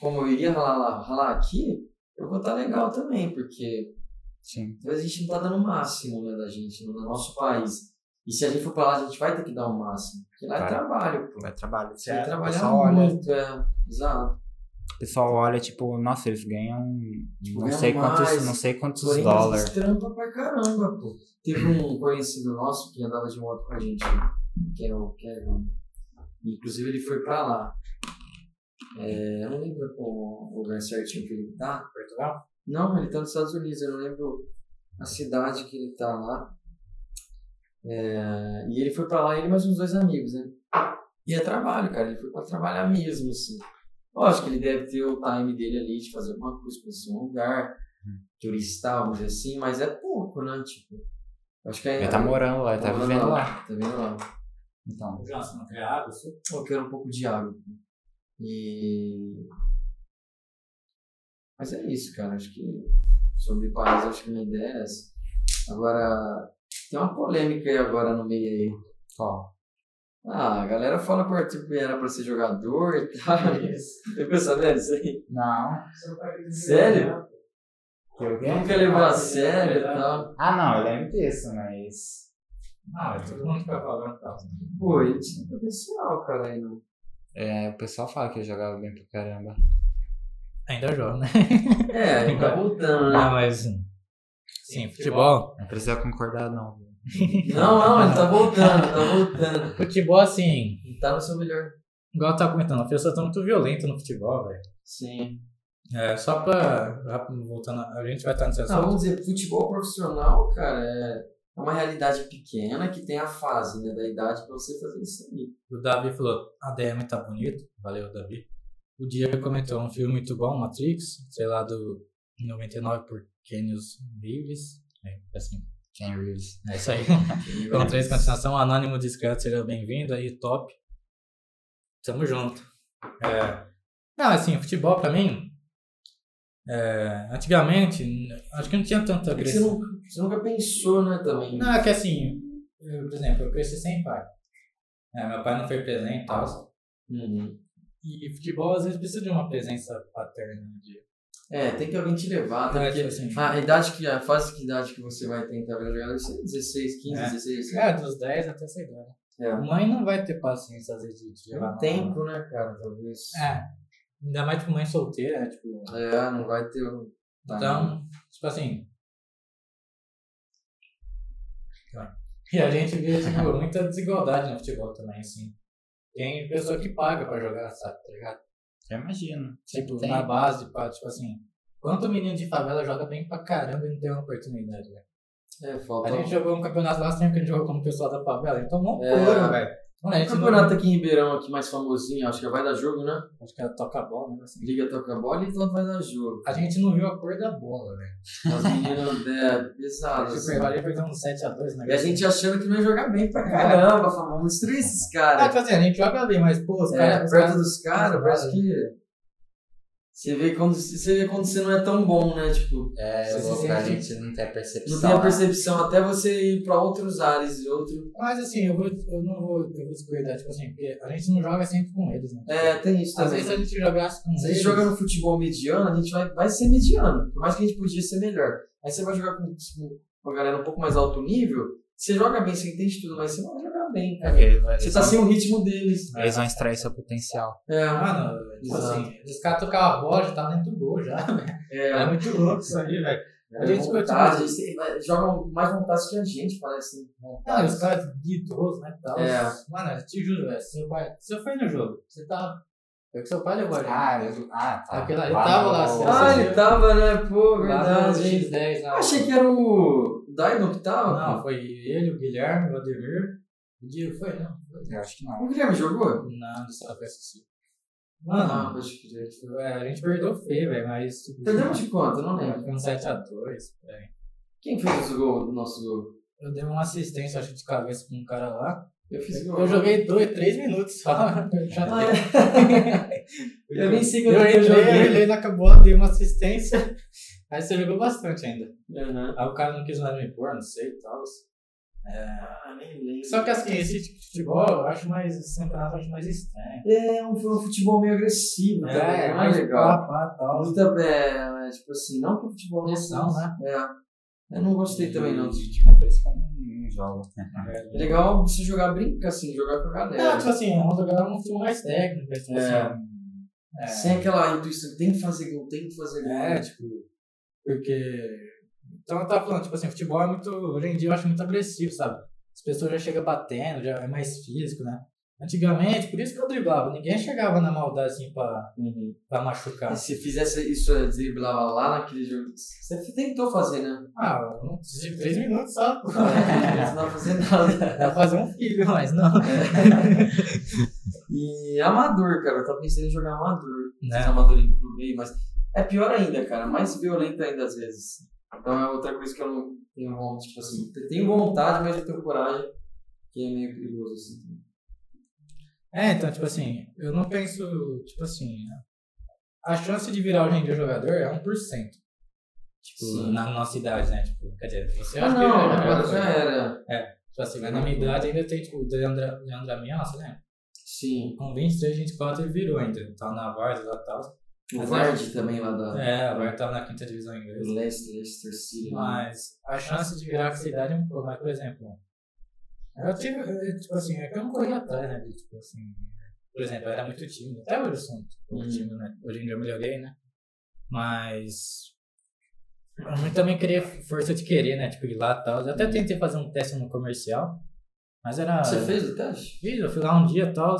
como eu iria ralar lá, ralar aqui, eu vou estar legal também, porque Sim. Talvez a gente não tá dando o máximo né, da gente, no nosso país. E se a gente for pra lá, a gente vai ter que dar o máximo. Porque lá é Claro. trabalho, pô. Vai trabalho. Você vai trabalhar pessoal olha, muito, é. Exato. o pessoal olha, tipo, nossa, eles ganham Tipo, não ganham sei mais. quantos, não sei quantos Porém, dólares. eles trampam pra caramba, pô. Teve um conhecido nosso que andava de moto com a gente, que é o Kevin. Inclusive, ele foi pra lá. É, eu não lembro qual o lugar certinho que ele tá. Portugal? Não, ele tá nos Estados Unidos, eu não lembro a cidade que ele tá lá. É, e ele foi pra lá, ele e mais uns dois amigos, né? E é trabalho, cara, ele foi pra trabalhar mesmo, assim. Lógico que ele deve ter o time dele ali de fazer alguma coisa, conhecer um lugar, turistar, vamos dizer assim, mas é pouco, né? Tipo, acho que é. Ele tá morando lá, ele tá morando vivendo lá. Tá vivendo lá. Então, João, você não quer água? Você- Pô, eu quero um pouco de água. E. Mas é isso, cara. Acho que sobre país, acho que minha ideia é essa. Agora, tem uma polêmica aí agora no meio aí. ó, Ah, a galera fala que o Arthur Cunha era pra ser jogador e tal. Você ficou sabendo isso aí? não. Sério? Eu Nunca levou a sério e tal. Ah, não, eu lembro disso, mas. Ah, é mas todo mundo fica falando tal. Pô, ele tinha potencial, cara, aí, né? não. É, o pessoal fala que eu jogava bem pra caramba. Ainda jogo, né? É, ele tá voltando, né? Ah, mas. Sim, futebol. Não precisa concordar, não. viu? Não, não, ele tá voltando, tá voltando. Futebol, assim. Ele tá no seu melhor. Igual eu tava comentando, as pessoas estão muito violentas no futebol, velho. Sim. É, só pra. rápido, Voltando, a gente vai estar nesse Não, assunto. vamos dizer, futebol profissional, cara, é é uma realidade pequena que tem a fase né, da idade pra você fazer isso aí. O Davi falou: a DM tá bonito. Valeu, Davi. O Diego comentou um filme muito bom, Matrix, sei lá, do 99 por Kenos Reeves. É, assim, Ken Reeves. é isso aí. Com três continuação, Anônimo Discreto seja bem-vindo aí, top. Tamo junto. É, não, assim, futebol pra mim. é, antigamente, n- acho que não tinha tanta É que você, agressão. nunca, você nunca pensou, né, também. Não, é que assim, eu, por exemplo, eu cresci sem pai. É, meu pai não foi presente e tal. Uhum. E futebol às vezes precisa de uma presença paterna. né, De... É, tem que alguém te levar, tá? É, tipo Porque assim. a idade que, a fase que idade que você vai tentar virar jogador, você é 16, 15, É. 16. É, dos 10 até sei lá. É. Mãe não vai ter paciência às vezes de te levar. Um na- tempo, né, cara, talvez. É. Ainda mais tipo mãe solteira, é, tipo. É, não vai ter um... tá, Então, tipo assim. E a gente vê tipo, muita desigualdade no futebol também, assim. Tem pessoa que paga pra jogar, sabe? Tá ligado? Eu imagino. Tipo, Tem. na base, pá, tipo assim. Quanto menino de favela joga bem pra caramba e não tem uma oportunidade, né? É, A falta... gente jogou um campeonato lá sempre que a gente jogou como pessoal da favela, então não É. couro, velho. Mano, a O gente campeonato aqui em Ribeirão, aqui mais famosinho, acho que vai dar jogo, né? não... Acho que ela toca a bola, né? Assim. Liga toca a bola e então vai dar jogo. A gente não viu a cor da bola, velho. As meninas é, A pesadas. gente ali foi um 7x2, né? E a gente achando que não ia jogar bem É. pra caramba, falando, vamos destruir esses Ah, caras. tipo assim, a gente joga bem, mas, pô, os É, caras. É. perto dos Os caras, parece caras- que. Você vê, quando, você vê quando você não é tão bom, né? Tipo, É, Sim, eu sim, vou pra sim. gente não ter a não percepção. tem a né? percepção até você ir pra outros ares e outro. Mas assim, eu, vou, eu não vou, eu vou discordar, tipo assim, porque a gente não joga sempre com eles, né? É, tem isso Às também. vezes se a Se gente jogasse com a gente eles. joga no futebol mediano, a gente vai, vai ser mediano. Por mais que a gente podia ser melhor. Aí você vai jogar com, com uma galera um pouco mais alto nível, Você joga bem, você entende tudo, mas você não vai jogar é, bem, cara. Porque vai- Você eles tá vão- sem o ritmo deles. Eles vão extrair seu potencial. É, Mano, tipo Exato. assim, os caras tocavam a bola, já tava dentro do gol já. é, Era muito louco isso aí, velho. é, a gente vontade, continua. você vai- jogam mais vontade que a gente, parece. assim, Não, e vontade. Ah, os caras ditosos, né? Tal. É. Mano, eu te juro, velho. Seu pai. Seu pai no jogo. Você tava. Foi que seu pai levou a gente. eu, ah tá. Aquilo ali tava lá, assim, Ah, ele tava, né? Pô, Lá no verdade. X10 Eu lá. achei que era o Dino que tava. Não, foi ele, o Guilherme, o Ademir. O Diego foi, não. Eu acho que pô. não. O Guilherme jogou? Não, só foi assistir. Ah, Mano, pode crer. é, a gente perdeu feio, velho, mas. Tipo, Perdemos de quanto? Eu Não lembro. Foi um 7x2, velho. Quem fez o gol, o nosso gol? Eu dei uma assistência, acho que de cabeça pra um cara lá. Eu fiz gol. Eu joguei dois, três minutos só. Eu né? Já Ah, dei. é. eu nem sei Eu quanto que entrei, eu eu joguei. entrei na bola, dei uma assistência. Aí você jogou bastante ainda. Aham. Aí o cara não quis mais me pôr, não sei e tal. Ah, nem lembro. Só que assim, esse tipo de futebol eu acho mais. Esse campeonato eu acho mais estranho. É um, foi um futebol meio agressivo, tá ligado? Não é legal. papá e tal. Muita, é, tipo assim, não que o futebol não seja, Pressão, né? É. Eu não gostei também, não. Tipo, por isso que eu não não jogo. né? É legal você jogar brinca, assim, jogar com a Não, galera. tipo assim, é um jogador um filme mais técnico. Tipo, É. Assim, é. Sem aquela intuição, tem que fazer gol, tem que fazer gol. É, tipo, porque. Então eu tava falando, tipo assim, futebol é muito. Hoje em dia eu acho muito agressivo, sabe? As pessoas já chegam batendo, já é mais físico, né? Antigamente, por isso que eu driblava, ninguém chegava na maldade assim pra, Uhum. pra machucar. E se fizesse isso, eh, driblava lá naquele jogo. Você tentou fazer, né? Ah, não preciso de três minutos só, pô. Você não vai fazer nada. Dá pra fazer um filho, mas não. E amador, cara. Eu tava pensando em jogar amador. Vocês Né? é amador em clube aí, mas é pior ainda, cara. Mais violento ainda às vezes. Então é outra coisa que eu não tenho vontade. Tipo assim, eu tenho vontade, mas não tenho coragem. Que é meio perigoso, assim. É, então, tipo assim, eu não penso, tipo assim, a chance de virar hoje em dia jogador é 1%. Tipo, Sim. na nossa idade, né? Tipo, quer dizer, você Ah, acha não, que é agora jogador. já era. Tipo assim, mas na minha idade ainda tem, tipo, o Leandro, Leandro Amiança, né? Sim. Com 23, 24 ele virou ainda. Tá na Varsa lá e tal. O Mas Vard também lá da É, agora tá na quinta divisão inglesa. Leicester, Leicester City. né? Mas a chance de virar com essa idade é um pouco mais, por exemplo. Eu tive, eu, tipo assim, é que eu não corri atrás, né? de, Tipo assim, por exemplo, eu era muito tímido. Até hoje eu sou muito Uhum. tímido, né? Hoje em dia eu melhorei, né? Mas. Eu também queria força de querer, né? Tipo, ir lá e tal. Eu até tentei fazer um teste no comercial, mas era. Você fez o teste? Fiz, eu fui lá um dia e tal.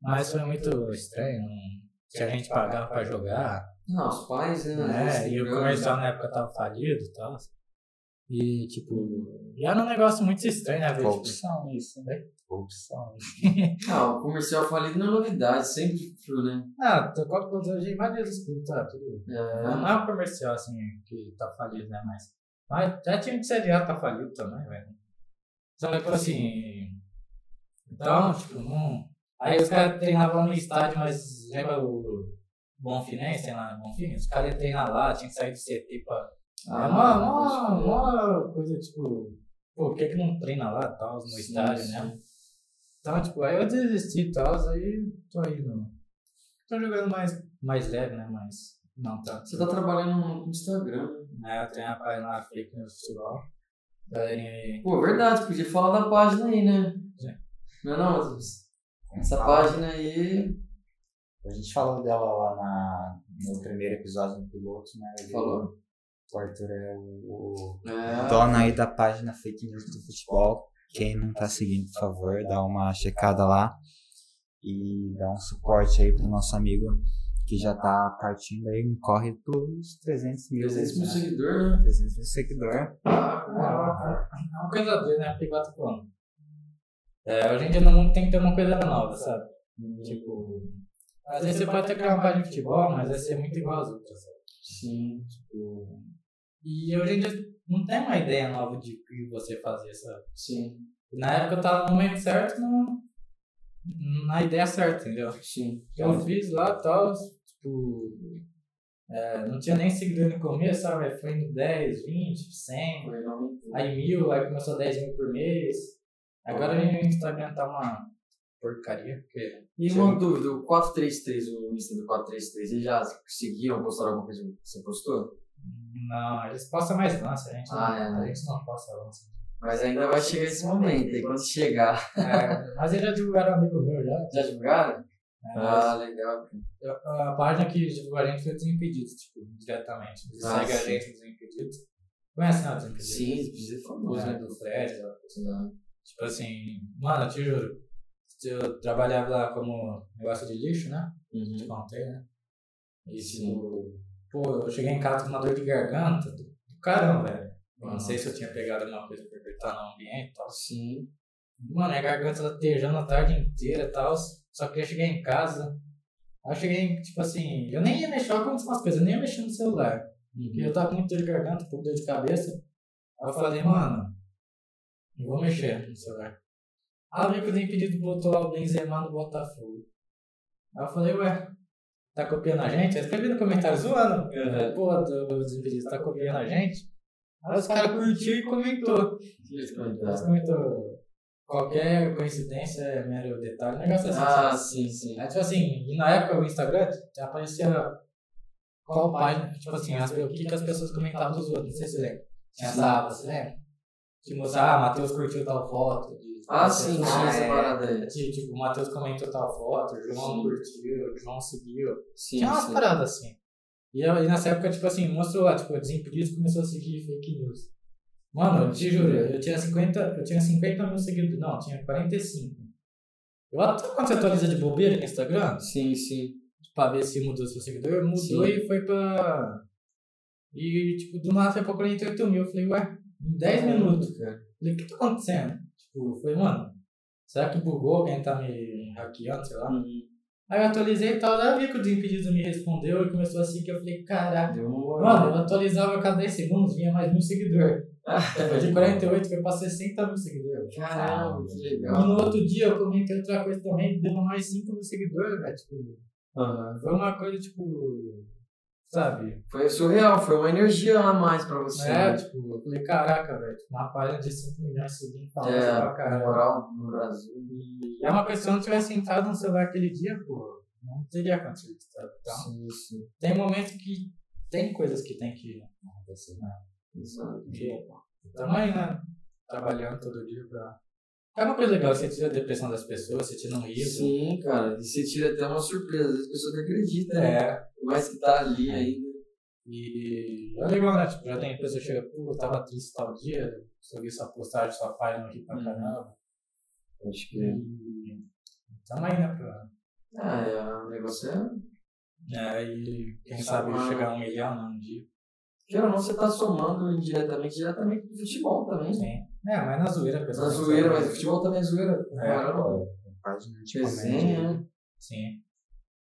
Mas foi muito estranho. não- Se a gente pagava pra jogar. Não, os pais, né? às vezes Né? tem E o grana, comercial na época tava falido e tal. E tipo. E era um negócio muito estranho, né? velho? Tipo, Corrupção, isso, né? Corrupção. Ah, o comercial falido não é novidade, sempre foi, né? ah, tô quase contando de mais desculpa, tá tudo. Não É, é um comercial assim que tá falido, né? Mas. Mas já tinha de série A tá falido também, velho. Só que tipo assim. Então, tipo, não. Aí os caras treinavam no estádio, mas lembra o Bonfinense, tem lá no Bonfim? Os caras iam treinar lá, tinha que sair do CT pra É uma, uma, uma coisa tipo, pô, por que, que não treina lá tal, no Sim, estádio, sim. né? Então, tipo, aí eu desisti e tal, aí tô aí no. Tô jogando mais, mais leve, né? Mas não tá. Você tá trabalhando no Instagram. Aí eu tenho né? a página lá, fake no futebol. Galerinha aí. Pô, verdade, podia falar da página aí, né? Sim. Não é não, Matheus? Essa página aí. A gente falou dela lá na, no primeiro episódio do piloto, né? Ele- Falou. O Arthur é o, o Então, É. dono aí da página Fake News do Futebol. Quem não tá seguindo, por favor, dá uma checada lá e dá um suporte aí pro nosso amigo que já tá partindo aí, corre pros 300 mil. 300 mil né? seguidores, né? 300 mil seguidor. É Ah, uma é uma coisa doida, né? Porque quatro anos. É, hoje em dia no mundo tem que ter uma coisa nova, sabe? Tipo. Às vezes você pode até criar uma página de futebol, mas vai ser muito igual às outras, sabe? sim. Tipo, E hoje em dia não tem uma ideia nova de o que você fazer, sabe? Sim, Na época eu tava no momento certo, no, na ideia certa, entendeu? sim. Eu fiz lá e tal, tipo. é, não tinha nem seguidor no começo, sabe? Aí Foi indo 10, 20, 100, Foi realmente- aí mil, aí começou 10 mil por mês. Agora o Instagram tá uma porcaria, porque. E uma dúvida, o 433, o Insta do 433, eles já seguiram, postaram alguma coisa que você postou? Não, eles postam mais lance, a gente, Ah, não, é, né? a gente não posta lance. Mas ainda vai chegar esse momento. E quando chegar. É, mas eles já divulgaram amigo meu já. né? Já divulgaram? É, Ah, legal. A, a página que divulga a gente foi Desimpedidos, tipo, diretamente. Eles Ah, seguem a sim. gente no Desimpedidos. Conhece, né, não, Desimpedidos? Sim, Desimpedidos é famoso, É, né? do Fred, ó. Não. Tipo assim, mano, eu te juro. Eu trabalhava lá como negócio de lixo, né? Te Uhum. contei, né? E Sim. tipo, pô, eu cheguei em casa com uma dor de garganta do do caramba, velho. Eu Não Ah. sei se eu tinha pegado alguma coisa pra apertar no ambiente e tal. Sim. Mano, minha garganta latejando a tarde inteira e tal. Só queria chegar em casa. Aí eu cheguei, tipo assim, eu nem ia mexer, olha como são as coisas, eu nem ia mexer no celular. Porque Uhum. eu tava com muita dor de garganta, um pouco dor de cabeça. Aí eu falei, mano, não vou mexer no celular. Ah, vi que eu tenho pedido botou lá o Benzema no Botafogo. Aí eu falei, ué, tá copiando a gente? Eu escrevi no comentário zoando. É, Uhum. Pô, o Desimpedido tá copiando a gente? Aí os caras curtiu e comentou. Que eles Eles comentaram. comentou, qualquer coincidência é mero detalhe, um negócio assim. Ah, sim, sim. Aí, tipo assim, e na época o Instagram já aparecia qual página, tipo assim, as, o que, que as pessoas comentavam dos outros, não sei se você lembra. Tinha essa aba, você lembra? Te mostrar, ah, Matheus curtiu tal foto. de- Ah, sim, tinha essa é, parada aí. de, tipo, o Matheus comentou tal foto, o João Sim. curtiu, o João seguiu. Sim, Tinha umas sim. paradas assim. E, eu- e nessa época, tipo assim, mostrou lá, tipo, Desimpedidos começou a seguir fake news. Mano, eu te juro, eu tinha 50, eu tinha 50 mil seguidores. Não, eu tinha 45. Eu até quando você atualiza de bobeira no Instagram, Sim, sim. pra ver se mudou seu seguidor, mudou Sim. e foi pra. E, tipo, do nada foi pra 48 mil. Eu falei, ué, em É. 10 minutos. cara. Eu Falei, o que tá acontecendo? Tipo, foi, mano, será que bugou quem tá me hackeando, sei lá? Aí eu atualizei e tal, aí eu vi que o Desimpedido me respondeu e começou a seguir. Eu falei, caraca. Deu uma Mano, eu atualizava a cada 10 segundos, vinha mais um seguidor. Foi de Caramba, 48, foi pra 60 mil seguidores. E que no legal. outro dia eu comentei outra coisa também, deu mais 5 mil seguidores, velho. Tipo, Aham. foi uma coisa, tipo, sabe? Foi surreal, foi uma energia a mais pra você. É, né? tipo, eu falei, caraca, velho, tipo, uma página de 5 milhões seguindo falando É, pra na caramba. moral, no Brasil. E é uma coisa que se eu não tivesse entrado no celular aquele dia, pô, não teria acontecido, sabe? Então, Sim, sim. tem momentos que tem coisas que tem que acontecer, né? Exato. Porque também, né? Trabalhando todo dia pra. É uma coisa legal, você tira a depressão das pessoas, você tira um riso. Sim, cara. E você tira até uma surpresa. Às vezes a pessoa não acredita, né? É. Mas que tá ali ainda. E é legal, né? Tipo, já tem pessoa que chega, pô, eu tava triste tal dia, só vi sua postagem, sua página aqui pra Uhum. caramba. Acho é E. Também, né, pra. Ah, é, o negócio é. É, e quem sabe chegar a um milhão né, um dia. Queira ou não, você tá somando indiretamente, diretamente pro futebol também. Sim. É, mas na zoeira, a pessoa. Na tem que zoeira, saber. mas o futebol também é zoeira. Caramba, Página de resenha, comédia. né? Sim.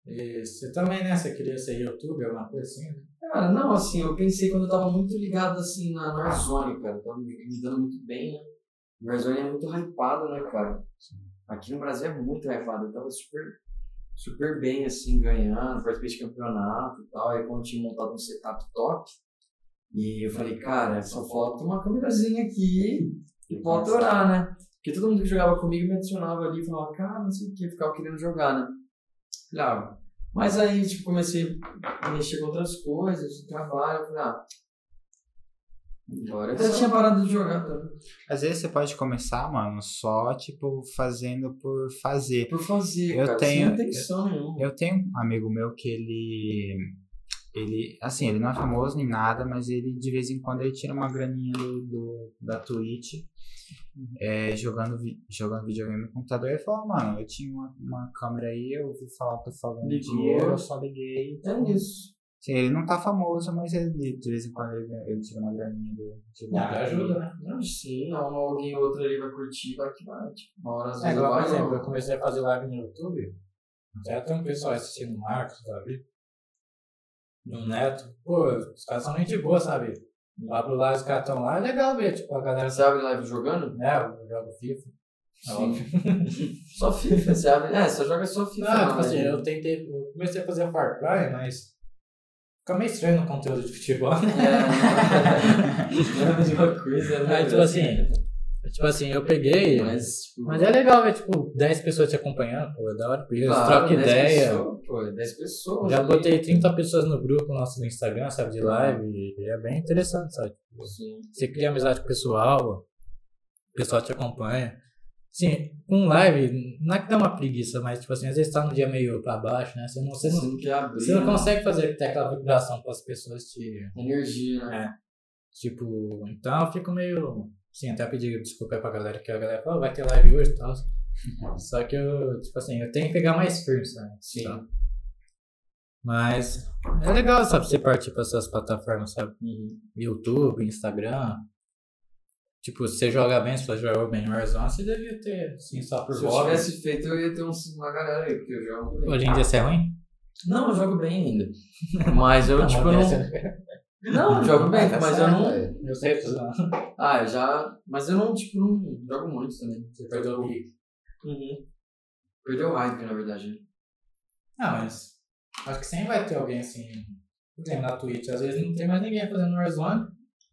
E você também, né? Você queria ser youtuber, alguma coisa assim, né? Cara, não, assim, eu pensei quando eu tava muito ligado, assim, na na Warzone, cara. Tava me me dando muito bem, né? Warzone é muito hypado, né, cara? Aqui no Brasil é muito hypado. Eu tava super, super bem, assim, ganhando, participei de campeonato e tal. Aí quando eu tinha montado um setup top, e eu falei, cara, só falta uma câmerazinha aqui e vou adorar, né? Porque todo mundo que jogava comigo me adicionava ali e falava, cara, não sei o que, ficava querendo jogar, né? Falei, ah, mas aí, tipo, comecei a mexer com outras coisas, trabalho, falei, ah. Agora eu já tinha parado de jogar também. Às vezes você pode começar, mano, só, tipo, fazendo por fazer. Por fazer, Eu cara, tenho- sem intenção nenhuma. Eu tenho um amigo meu que ele. Ele, assim, ele não é famoso nem nada, mas ele de vez em quando ele tira uma graninha do, do- da Twitch é, jogando, vi- jogando videogame no computador. Ele falou, mano, eu tinha uma, uma câmera aí, eu ouvi falar o pessoal ganhando Ligou. dinheiro, eu só liguei. É isso. Assim, ele não tá famoso, mas ele, de vez em quando ele, ganha- ele tira uma graninha do, de lá. Ah, ajuda, né? Não, sim, não, alguém ou outro ali vai curtir, vai que vai. Tipo, uma hora às É, vezes igual, por vai. exemplo, não. eu comecei a fazer live no YouTube, já tem um pessoal assistindo o Marcos, sabe? E o Neto. Pô, os caras são gente boa, sabe? Eu abro lá, os caras estão lá, é legal ver, tipo, a galera, Você abre live jogando? né, eu jogo FIFA. É Sim. óbvio. Só FIFA, você abre. É, você joga só FIFA. Ah, lá, tipo assim, né? eu tentei, eu comecei a fazer Far Cry, mas fica meio estranho no conteúdo de futebol, né? É, é a mesma coisa, né? Aí, tipo assim, Tipo assim, eu peguei, Mas, tipo, mas é legal ver, tipo, 10 pessoas te acompanhando, pô, é da hora, porque eles claro, trocam 10 ideia. Pessoas, pô, 10 pessoas. Já ali. botei 30 pessoas no grupo nosso do Instagram, sabe, de live, e é bem interessante, sabe? Sim. Você cria amizade com o pessoal, o pessoal te acompanha. Sim, um live, não é que dá uma preguiça, mas tipo assim, às vezes tá no dia meio pra baixo, né? Você não, você não, Você não quer abrir. você não né? consegue fazer ter aquela vibração para as pessoas te. Energia, né? Tipo, então eu fico meio. Sim, até pedir desculpa aí pra galera, que a galera fala, "Ah, vai ter live hoje e tal. Só que eu, tipo assim, eu tenho que pegar mais firme, sabe? Uhum. Sim. Tá. Mas é legal, sabe, você partir pra essas plataformas, sabe? Uhum. YouTube, Instagram. Tipo, se você joga bem, se você joga bem Warzone, você devia ter, assim, só por Se eu hobby. tivesse feito, eu ia ter uns- uma galera aí, porque eu jogo bem. Hoje em dia você é ruim? Não, eu jogo bem ainda. Mas eu, tipo, eu não. Não, tá é. eu jogo bem, mas eu não. né? Eu sei que você não. Ah, eu já. Mas eu não, tipo, não jogo muito também. Você perdeu o pique. Uhum. Perdeu o hype, na verdade. né? Não, Ah, mas acho que sempre vai ter alguém assim. Por exemplo, na Twitch, às vezes não tem mais ninguém fazendo Warzone.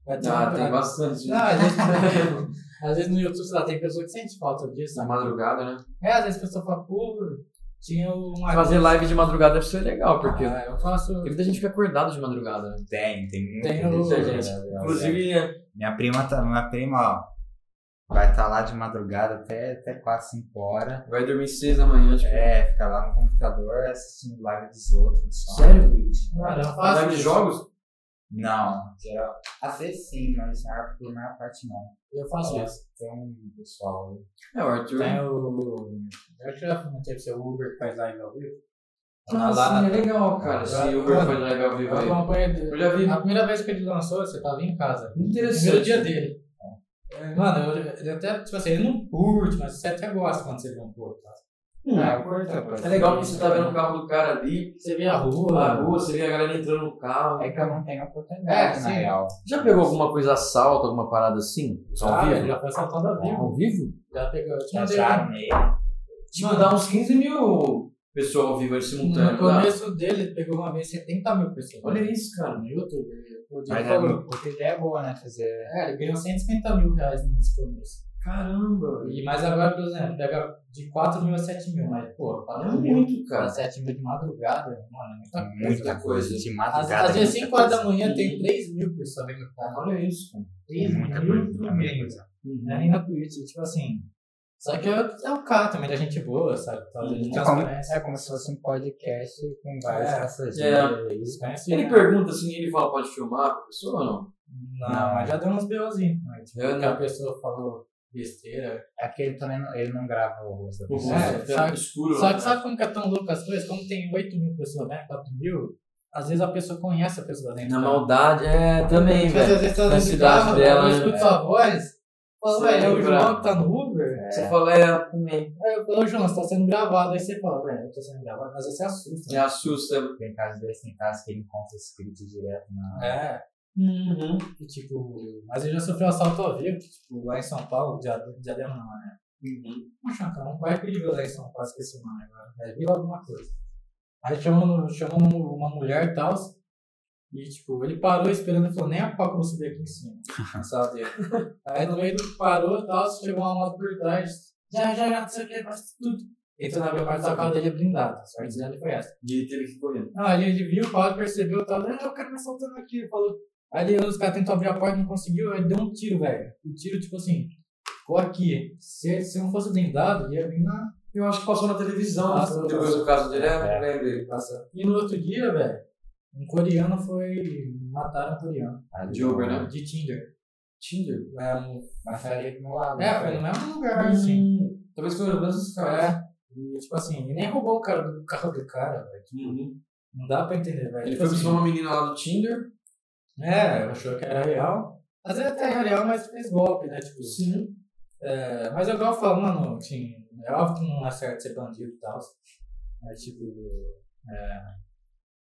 Vai ter Ah, é. uma- tem bastante. Não, às vezes, às vezes no YouTube, sei lá, tem pessoa que sente falta disso. Na madrugada, né? É, às vezes a pessoa fala, pô, tinha um. Fazer live de madrugada deve ser legal, porque. Ah, eu faço. Porque muita gente fica acordada de madrugada, né? Tem, tem muita Tem gente. muita gente. Galera, Inclusive, é. né? Minha prima, tá, minha prima, ó, vai estar lá de madrugada até, até 4, 5 horas. vai dormir seis da manhã, tipo. É, fica lá no computador assistindo live dos outros. só. Sério? Cara, eu faço. Live é de jogos? Não, geral. Às vezes sim, mas na por maior parte não. Eu Ah, faço isso. Tem um pessoal aí. É, o Arthur. Tem o. Eu acho que já comentei pra você, o Uber que faz live ao vivo. Ah, sim, é legal, cara. Se o Uber foi live ao vivo Eu aí. acompanho. Eu já vi. A primeira vez que ele lançou, você tava em casa. Primeiro dia Interessante. dele. É, Mano, eu, eu até, tipo assim, ele não curte, mas você até gosta quando você vê um pouco. tá? Hum. Ah, eu curto, eu curto. É legal porque você tá vendo o carro do cara ali, Você vê a rua. na rua, você vê a galera entrando no carro. É que eu não tenho oportunidade, É, na sim. real. Já pegou alguma coisa assalto, alguma parada assim? Ao Ah, vivo? ele já foi assaltado ao vivo. Ao vivo? Já pegou. Eu um- te mandei Acharam nele. Tipo, dá uns 15 mil pessoas ao vivo ali No simultâneo. dá? começo dele, ele pegou uma vez 70 mil pessoas. Olha isso, cara. No YouTube, ele- o Diego Mas é falou. uma puta ideia boa, né? Fazer. É, ele ganhou 150 mil reais nesse começo. Caramba. E, mas agora, por exemplo, pega de 4 mil a 7 mil. Mas, pô, É 4 mil muito, a cara. 7 mil de madrugada, mano, é muita coisa. Muita coisa. coisa. De Às, madrugada. às vezes é muita 5 horas da coisa. manhã tem 3 mil pessoas vendo o canal. Olha isso, cara. 3 Muita Uhum. mil coisa. muita também. coisa. Né? E na Twitch, tipo assim. Só que é, é o cara também, da gente boa, sabe? Tal, Uhum. de É como, transparência. é como se fosse um podcast com vários É. passageiros. É. Eles conhecem, Ele né? pergunta assim, ele fala, pode filmar a pessoa ou não? Não, mas já deu uns BOzinhos. Né? Tipo, Eu que não. a pessoa falou besteira. É porque ele também não, ele não grava o rosto da pessoa. É, tá sabe- escuro. Só que né? sabe como que é tão louco as coisas? Como tem 8 mil pessoas, né? 4 mil, às vezes a pessoa conhece a pessoa dentro. Na da- maldade, é, também, Mas velho. às vezes tá Na dentro de cidade casa, dela, eu né, escuto velho? sua voz. Fala, Você velho, é o lembra? João que tá no Uber? Você fala, é, também. Aí eu falo, ô João, você tá sendo gravado. Aí você fala, velho, eu tô sendo gravado. Mas você assusta. né? Me assusta. Tem casos desse, tem casos que ele encontra esse script direto né? na. É. Uhum. E, tipo, mas eu já sofri um assalto ao vivo, que, tipo, lá em São Paulo, dia, dia de não, né? Uhum. Poxa, cara, um bairro perigoso lá em São Paulo, esqueci o nome agora. É Vila alguma coisa. Aí chamou, chamou um- uma mulher e tal, e, tipo, ele parou esperando e falou, nem a pau que eu vou subir aqui em cima. na sala é. dele. Aí no meio do parou e tal, chegou uma moto por trás, já, já, já, não sei o que, faz tudo. Entrou na minha parte da casa dele é blindada, só que ele foi essa. E ele teve que correr. Ah, ele, ele viu o Paulo, percebeu, tava, ah, o cara me assaltando aqui, ele falou. Aí ele, os caras tentou abrir a porta, não conseguiu, aí deu um tiro, velho. O tiro, tipo assim, ficou aqui. Se, se não fosse blindado, ia vir na Eu acho que passou na televisão. Passou, depois passou. do caso dele, É. é, é. passa. E no outro dia, velho, um coreano foi. Mataram um coreano. De Uber, né? De Tinder. Tinder. É, um- Mas foi ali do meu lado. né, é, foi no mesmo lugar, assim. Talvez com os mesmos caras. É. E, tipo assim, e nem roubou o cara do carro do cara, velho. Uhum. Não dá pra entender, velho. Ele Tipo foi assim, buscar uma menina lá do Tinder. É, achou que era real. Às vezes até é real, mas fez golpe, né? Tipo, Sim. É, mas igual eu falo, mano, assim, é óbvio que não é certo ser bandido e tal. Mas, tipo, é,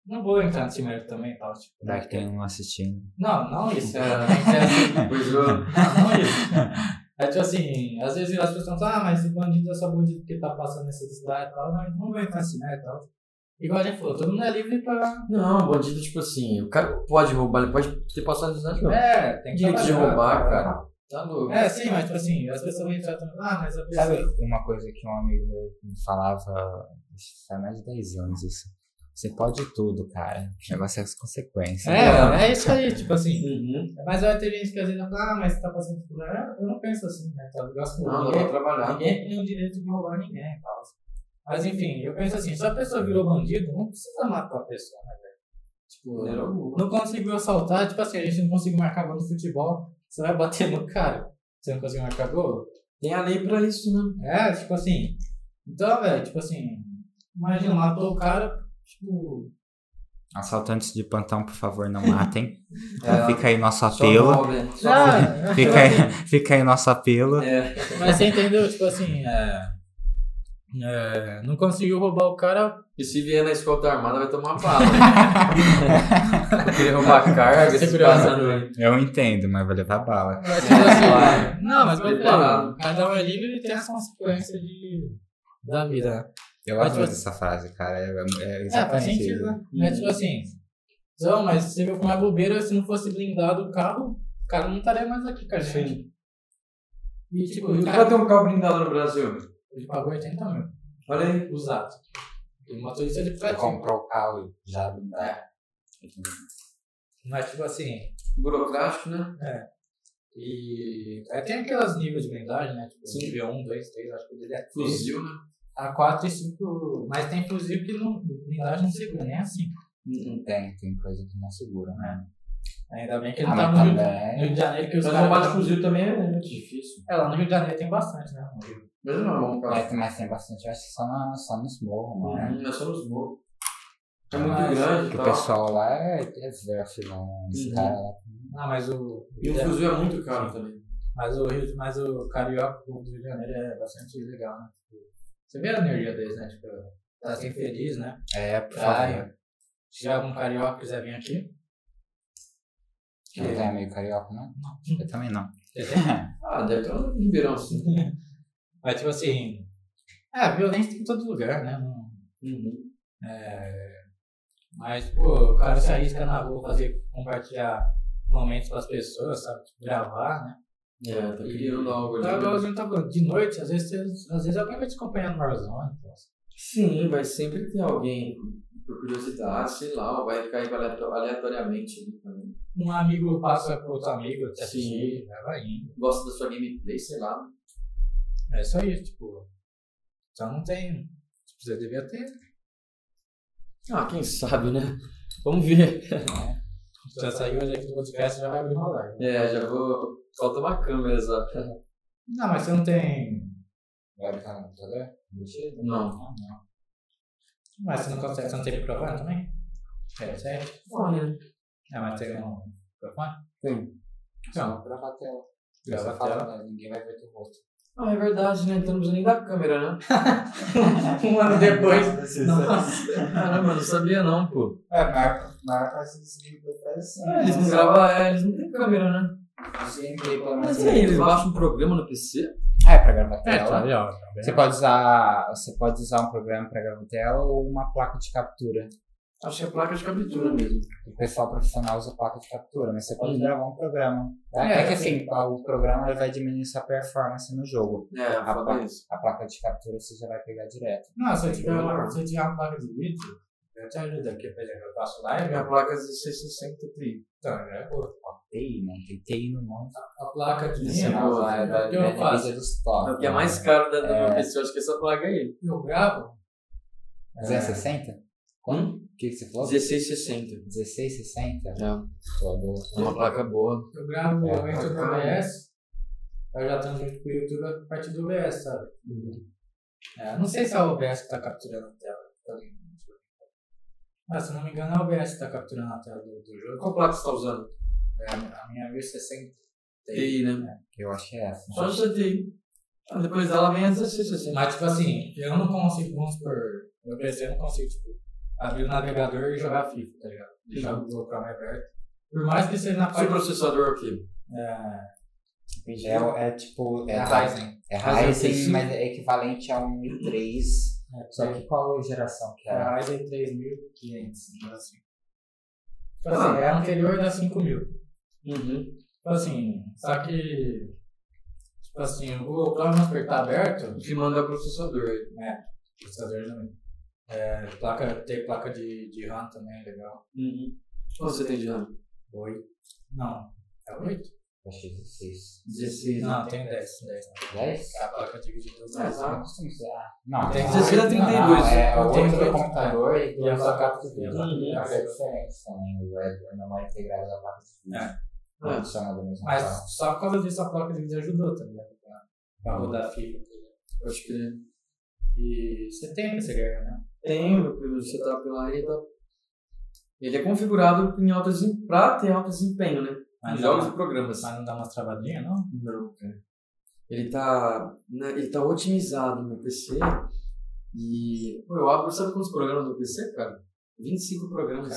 não vou entrar nesse mérito também e tal. Tipo, Tá, Dá que tem um assistindo. Não, não isso. É, É. não, Pois eu. não isso. É tipo assim, às vezes as pessoas falam, ah, mas o bandido é só bandido porque tá passando necessidade e tal, mas não vou entrar nesse mérito e tal. Igual a gente falou, todo mundo é livre pra. Não, bandido, tipo assim, o cara pode roubar, ele pode ter passado de idade, não. É, tem que Direito de trabalhar. roubar, cara. Tá louco. É, sim, mas tipo assim, as pessoas vão entrar também, ah, mas a pessoa. Sabe uma coisa que um amigo meu me falava, isso faz mais de 10 anos isso. Você pode tudo, cara. O negócio é as consequências. É, é isso aí, tipo assim. Uhum. Mas eu tem gente que às vezes fala, ah, mas você tá passando por lá. Eu não penso assim, né? Tá ligado? Não, dá pra trabalhar. Ninguém tem o direito de roubar ninguém e tal. Mas enfim, eu penso assim, se a pessoa virou bandido, não precisa matar a pessoa, né? velho? Tipo, era o- Não conseguiu assaltar, tipo assim, a gente não conseguiu marcar gol no futebol, você vai bater no cara. Você não conseguiu marcar gol? Tem a lei pra isso, né? É, tipo assim. Então, velho, tipo assim, imagina, matou o cara, tipo. Assaltantes de plantão, por favor, não matem. É, Fica aí nosso só apelo. nove, né? Só Ah, Fica aí, fica aí nosso apelo. É. Mas você entendeu? Tipo assim, é, é, não conseguiu roubar o cara, E se vier na escola da armada, vai tomar bala. Né? Querer roubar carga, É, se Segurança. passar no... Eu entendo, mas vai levar bala. mas, tipo assim, não, mas Preparado. preparado. Cada um é livre e tem as consequências de, da vida. né? Eu Mas adoro essa frase, cara. É, é É, faz exatamente sentido, isso. né? Mas tipo assim, não, mas você viu como é bobeira, se não fosse blindado o carro, o cara não estaria mais aqui com a gente. E tipo, e o cara Cadê um carro blindado no Brasil? ele pagou 80 mil. Olha aí. usado. E o motorista de Você platino. o carro e já dá. Mas tipo assim, Burocrático, né? e aí tem aquelas níveis de blindagem, né? Tipo, Sim. nível 1, 2, 3, acho que ele é 3. Fuzil, né? A 4 Tá e 5, mas tem fuzil que não, blindagem não segura, nem assim. Uhum. Tem, tem coisa que não segura, né? Ainda bem que ele Ah, tá mas no Rio, no também. Rio de Janeiro, que os Mas combate de caras... tá- fuzil também é muito difícil. É, lá no Rio de Janeiro tem bastante, né? Mas não é um carro. Mas, mas tem bastante, eu acho que só, na, só nos morros, né? Não é só nos morros. É muito Ah, grande Que e o tal. pessoal lá é exército, né? Esse Uhum. cara lá. Ah, mas o... E o fuzil é muito caro também. Mas o Rio, mas o Carioca, o Rio de Janeiro é bastante legal, né? Tipo, Você vê a energia deles, né? Tipo, tá sempre feliz, né? É, por favor. Praia. Se tiver algum carioca que quiser vir aqui. Você não é meio carioca, não? Eu também não. Ah, deve ter um Ribeirão sim. Mas tipo assim. É, violência tem em todo lugar, né? Não- Uhum. Mas, pô, o cara se arrisca na rua fazer compartilhar momentos com as pessoas, sabe? Tipo, gravar, né? É, tá criando algo ali. Então, igual a gente tá falando, de noite, às vezes, você- às vezes alguém vai te acompanhar no Warzone. Então, Sim, vai sempre ter alguém por curiosidade, sei lá, ou vai cair aleo- aleatoriamente ali também. um amigo passa pro outro amigo, te Sim. assistir, né? vai indo. Gosta da sua gameplay, sei lá. É isso aí, tipo. Então não tem. Tipo, você devia ter. Ah, quem sabe, né? Vamos ver. Já saiu hoje aqui do podcast, já vai abrir uma live. É, já vou. Falta uma câmera só. Não, mas você não tem. Vai ficar no tá computador? Não. Mas você não consegue, você não tem microfone também? É, sério? Olha. É, Ah, mas tem um microfone? Então, Tem. Não, grava a tela. grava Grava a tela. tela, né? ninguém vai ver teu rosto. Ah, é verdade, né? Então não precisa nem da câmera, né? Um ano depois. Nossa. Caramba, não sabia não, pô. É, mas mas esses gameplays faz assim. Ah, eles não gravam, é, eles não têm câmera, né? Os gameplay, pelo menos, Mas e aí, eles baixam um programa no PC? Ah, é pra gravar É, tá tela. legal. Você pode usar. Você pode usar um programa pra gravar tela ou uma placa de captura. Tá Acho que é placa de captura mesmo. O pessoal profissional usa placa de captura, mas você pode Uhum. gravar um programa. tá? É, É, que assim, o programa ele vai diminuir sua performance no jogo. É, fala isso. A placa de captura você já vai pegar direto. Não, se eu tiver uma, se eu tiver uma placa de vídeo, eu te ajudo aqui. Por exemplo, eu faço live, Minha eu- placa é 660 Ti. então, né? pô, TI, né? Tem TI no mundo. A placa de Isso vídeo, é boa, é da o que eu faço? NVIDIA dos top. É o que é né? mais caro da, da É. minha PC, eu acho que é essa placa aí. Eu gravo. 260? Quanto? né? Hum? O que que você falou? 1660. 1660? É, é Pô, boa. uma placa boa. Eu gravo, eu É, entro no bacana. OBS, eu já transmito pro YouTube a partir do OBS, sabe? É, não sei se é o OBS que tá capturando a tela. tá ligado? Mas se não me engano, é o OBS que tá capturando a tela do, do jogo. Qual placa você tá usando? É, a minha V60. TI, né? Eu acho que é essa. Só essa TI. Ah, Depois dela vem a 1660. Mas, tipo assim, eu não consigo, vamos supor, meu PC eu não consigo, tipo, abrir o navegador e jogar FIFA, tá ligado? Deixar o Google Chrome aberto. Por mais que seja na Seu parte. processador aqui. É, É, é tipo. É, é da- Ryzen. é Ryzen Ryzen, 5. mas é equivalente a um i3. Só que qual geração que É é? a Ryzen 3500, então assim. Ah. Tipo assim, é anterior da 5000. Uhum. Tipo assim, só que. Tipo assim, o Google Chrome, vamos supor, tá aberto. O que manda é o processador aí. processador também. É, placa, tem placa de, de RAM também, legal. Uhum. Quanto você tem de ano? Oito. Não, é oito? Acho que 16. 16. Não, tem dez. dez. 10? A placa dividida em Ah, dois. tá. Ah, Não, Tem 16 a 32. É, o Tem outro do dois. computador E a e duas da placa placa de de vídeo. vídeo. Mas é diferente também, o é a memória integrada da placa de vídeo. É. Não funciona da mesma forma. Mas só por causa disso a placa de vídeo ajudou também. Pra, pra Não. rodar a fibra. Pode crer. E você tem PC Gamer, né? Tem o o setup lá, ele tá. Ele é configurado em alto desem- pra ter alto desempenho, né? Em Mas jogos não- e programas. mas não dá umas travadinhas, não? Não, cara. Ele tá, né, ele tá otimizado no meu PC e pô, eu abro, sabe quantos programas no PC, cara? 25 programas.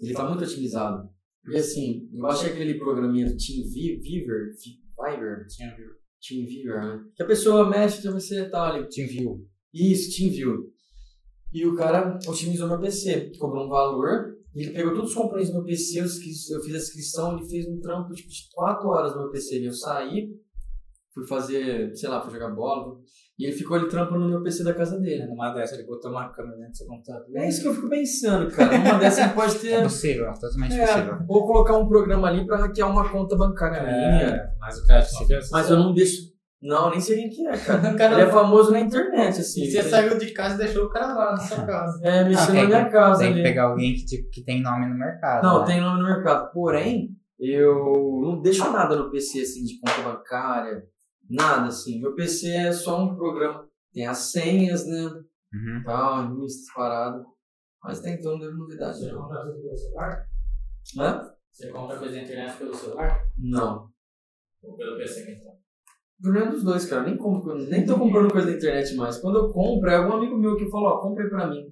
Ele tá muito otimizado. E assim, eu baixei aquele programinha do TeamViewer, Vi- Viver, Tinha viu. TeamViewer, né? Que a pessoa mexe, então você tá ali, TeamView. isso, TeamView. E o cara otimizou meu PC, cobrou um valor, e ele pegou todos os componentes do meu PC, eu, esqui- eu fiz a inscrição, ele fez um trampo tipo, de 4 horas no meu PC. E eu saí, fui fazer, sei lá, fui jogar bola, e ele ficou ali trampando no meu PC da casa dele. Numa dessa, ele botou uma câmera dentro do seu computador. É isso que eu fico pensando, cara. Uma dessas ele pode É ter. possível, totalmente possível. É, ou colocar um programa ali pra hackear uma conta bancária minha. É, mas o cara fica. Mas eu não deixo. Não, nem sei quem que é, cara. O Ele é cara. famoso na internet, assim. E você saiu de casa e deixou o cara lá na sua casa. É, mexendo Ah, tem na minha casa Tem ali. que pegar alguém que, tipo, que tem nome no mercado. Não, né? tem nome no mercado. Porém, eu não deixo nada no PC, assim, de conta bancária. Nada, assim. Meu PC é só um programa. Tem as senhas, né? Uhum. Tal, essas paradas. Mas tem então não deve novidade, não. compra coisa pelo celular? Hã? Você compra coisa na internet pelo celular? Não. Ou pelo PC então? Por nenhum dos dois, cara. Nem compro, nem tô comprando coisa na internet mais. Quando eu compro, é algum amigo meu que falou, ó, compra aí pra mim.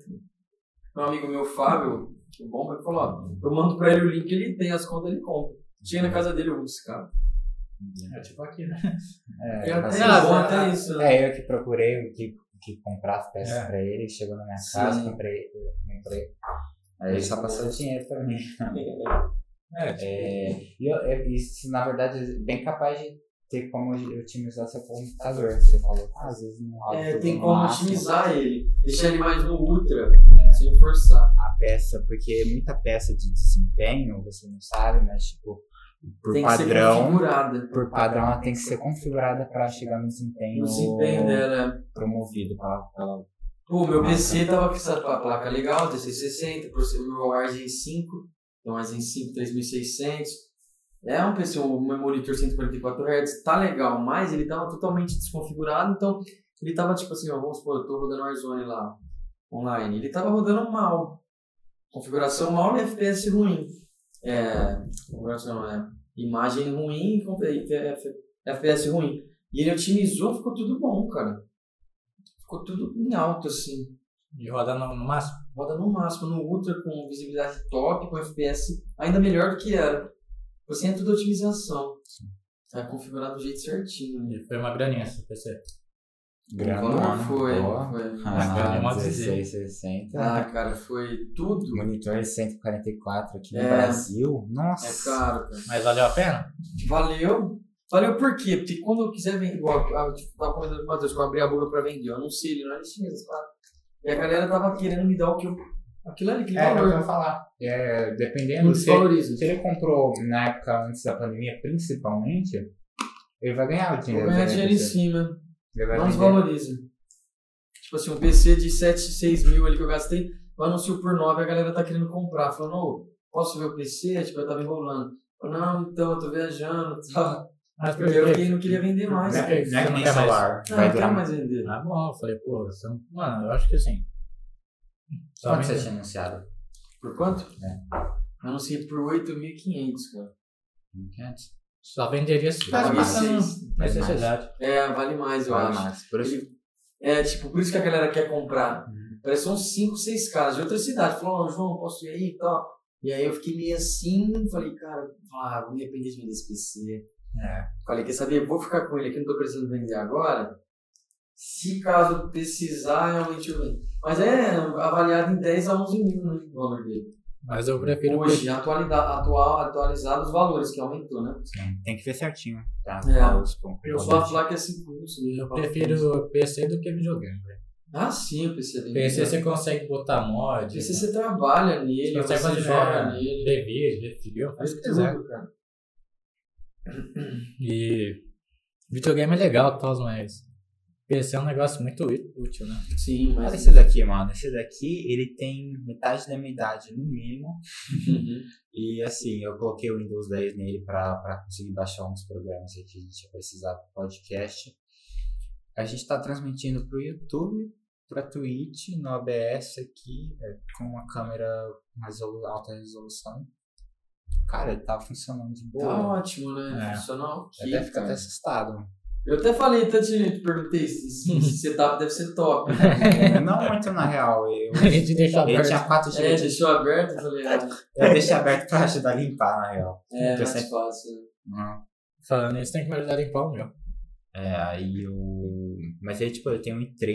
Um amigo meu, Fábio, o bom, ele falou, ó, eu mando pra ele o link, ele tem as contas, ele compra. Chega na casa dele, eu uso, cara. É tipo aqui, né? É, É, tá até, certo. nada, bom, né? até isso, né? É, eu que procurei o que, que comprar as peças É. pra ele, chegou na minha casa, Sim. comprei, eu comprei. Aí ele só passou o dinheiro pra mim. É, tipo, É, e eu, eu- isso, na verdade, é bem capaz de ter como otimizar seu computador. Você falou, ah, às vezes não roda É, tudo tem no como máximo, otimizar ele. Deixar ele mais no ultra, sem forçar. a peça, porque é muita peça de desempenho, você não sabe, mas tipo, por tem que ser padrão, configurada. por padrão ela tem que ser configurada pra chegar no desempenho, No desempenho dela. promovido tá? pela, pela O meu Ah, PC tava com essa pla- placa legal, 1660, processador meu Ryzen 5, então Ryzen 5 3600. É um PC, um monitor 144 Hz, tá legal, mas ele tava totalmente desconfigurado, então ele tava tipo assim, ó, vamos supor, eu tô rodando Warzone lá, online, ele tava rodando mal. Configuração mal e FPS ruim. É, configuração, não, é, imagem ruim com- e F- FPS ruim. E ele otimizou, ficou tudo bom, cara. Ficou tudo em alto, assim E roda no, no máximo. roda no máximo, no Ultra, com visibilidade top, com FPS ainda melhor do que era. Você é tudo otimização. Tá configurado do jeito certinho. né? E foi uma graninha esse PC. Como grana. foi? boa. foi. Ah, Ah, pode dizer. 1660. Ah, cara, foi tudo. Monitor 144 aqui no É. Brasil. É Nossa! caro, cara. Mas valeu a pena? Valeu. Valeu por quê? Porque quando eu quiser vender. Igual, ah, tipo, tava comentando com o Matheus que eu abri a boca pra vender. Eu anunciei ele não LX, claro. E a galera tava querendo me dar o que eu. Aquilo ali, aquele é, é o que eu valor. ia falar. É, dependendo, Muitos se ele, valoriza. se ele comprou na época antes da pandemia, principalmente, ele vai ganhar o Vou dinheiro. ganhar dele, dinheiro em você- cima. Ele vai Não vender. desvaloriza. Tipo assim, um PC de 7, 6 mil ali que eu gastei, eu anuncio por 9 a galera tá querendo comprar. Falando, ô, posso ver o PC? Tipo, eu tava enrolando. Eu, não, então, eu tô viajando e tal. Mas Primeiro que ele não queria vender mais. Não Ah, é que- Não é que não nem quer mais. celular. não vai quero durar mais vender. Ah, bom, eu falei, pô, você não- mano, eu acho que assim. Quanto somente- você tinha anunciado? Por quanto? É. Eu anunciei por 8.500, cara. Só venderia se Mas tivesse Vale passa passando seis. mais. necessidade. É, vale mais, eu Vai acho. mais. Por isso, É, tipo, por isso que a galera quer comprar. Parece são cinco, seis caras de outra cidade. Falou, "Ô, João, posso ir aí e tal. E aí eu fiquei meio assim, falei, cara, ah, vou me arrepender de vender esse PC. É. Falei, quer saber, vou ficar com ele aqui, não tô precisando vender agora. Se caso precisar, realmente eu vendo. Mas é avaliado em 10 a 11 mil, né, o valor dele. Mas eu prefiro. Hoje, atualida- atual, atualizado os valores, que aumentou, né? tem que ver certinho. Tá? É. Qual os pontos. Eu só acho lá que é 5 mil, se não me Eu engano. prefiro PC do que videogame, velho. Ah, sim, o PC é bem PC legal. você consegue botar mod. PC você trabalha né? nele, Você você, consegue fazer joga nele. review, review, faz o Faz É que é quiser. tudo, cara. E videogame é legal, tal, mas PC é um negócio muito ú- útil, né? Sim, Olha mas. esse daqui, mano. Esse daqui, ele tem metade da minha idade, no mínimo. Uhum. E assim, eu coloquei o Windows 10 nele pra, pra conseguir baixar uns programas aí que a gente ia precisar pro podcast. A gente tá transmitindo pro YouTube, pra Twitch, no OBS aqui, é, com uma câmera resolu alta resolução. Cara, ele tá funcionando de Tá boa. ótimo, né? É. Funcional. né? Eu até fico até assustado. Eu até falei, Tantini, te perguntei se se esse setup deve ser top. né? Não muito na real. Eu, A gente deixa ele aberto. tinha 4 GB É, de deixou aberto, eu falei, ah, Eu deixei aberto pra ajudar a limpar, na real. é Eu mais sempre- fácil. Falando isso, tem que me ajudar a limpar o meu. É, aí eu. Mas aí, tipo, eu tenho um i3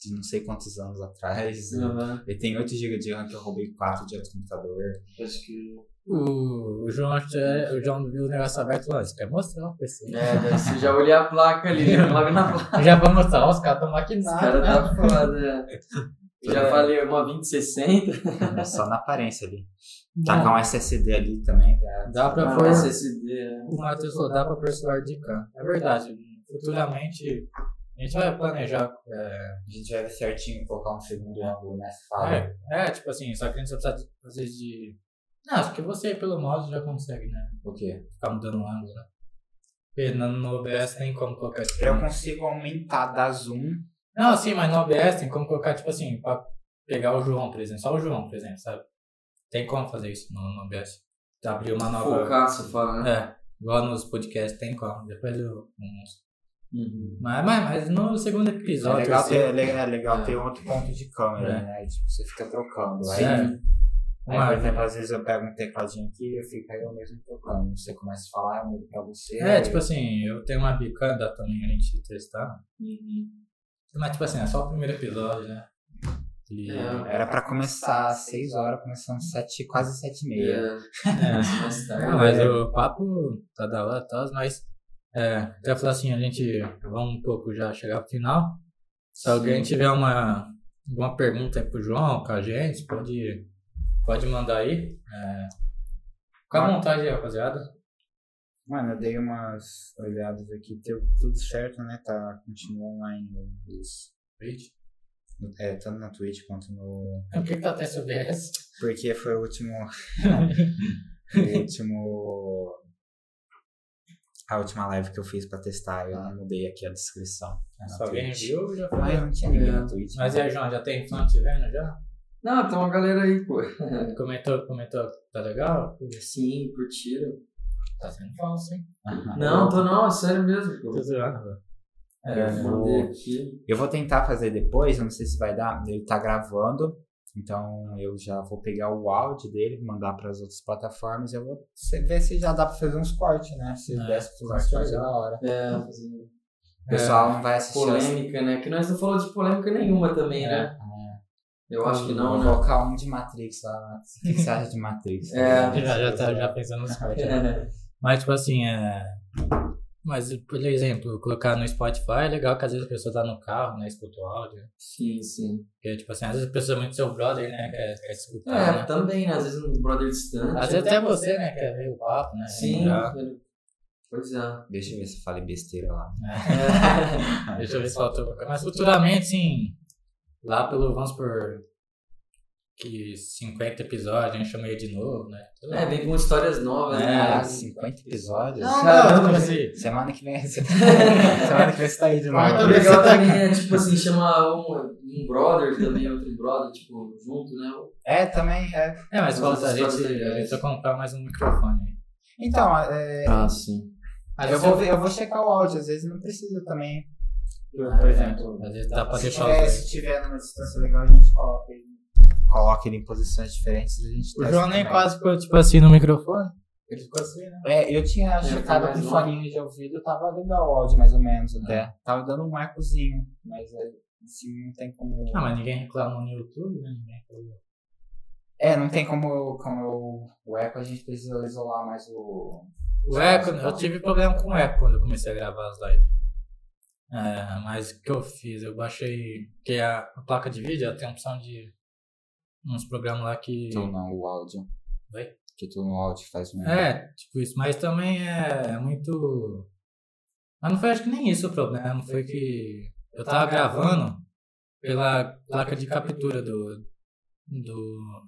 de não sei quantos anos atrás. né? Aham, Ele tem 8 GB de RAM que eu roubei 4 de outro computador. Acho que. O, o João, acha- o João viu o negócio aberto antes, quer mostrar o PC. É, daí você já olhei a placa ali, né? logo na placa. Já vai mostrar, ó, os caras estão Esse maquinados. cara né? tá foda. né? Eu Já falei uma 2060. Só na aparência ali. Bom, Tacar um SSD ali também. né? já- Dá pra Ah, pôr. SSD, né? O Matheus falou, dá pra pôr celular de can. É verdade. Futuramente a gente vai planejar. A gente vai ver certinho colocar um segundo ângulo nessa fala. É, é, tipo assim, só que a gente só precisa às vezes de. Não, acho que você pelo mouse já consegue, né? O quê? Ficar mudando o ângulo, né? Porque no, no OBS tem como colocar esse Eu consigo aumentar da zoom. Não, sim, mas no OBS tem como colocar, tipo assim, pra pegar o João, por exemplo. Só o João, por exemplo, sabe? Tem como fazer isso no, no OBS. Abrir uma nova. Focar, você fala, né? É, igual nos podcasts tem como. Depois eu. um, Uhum. Mas, mas, mas no segundo É episódio. legal, assim, ter, é legal- é legal É. ter outro ponto de câmera, É. né? Aí, Tipo, você fica trocando. Sim. Aí, É. Aí, uma- por exemplo, às vezes eu pego um tecladinho aqui e eu fico aí eu mesmo tocando. Você começa a falar, eu mudo pra você. né? É, tipo assim, eu tenho uma bicanda também a gente testar. Mas, tipo assim, é só o primeiro episódio, né? E, né, É. Então, Era pra começar às 6 horas, começando sete, quase 7 e meia. É, é, mais não, tarde. mas o papo tá da hora e tal, mas. É, quer falar assim, a gente. Vamos um pouco já chegar pro final. Se alguém tiver uma, alguma pergunta aí pro João, com a gente, pode, pode mandar aí. É, fica à vontade aí, rapaziada. Mano, eu dei umas olhadas aqui, deu tudo certo, né? Tá, continua online os- Twitch. é, tanto na Twitch quanto no. Por que que tá até OBS? Porque foi o último. o último. A última live que eu fiz pra testar, eu não mudei aqui a descrição. É na Se Ah, alguém Twitch. viu, já foi. Mas não tinha ninguém na É. Twitch. né? Mas e aí, João, já tem fã te vendo já? Não, tem uma galera aí, pô. Comentou, comentou, tá legal? Sim, curtiram. Tá sendo falso, hein? Não, tô não, é sério mesmo. pô. Tô zoando. É, Eu vou- mandei aqui. Eu vou tentar fazer depois, eu não sei se vai dar. Ele tá gravando, então eu já vou pegar o áudio dele, mandar pras outras plataformas. Eu vou se- ver se já dá pra fazer uns cortes, né? Se É, desse pra corte fazer uns cortes legal. na hora. É, fazendo O pessoal não vai assistir. assim. É, polêmica, né? Que nós não falamos de polêmica nenhuma também, É. né? Eu acho que não, Vou né? colocar um de Matrix lá. O que você acha de Matrix? Né? É. Já, já tá já pensando nos cortes. né? É. Mas, tipo assim, é. Mas, por exemplo, colocar no Spotify é legal que às vezes a pessoa tá no carro, né? Escuta o áudio. Sim, sim. Porque, tipo assim, às vezes a pessoa é muito seu brother, né? Quer, quer escutar. É, né? também, né? Às vezes um brother distante. Às vezes até você, né? Quer ver o papo, né? Sim. lembrar. Pois é. Deixa eu ver se eu falei besteira lá. É. Deixa eu ver se faltou qualquer Mas futuramente, sim. Lá pelo, vamos por. Que 50 episódios, a gente chama ele de novo, né? Sei lá. É, vem com histórias novas, É, né? 50 episódios? Não, Caramba, não, tipo assim, Semana que vem. Semana que vem você tá aí de novo. Quarta O vez. legal também é, tipo assim, chamar um, um brother também, outro brother, tipo, junto, né? É, também. É. É, mas falta a gente. Essas coisas Eu legais. preciso comprar mais um microfone aí. Então, é, Ah, sim. Às eu, vezes vou, ver- eu vou checar o áudio, às vezes não precisa também. É, Por, por exemplo, Às vezes dá pra se deixar tiver, os dois. se tiver numa distância legal, a gente coloca ele, coloca ele em posições diferentes. A gente O testa João nem também. quase ficou, tipo assim, no microfone. Ele ficou assim, né? É, eu tinha Eu checado mais com um. foninho de ouvido, tava legal o áudio, mais ou menos até. Tava dando um ecozinho, mas é, assim, não tem como. Ah, mas ninguém reclamou no YouTube, né? Ninguém reclamou. É, não tem como, como eu- o eco, a gente precisa isolar mais o. O eco, eu tive problema com o eco quando eu comecei a gravar as lives. É, mas o que eu fiz? Eu baixei. Porque a, a placa de vídeo ela tem a opção de. Uns programas lá que. Então não, o áudio. Oi? Que tu no áudio faz um mesmo. É, tipo isso. Mas também é, é muito. Mas não foi, acho que nem isso o problema. né? Foi que eu tava gravando pela placa de captura do. do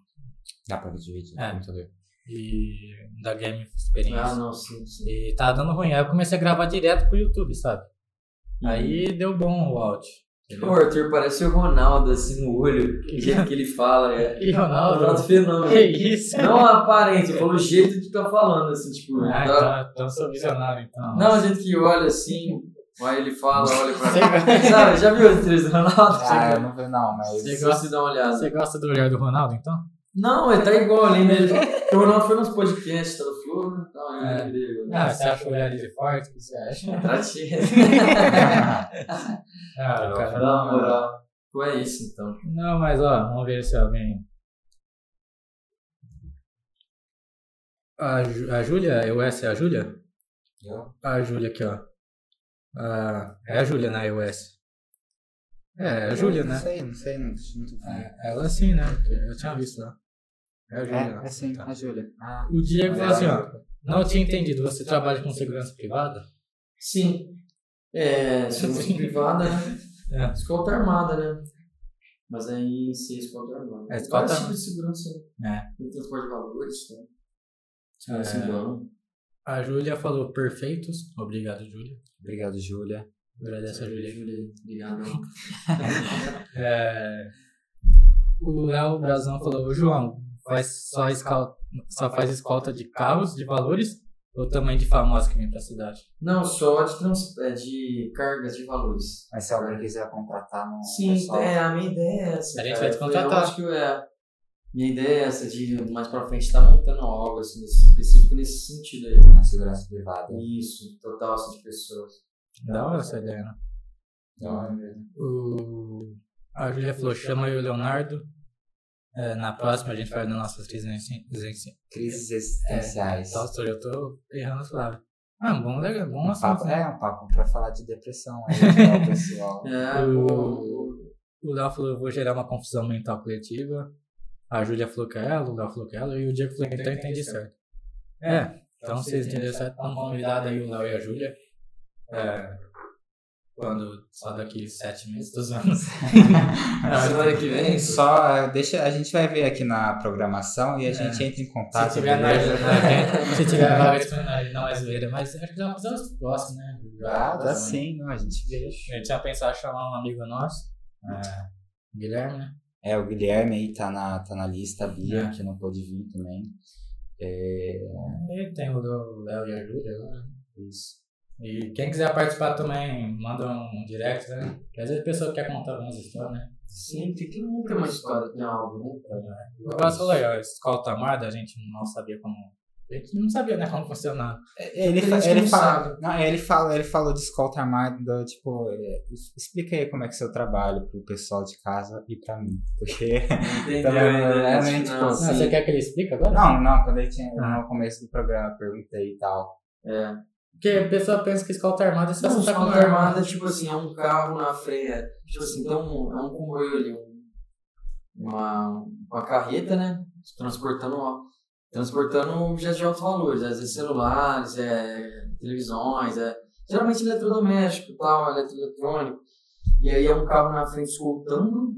Dá pra ver de vídeo. É. computador. de- da Game Ah, Experience. não, sim, sim. E tava dando ruim. Aí eu comecei a gravar direto pro YouTube, sabe? Aí deu bom o áudio. O Arthur parece o Ronaldo, assim, no olho. O jeito que ele fala. É... E Ronaldo Ronaldo. Que Fenômeno. isso? Não a aparência, pelo jeito que tá falando, assim, tipo. Ah, tá- então, então eu sou visionário, então. Não, a gente que olha assim, aí ele fala, olha pra Você- mim. Sabe, já viu os três do Ronaldo? Ah, eu não vi não, mas. Sim. Você gosta de dar uma olhada. Você gosta do olhar do Ronaldo, então? Não, ele tá igual ali, né? O Ronaldo foi nos podcasts, tá no Flow, né? Tá, É. eu lembrei agora. Ah, você acha o olhar dele forte? O que você acha? Tratinho. Ah, Não, cara. Dá uma moral. Pô, é isso então. Não, mas ó, vamos ver se alguém. A, Ju- a Júlia, EOS é a Júlia? Eu? A Júlia aqui, ó. Ah, é a Júlia na EOS. É, é a Júlia, Não né? sei, não sei, não, não tô falando. É, ela sim, né? Porque Eu tinha visto lá. É a Júlia. É, é sim, Tá. a Júlia. Ah, O Diego falou assim, ó. Não tinha entendido, você trabalha com segurança privada? Sim. É, segurança privada, né? É. Escolta armada, né? Mas aí em si é escolta armada. É, escolta Vários armada. tipos de segurança. É. Tem transporte de valores, É. né? É. Segurança em banco. A Júlia falou perfeitos. Obrigado, Júlia. obrigado, Júlia. Agradeço a Júlia. Obrigado. É, O Léo Brazão falou, "Ô, João, faz só, escal... só faz escolta de carros, de valores, ou também de famosos que vem pra cidade? Não, só de, trans... é, de cargas de valores. Mas se alguém quiser contratar no Sim, pessoal, é, a minha ideia é essa. A gente cara. vai te Foi contratar. aonde que eu é. Minha ideia é essa, de mais pra frente tá montando algo assim, nesse, específico nesse sentido aí. na segurança privada. Isso, total assim, de pessoas. Da hora essa ideia, né? Então, Tá. O... A Julia falou, chama eu e o Leonardo. É, na próxima a gente faz nas nossas crises existenciais. crises existenciais. Nossa, hoje eu tô errando as palavras. Ah, bom, legal, bom Um assunto, papo, né? é um papo pra falar de depressão aí, né, o pessoal. É, O- o... O Léo falou, eu vou gerar uma confusão mental coletiva. A Júlia falou que é ela, o Léo falou que é ela, e o Diego falou que então eu entendi certo. É, então vocês entenderam certo, estão convidados aí o Léo e a Júlia. É, quando, só daqui sete meses, dos anos. Ah, semana que vem. Só eh, deixa, a gente vai ver aqui na programação e a gente entra em contato. Se tiver na beleza? né? agenda, né? se tiver vaga disponível, não é zoeira, mas acho que já fazemos os próximos, né? Ah, dá também. sim, não, a gente vê. Eu tinha pensado em chamar um amigo nosso, é, Guilherme, né? É, o Guilherme aí tá na, tá na lista, a Bia, É. que não pôde vir também. É, E tem o Léo e a Júlia lá, né? isso. E quem quiser participar também, manda um direct, né? Porque às vezes a pessoa quer contar algumas histórias, né? Sim, tem que nunca é mais história tem algo, né? O negócio falou aí, ó, escola Tamarda, a gente não sabia como. A gente não sabia, né, como funcionava. É, Ele, Tem fa- gente que ele, não fala, não, ele, fala, ele falou de escolta armada, tipo, é, es- explica aí como é que é seu trabalho pro pessoal de casa e pra mim. Porque. Entendeu? Também, né? assim, Acho que Tipo, não, não, Ah, sim. você quer que ele explique agora? Não, não, quando ele tinha Ah. no começo do programa, eu perguntei e tal. É. Porque a pessoa pensa que escolta armada é só Não, você tá com escolta uma armada. armada, tipo assim, é um carro na freia. Tipo assim, então é um comboio ali, um- uma, uma carreta, né? Transportando, ó, transportando objetos de altos valores, às vezes celulares, é, televisões, é, geralmente eletrodoméstico e tal, eletroeletrônico. E aí é um carro na frente escoltando,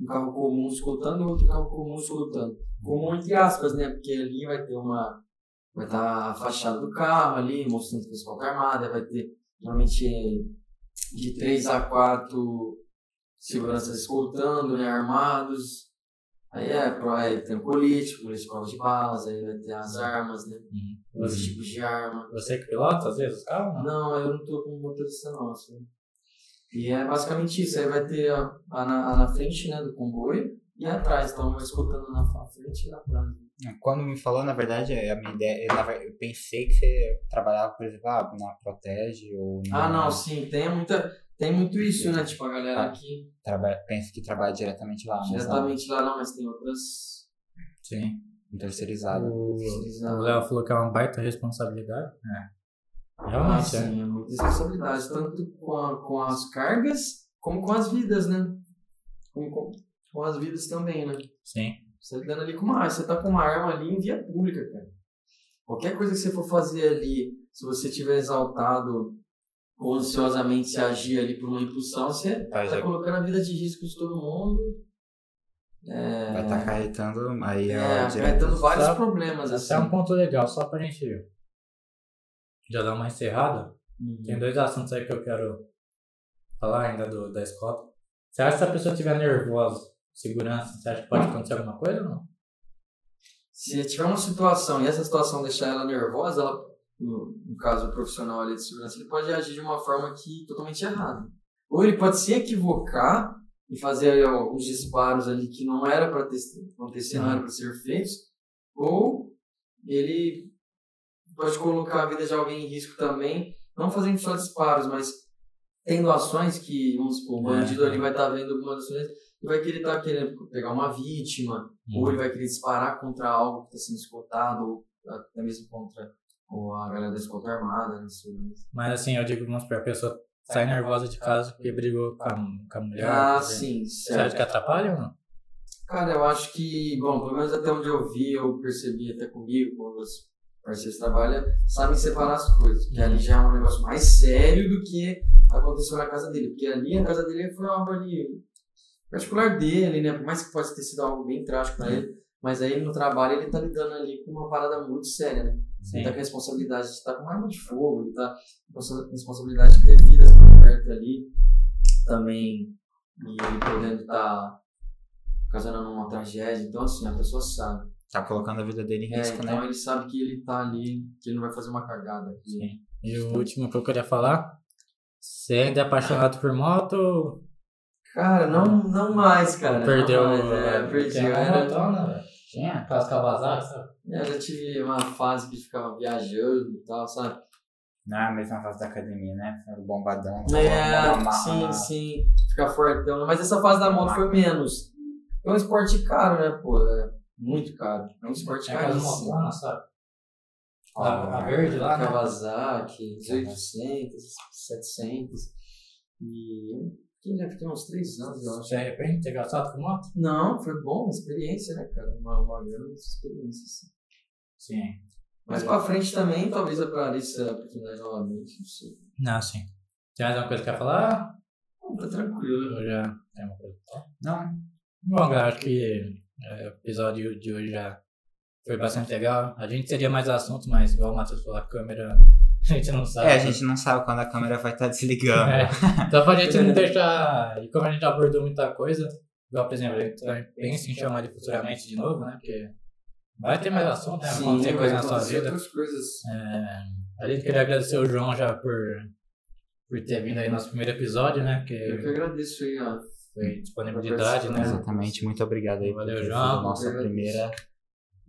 um carro comum escoltando e outro carro comum escoltando. Comum entre aspas, né? Porque ali vai ter uma. Vai estar a fachada do carro ali, mostrando que o pessoal tá armado, aí vai ter normalmente de 3 a 4 seguranças escoltando, né, armados. Aí é, pro- aí tem o colete, colete de prova de balas, aí vai ter as armas, né? Hum. Os Você- tipos de arma. Você que pilota, às vezes, o carro? Não. Não, eu não tô com motorista não, assim. E é basicamente isso, aí vai ter a, a na, a na frente, né, do comboio e atrás, então vai escoltando na fa- frente e atrás. Quando me falou, na verdade, é, a minha ideia, eu, na ver- eu pensei que você trabalhava, por exemplo, ah, na Protege ou na. Ah, não, sim, tem muita... Tem muito isso, né? Tipo, a galera aqui Trabalha, pensa que trabalha diretamente lá, mas não, diretamente lá não, mas tem outras. Sim. terceirizado. Tá. Uhum. O o Léo falou que é uma baita responsabilidade. Realmente, é. assim, é muita responsabilidade, tanto com, a- com as cargas como com as vidas, né? Com, com, com as vidas também, né? Sim. Você tá lidando ali com uma arma, você tá com uma arma ali em via pública, cara. Qualquer coisa que você for fazer ali, se você tiver exaltado ou ansiosamente se agir ali por uma impulsão, você Vai, tá já- colocando a vida de risco de todo mundo. É, vai estar acarretando aí é, ó, direto. acarretando vários Só- problemas, Esse assim. é um ponto legal, só pra gente já dar uma encerrada. Uhum. Tem dois assuntos aí que eu quero falar ainda do, da escola. Você acha que se a pessoa estiver nervosa, segurança, você acha que pode acontecer alguma coisa ou não? Se tiver uma situação e essa situação deixar ela nervosa, ela, no, no caso o profissional ali de segurança, ele pode agir de uma forma que totalmente errada. Ou ele pode se equivocar e fazer alguns disparos ali que não era para acontecer, não era para ser feitos, ou ele pode colocar a vida de alguém em risco também, não fazendo só disparos, mas tendo ações que, vamos supor, o É. bandido ali vai estar vendo algumas ações e vai querer estar querendo pegar uma vítima, ou Uhum. ele vai querer disparar contra algo que está sendo escoltado, ou até mesmo contra ou a galera da escolta armada, né? isso- Mas assim, eu digo, vamos supor, a pessoa sai nervosa de casa porque brigou com a, com a mulher. Ah, por exemplo. sim, É, Você acha certo. que atrapalha ou não? Cara, eu acho que, bom, pelo menos até onde eu vi, eu percebi até comigo, quando os parceiros trabalham, sabem separar as coisas, porque ali já é um negócio mais sério do que aconteceu na casa dele, porque ali a casa dele foi algo ali particular dele, né? Por mais que possa ter sido algo bem trágico pra ele, mas aí no trabalho ele tá lidando ali com uma parada muito séria, né? Ele tá com a responsabilidade de estar com uma arma de fogo, ele tá com a responsabilidade de ter vidas por perto ali também, e ele podendo tá estar ocasionando uma tragédia. Então, assim, a pessoa sabe. Tá colocando a vida dele em É, risco, então né? ele sabe que ele tá ali, que ele não vai fazer uma cagada. Que... Sim. E o último que eu queria falar, você ainda é apaixonado por moto? Cara, não, não mais, cara. perdeu. Não mais, é, perdi. Tem Eu uma era, motona, velho. Tinha aquelas Kawasaki, sabe? eu já tive uma fase que ficava viajando e tal, sabe? Na mesma fase da academia, né? Bombadão. né? É, bomba- sim, sim. Ficar fortão. né? Mas essa fase da moto foi menos. É um esporte caro, né, pô? É muito caro. É um esporte Tinha aquelas caríssimo. Ah, motonas, sabe? Ó, A, a verde lá, né? Kawasaki, 1800, 700. E eu fiquei, né, fiquei uns 3 anos, eu acho. Você arrepende de ter gastado com moto? Não, foi bom, uma experiência, né, cara? Uma, uma grande experiência, assim. Sim. Mas pra frente também, talvez apareça a oportunidade novamente, não sei. Não, sim. Tem mais alguma coisa que quer falar? Tá tranquilo, né? Eu já tenho uma coisa pra falar. Não, Bom, galera, acho que é, o episódio de hoje já foi bastante legal. A gente teria mais assuntos, mas igual o Matheus falou, a câmera a gente não sabe. é, a gente não sabe quando a câmera vai estar desligando. É, Só pra gente não deixar. E como a gente abordou muita coisa, igual, por exemplo, a gente também pensa em chamar ele futuramente de novo, né? Porque vai ter mais assunto, né? Vai ter coisa na sua acontecer vida. outras coisas. É, a gente queria agradecer o João já por, por ter vindo aí no nosso primeiro episódio, né? Eu que Porque agradeço aí, ó. foi disponibilidade, né? Exatamente, muito obrigado aí. por Valeu, ter João. sido Nossa Obrigado. primeira.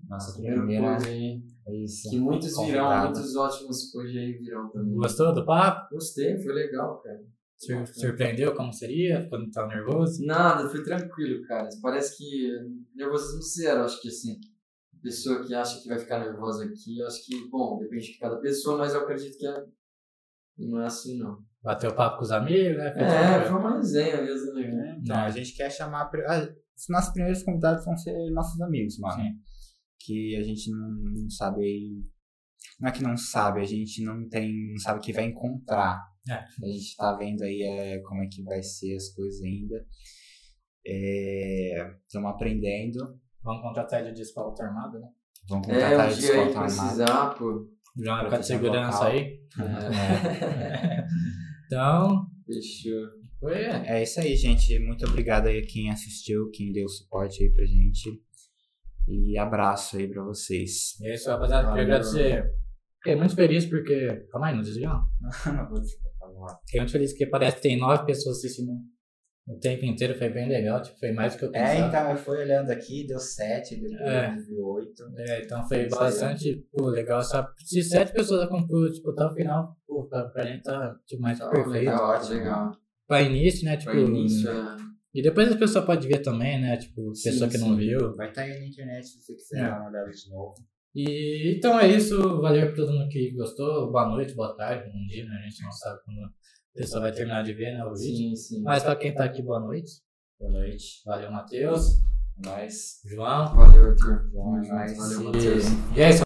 Nossa Primeiro primeira. pod aí. É isso. Que muitos virão, Convidado. muitos ótimos hoje aí virão também. Gostou do papo? Gostei, foi legal, cara. Sur- surpreendeu como seria? Quando tava nervoso? Nada, foi tranquilo, cara. Parece que nervosismo zero, acho que assim. a Pessoa que acha que vai ficar nervosa aqui, eu acho que, bom, depende de cada pessoa, mas eu acredito que é- não é assim, não. Bateu papo com os amigos, né? Fez É, uma- foi uma resenha mesmo, né? É, Então, Não. a gente quer chamar. a pri- ah, Os nossos primeiros convidados vão ser nossos amigos, mano. Sim. Que a gente não, não sabe aí. Não é que não sabe, a gente não tem. Não sabe o que vai encontrar. É. A gente tá vendo aí é, como é que vai ser as coisas ainda. Estamos aprendendo. um Vamos contratar ele de escolta armada, né? Vamos É, contratar um dia aí que escolta armada. precisar, pô. Já uma Pra época de fechar segurança local. aí. É, Então, fechou. foi. é. É isso aí, gente. Muito obrigado aí a quem assistiu, quem deu suporte aí pra gente. E abraço aí pra vocês. E é isso, rapaziada. Queria Valeu. agradecer. Fiquei muito feliz porque. Calma aí, não desliga não. Fiquei muito feliz porque parece que tem nove pessoas assistindo o tempo inteiro. Foi bem legal. Tipo, foi mais do que eu É, pensava. então eu fui olhando aqui, deu 7, depois É. deu 8. É, então foi Isso aí. bastante pô, legal. Sabe? Se sete pessoas acompanham tipo, até o final, pô, pra, pra gente tá tipo, mais que perfeito. Legal, ótimo. tá legal. Pra início, né? Tipo, Foi início, é. E depois as pessoas podem ver também, né? Tipo, Sim, pessoa que não sim. viu. Vai estar aí na tá internet se você quiser É. dar uma olhada de novo. E, então é isso. Valeu pra todo mundo que gostou. Boa noite, boa tarde, bom dia, né? A gente não sabe quando a pessoa vai terminar de ver, né? O vídeo. Sim, sim. Mas pra quem tá aqui, boa noite. Boa noite. Valeu, Matheus. Nós. João. Valeu, Arthur. Vamos Nós. juntos. Valeu, E- Matheus. E é isso.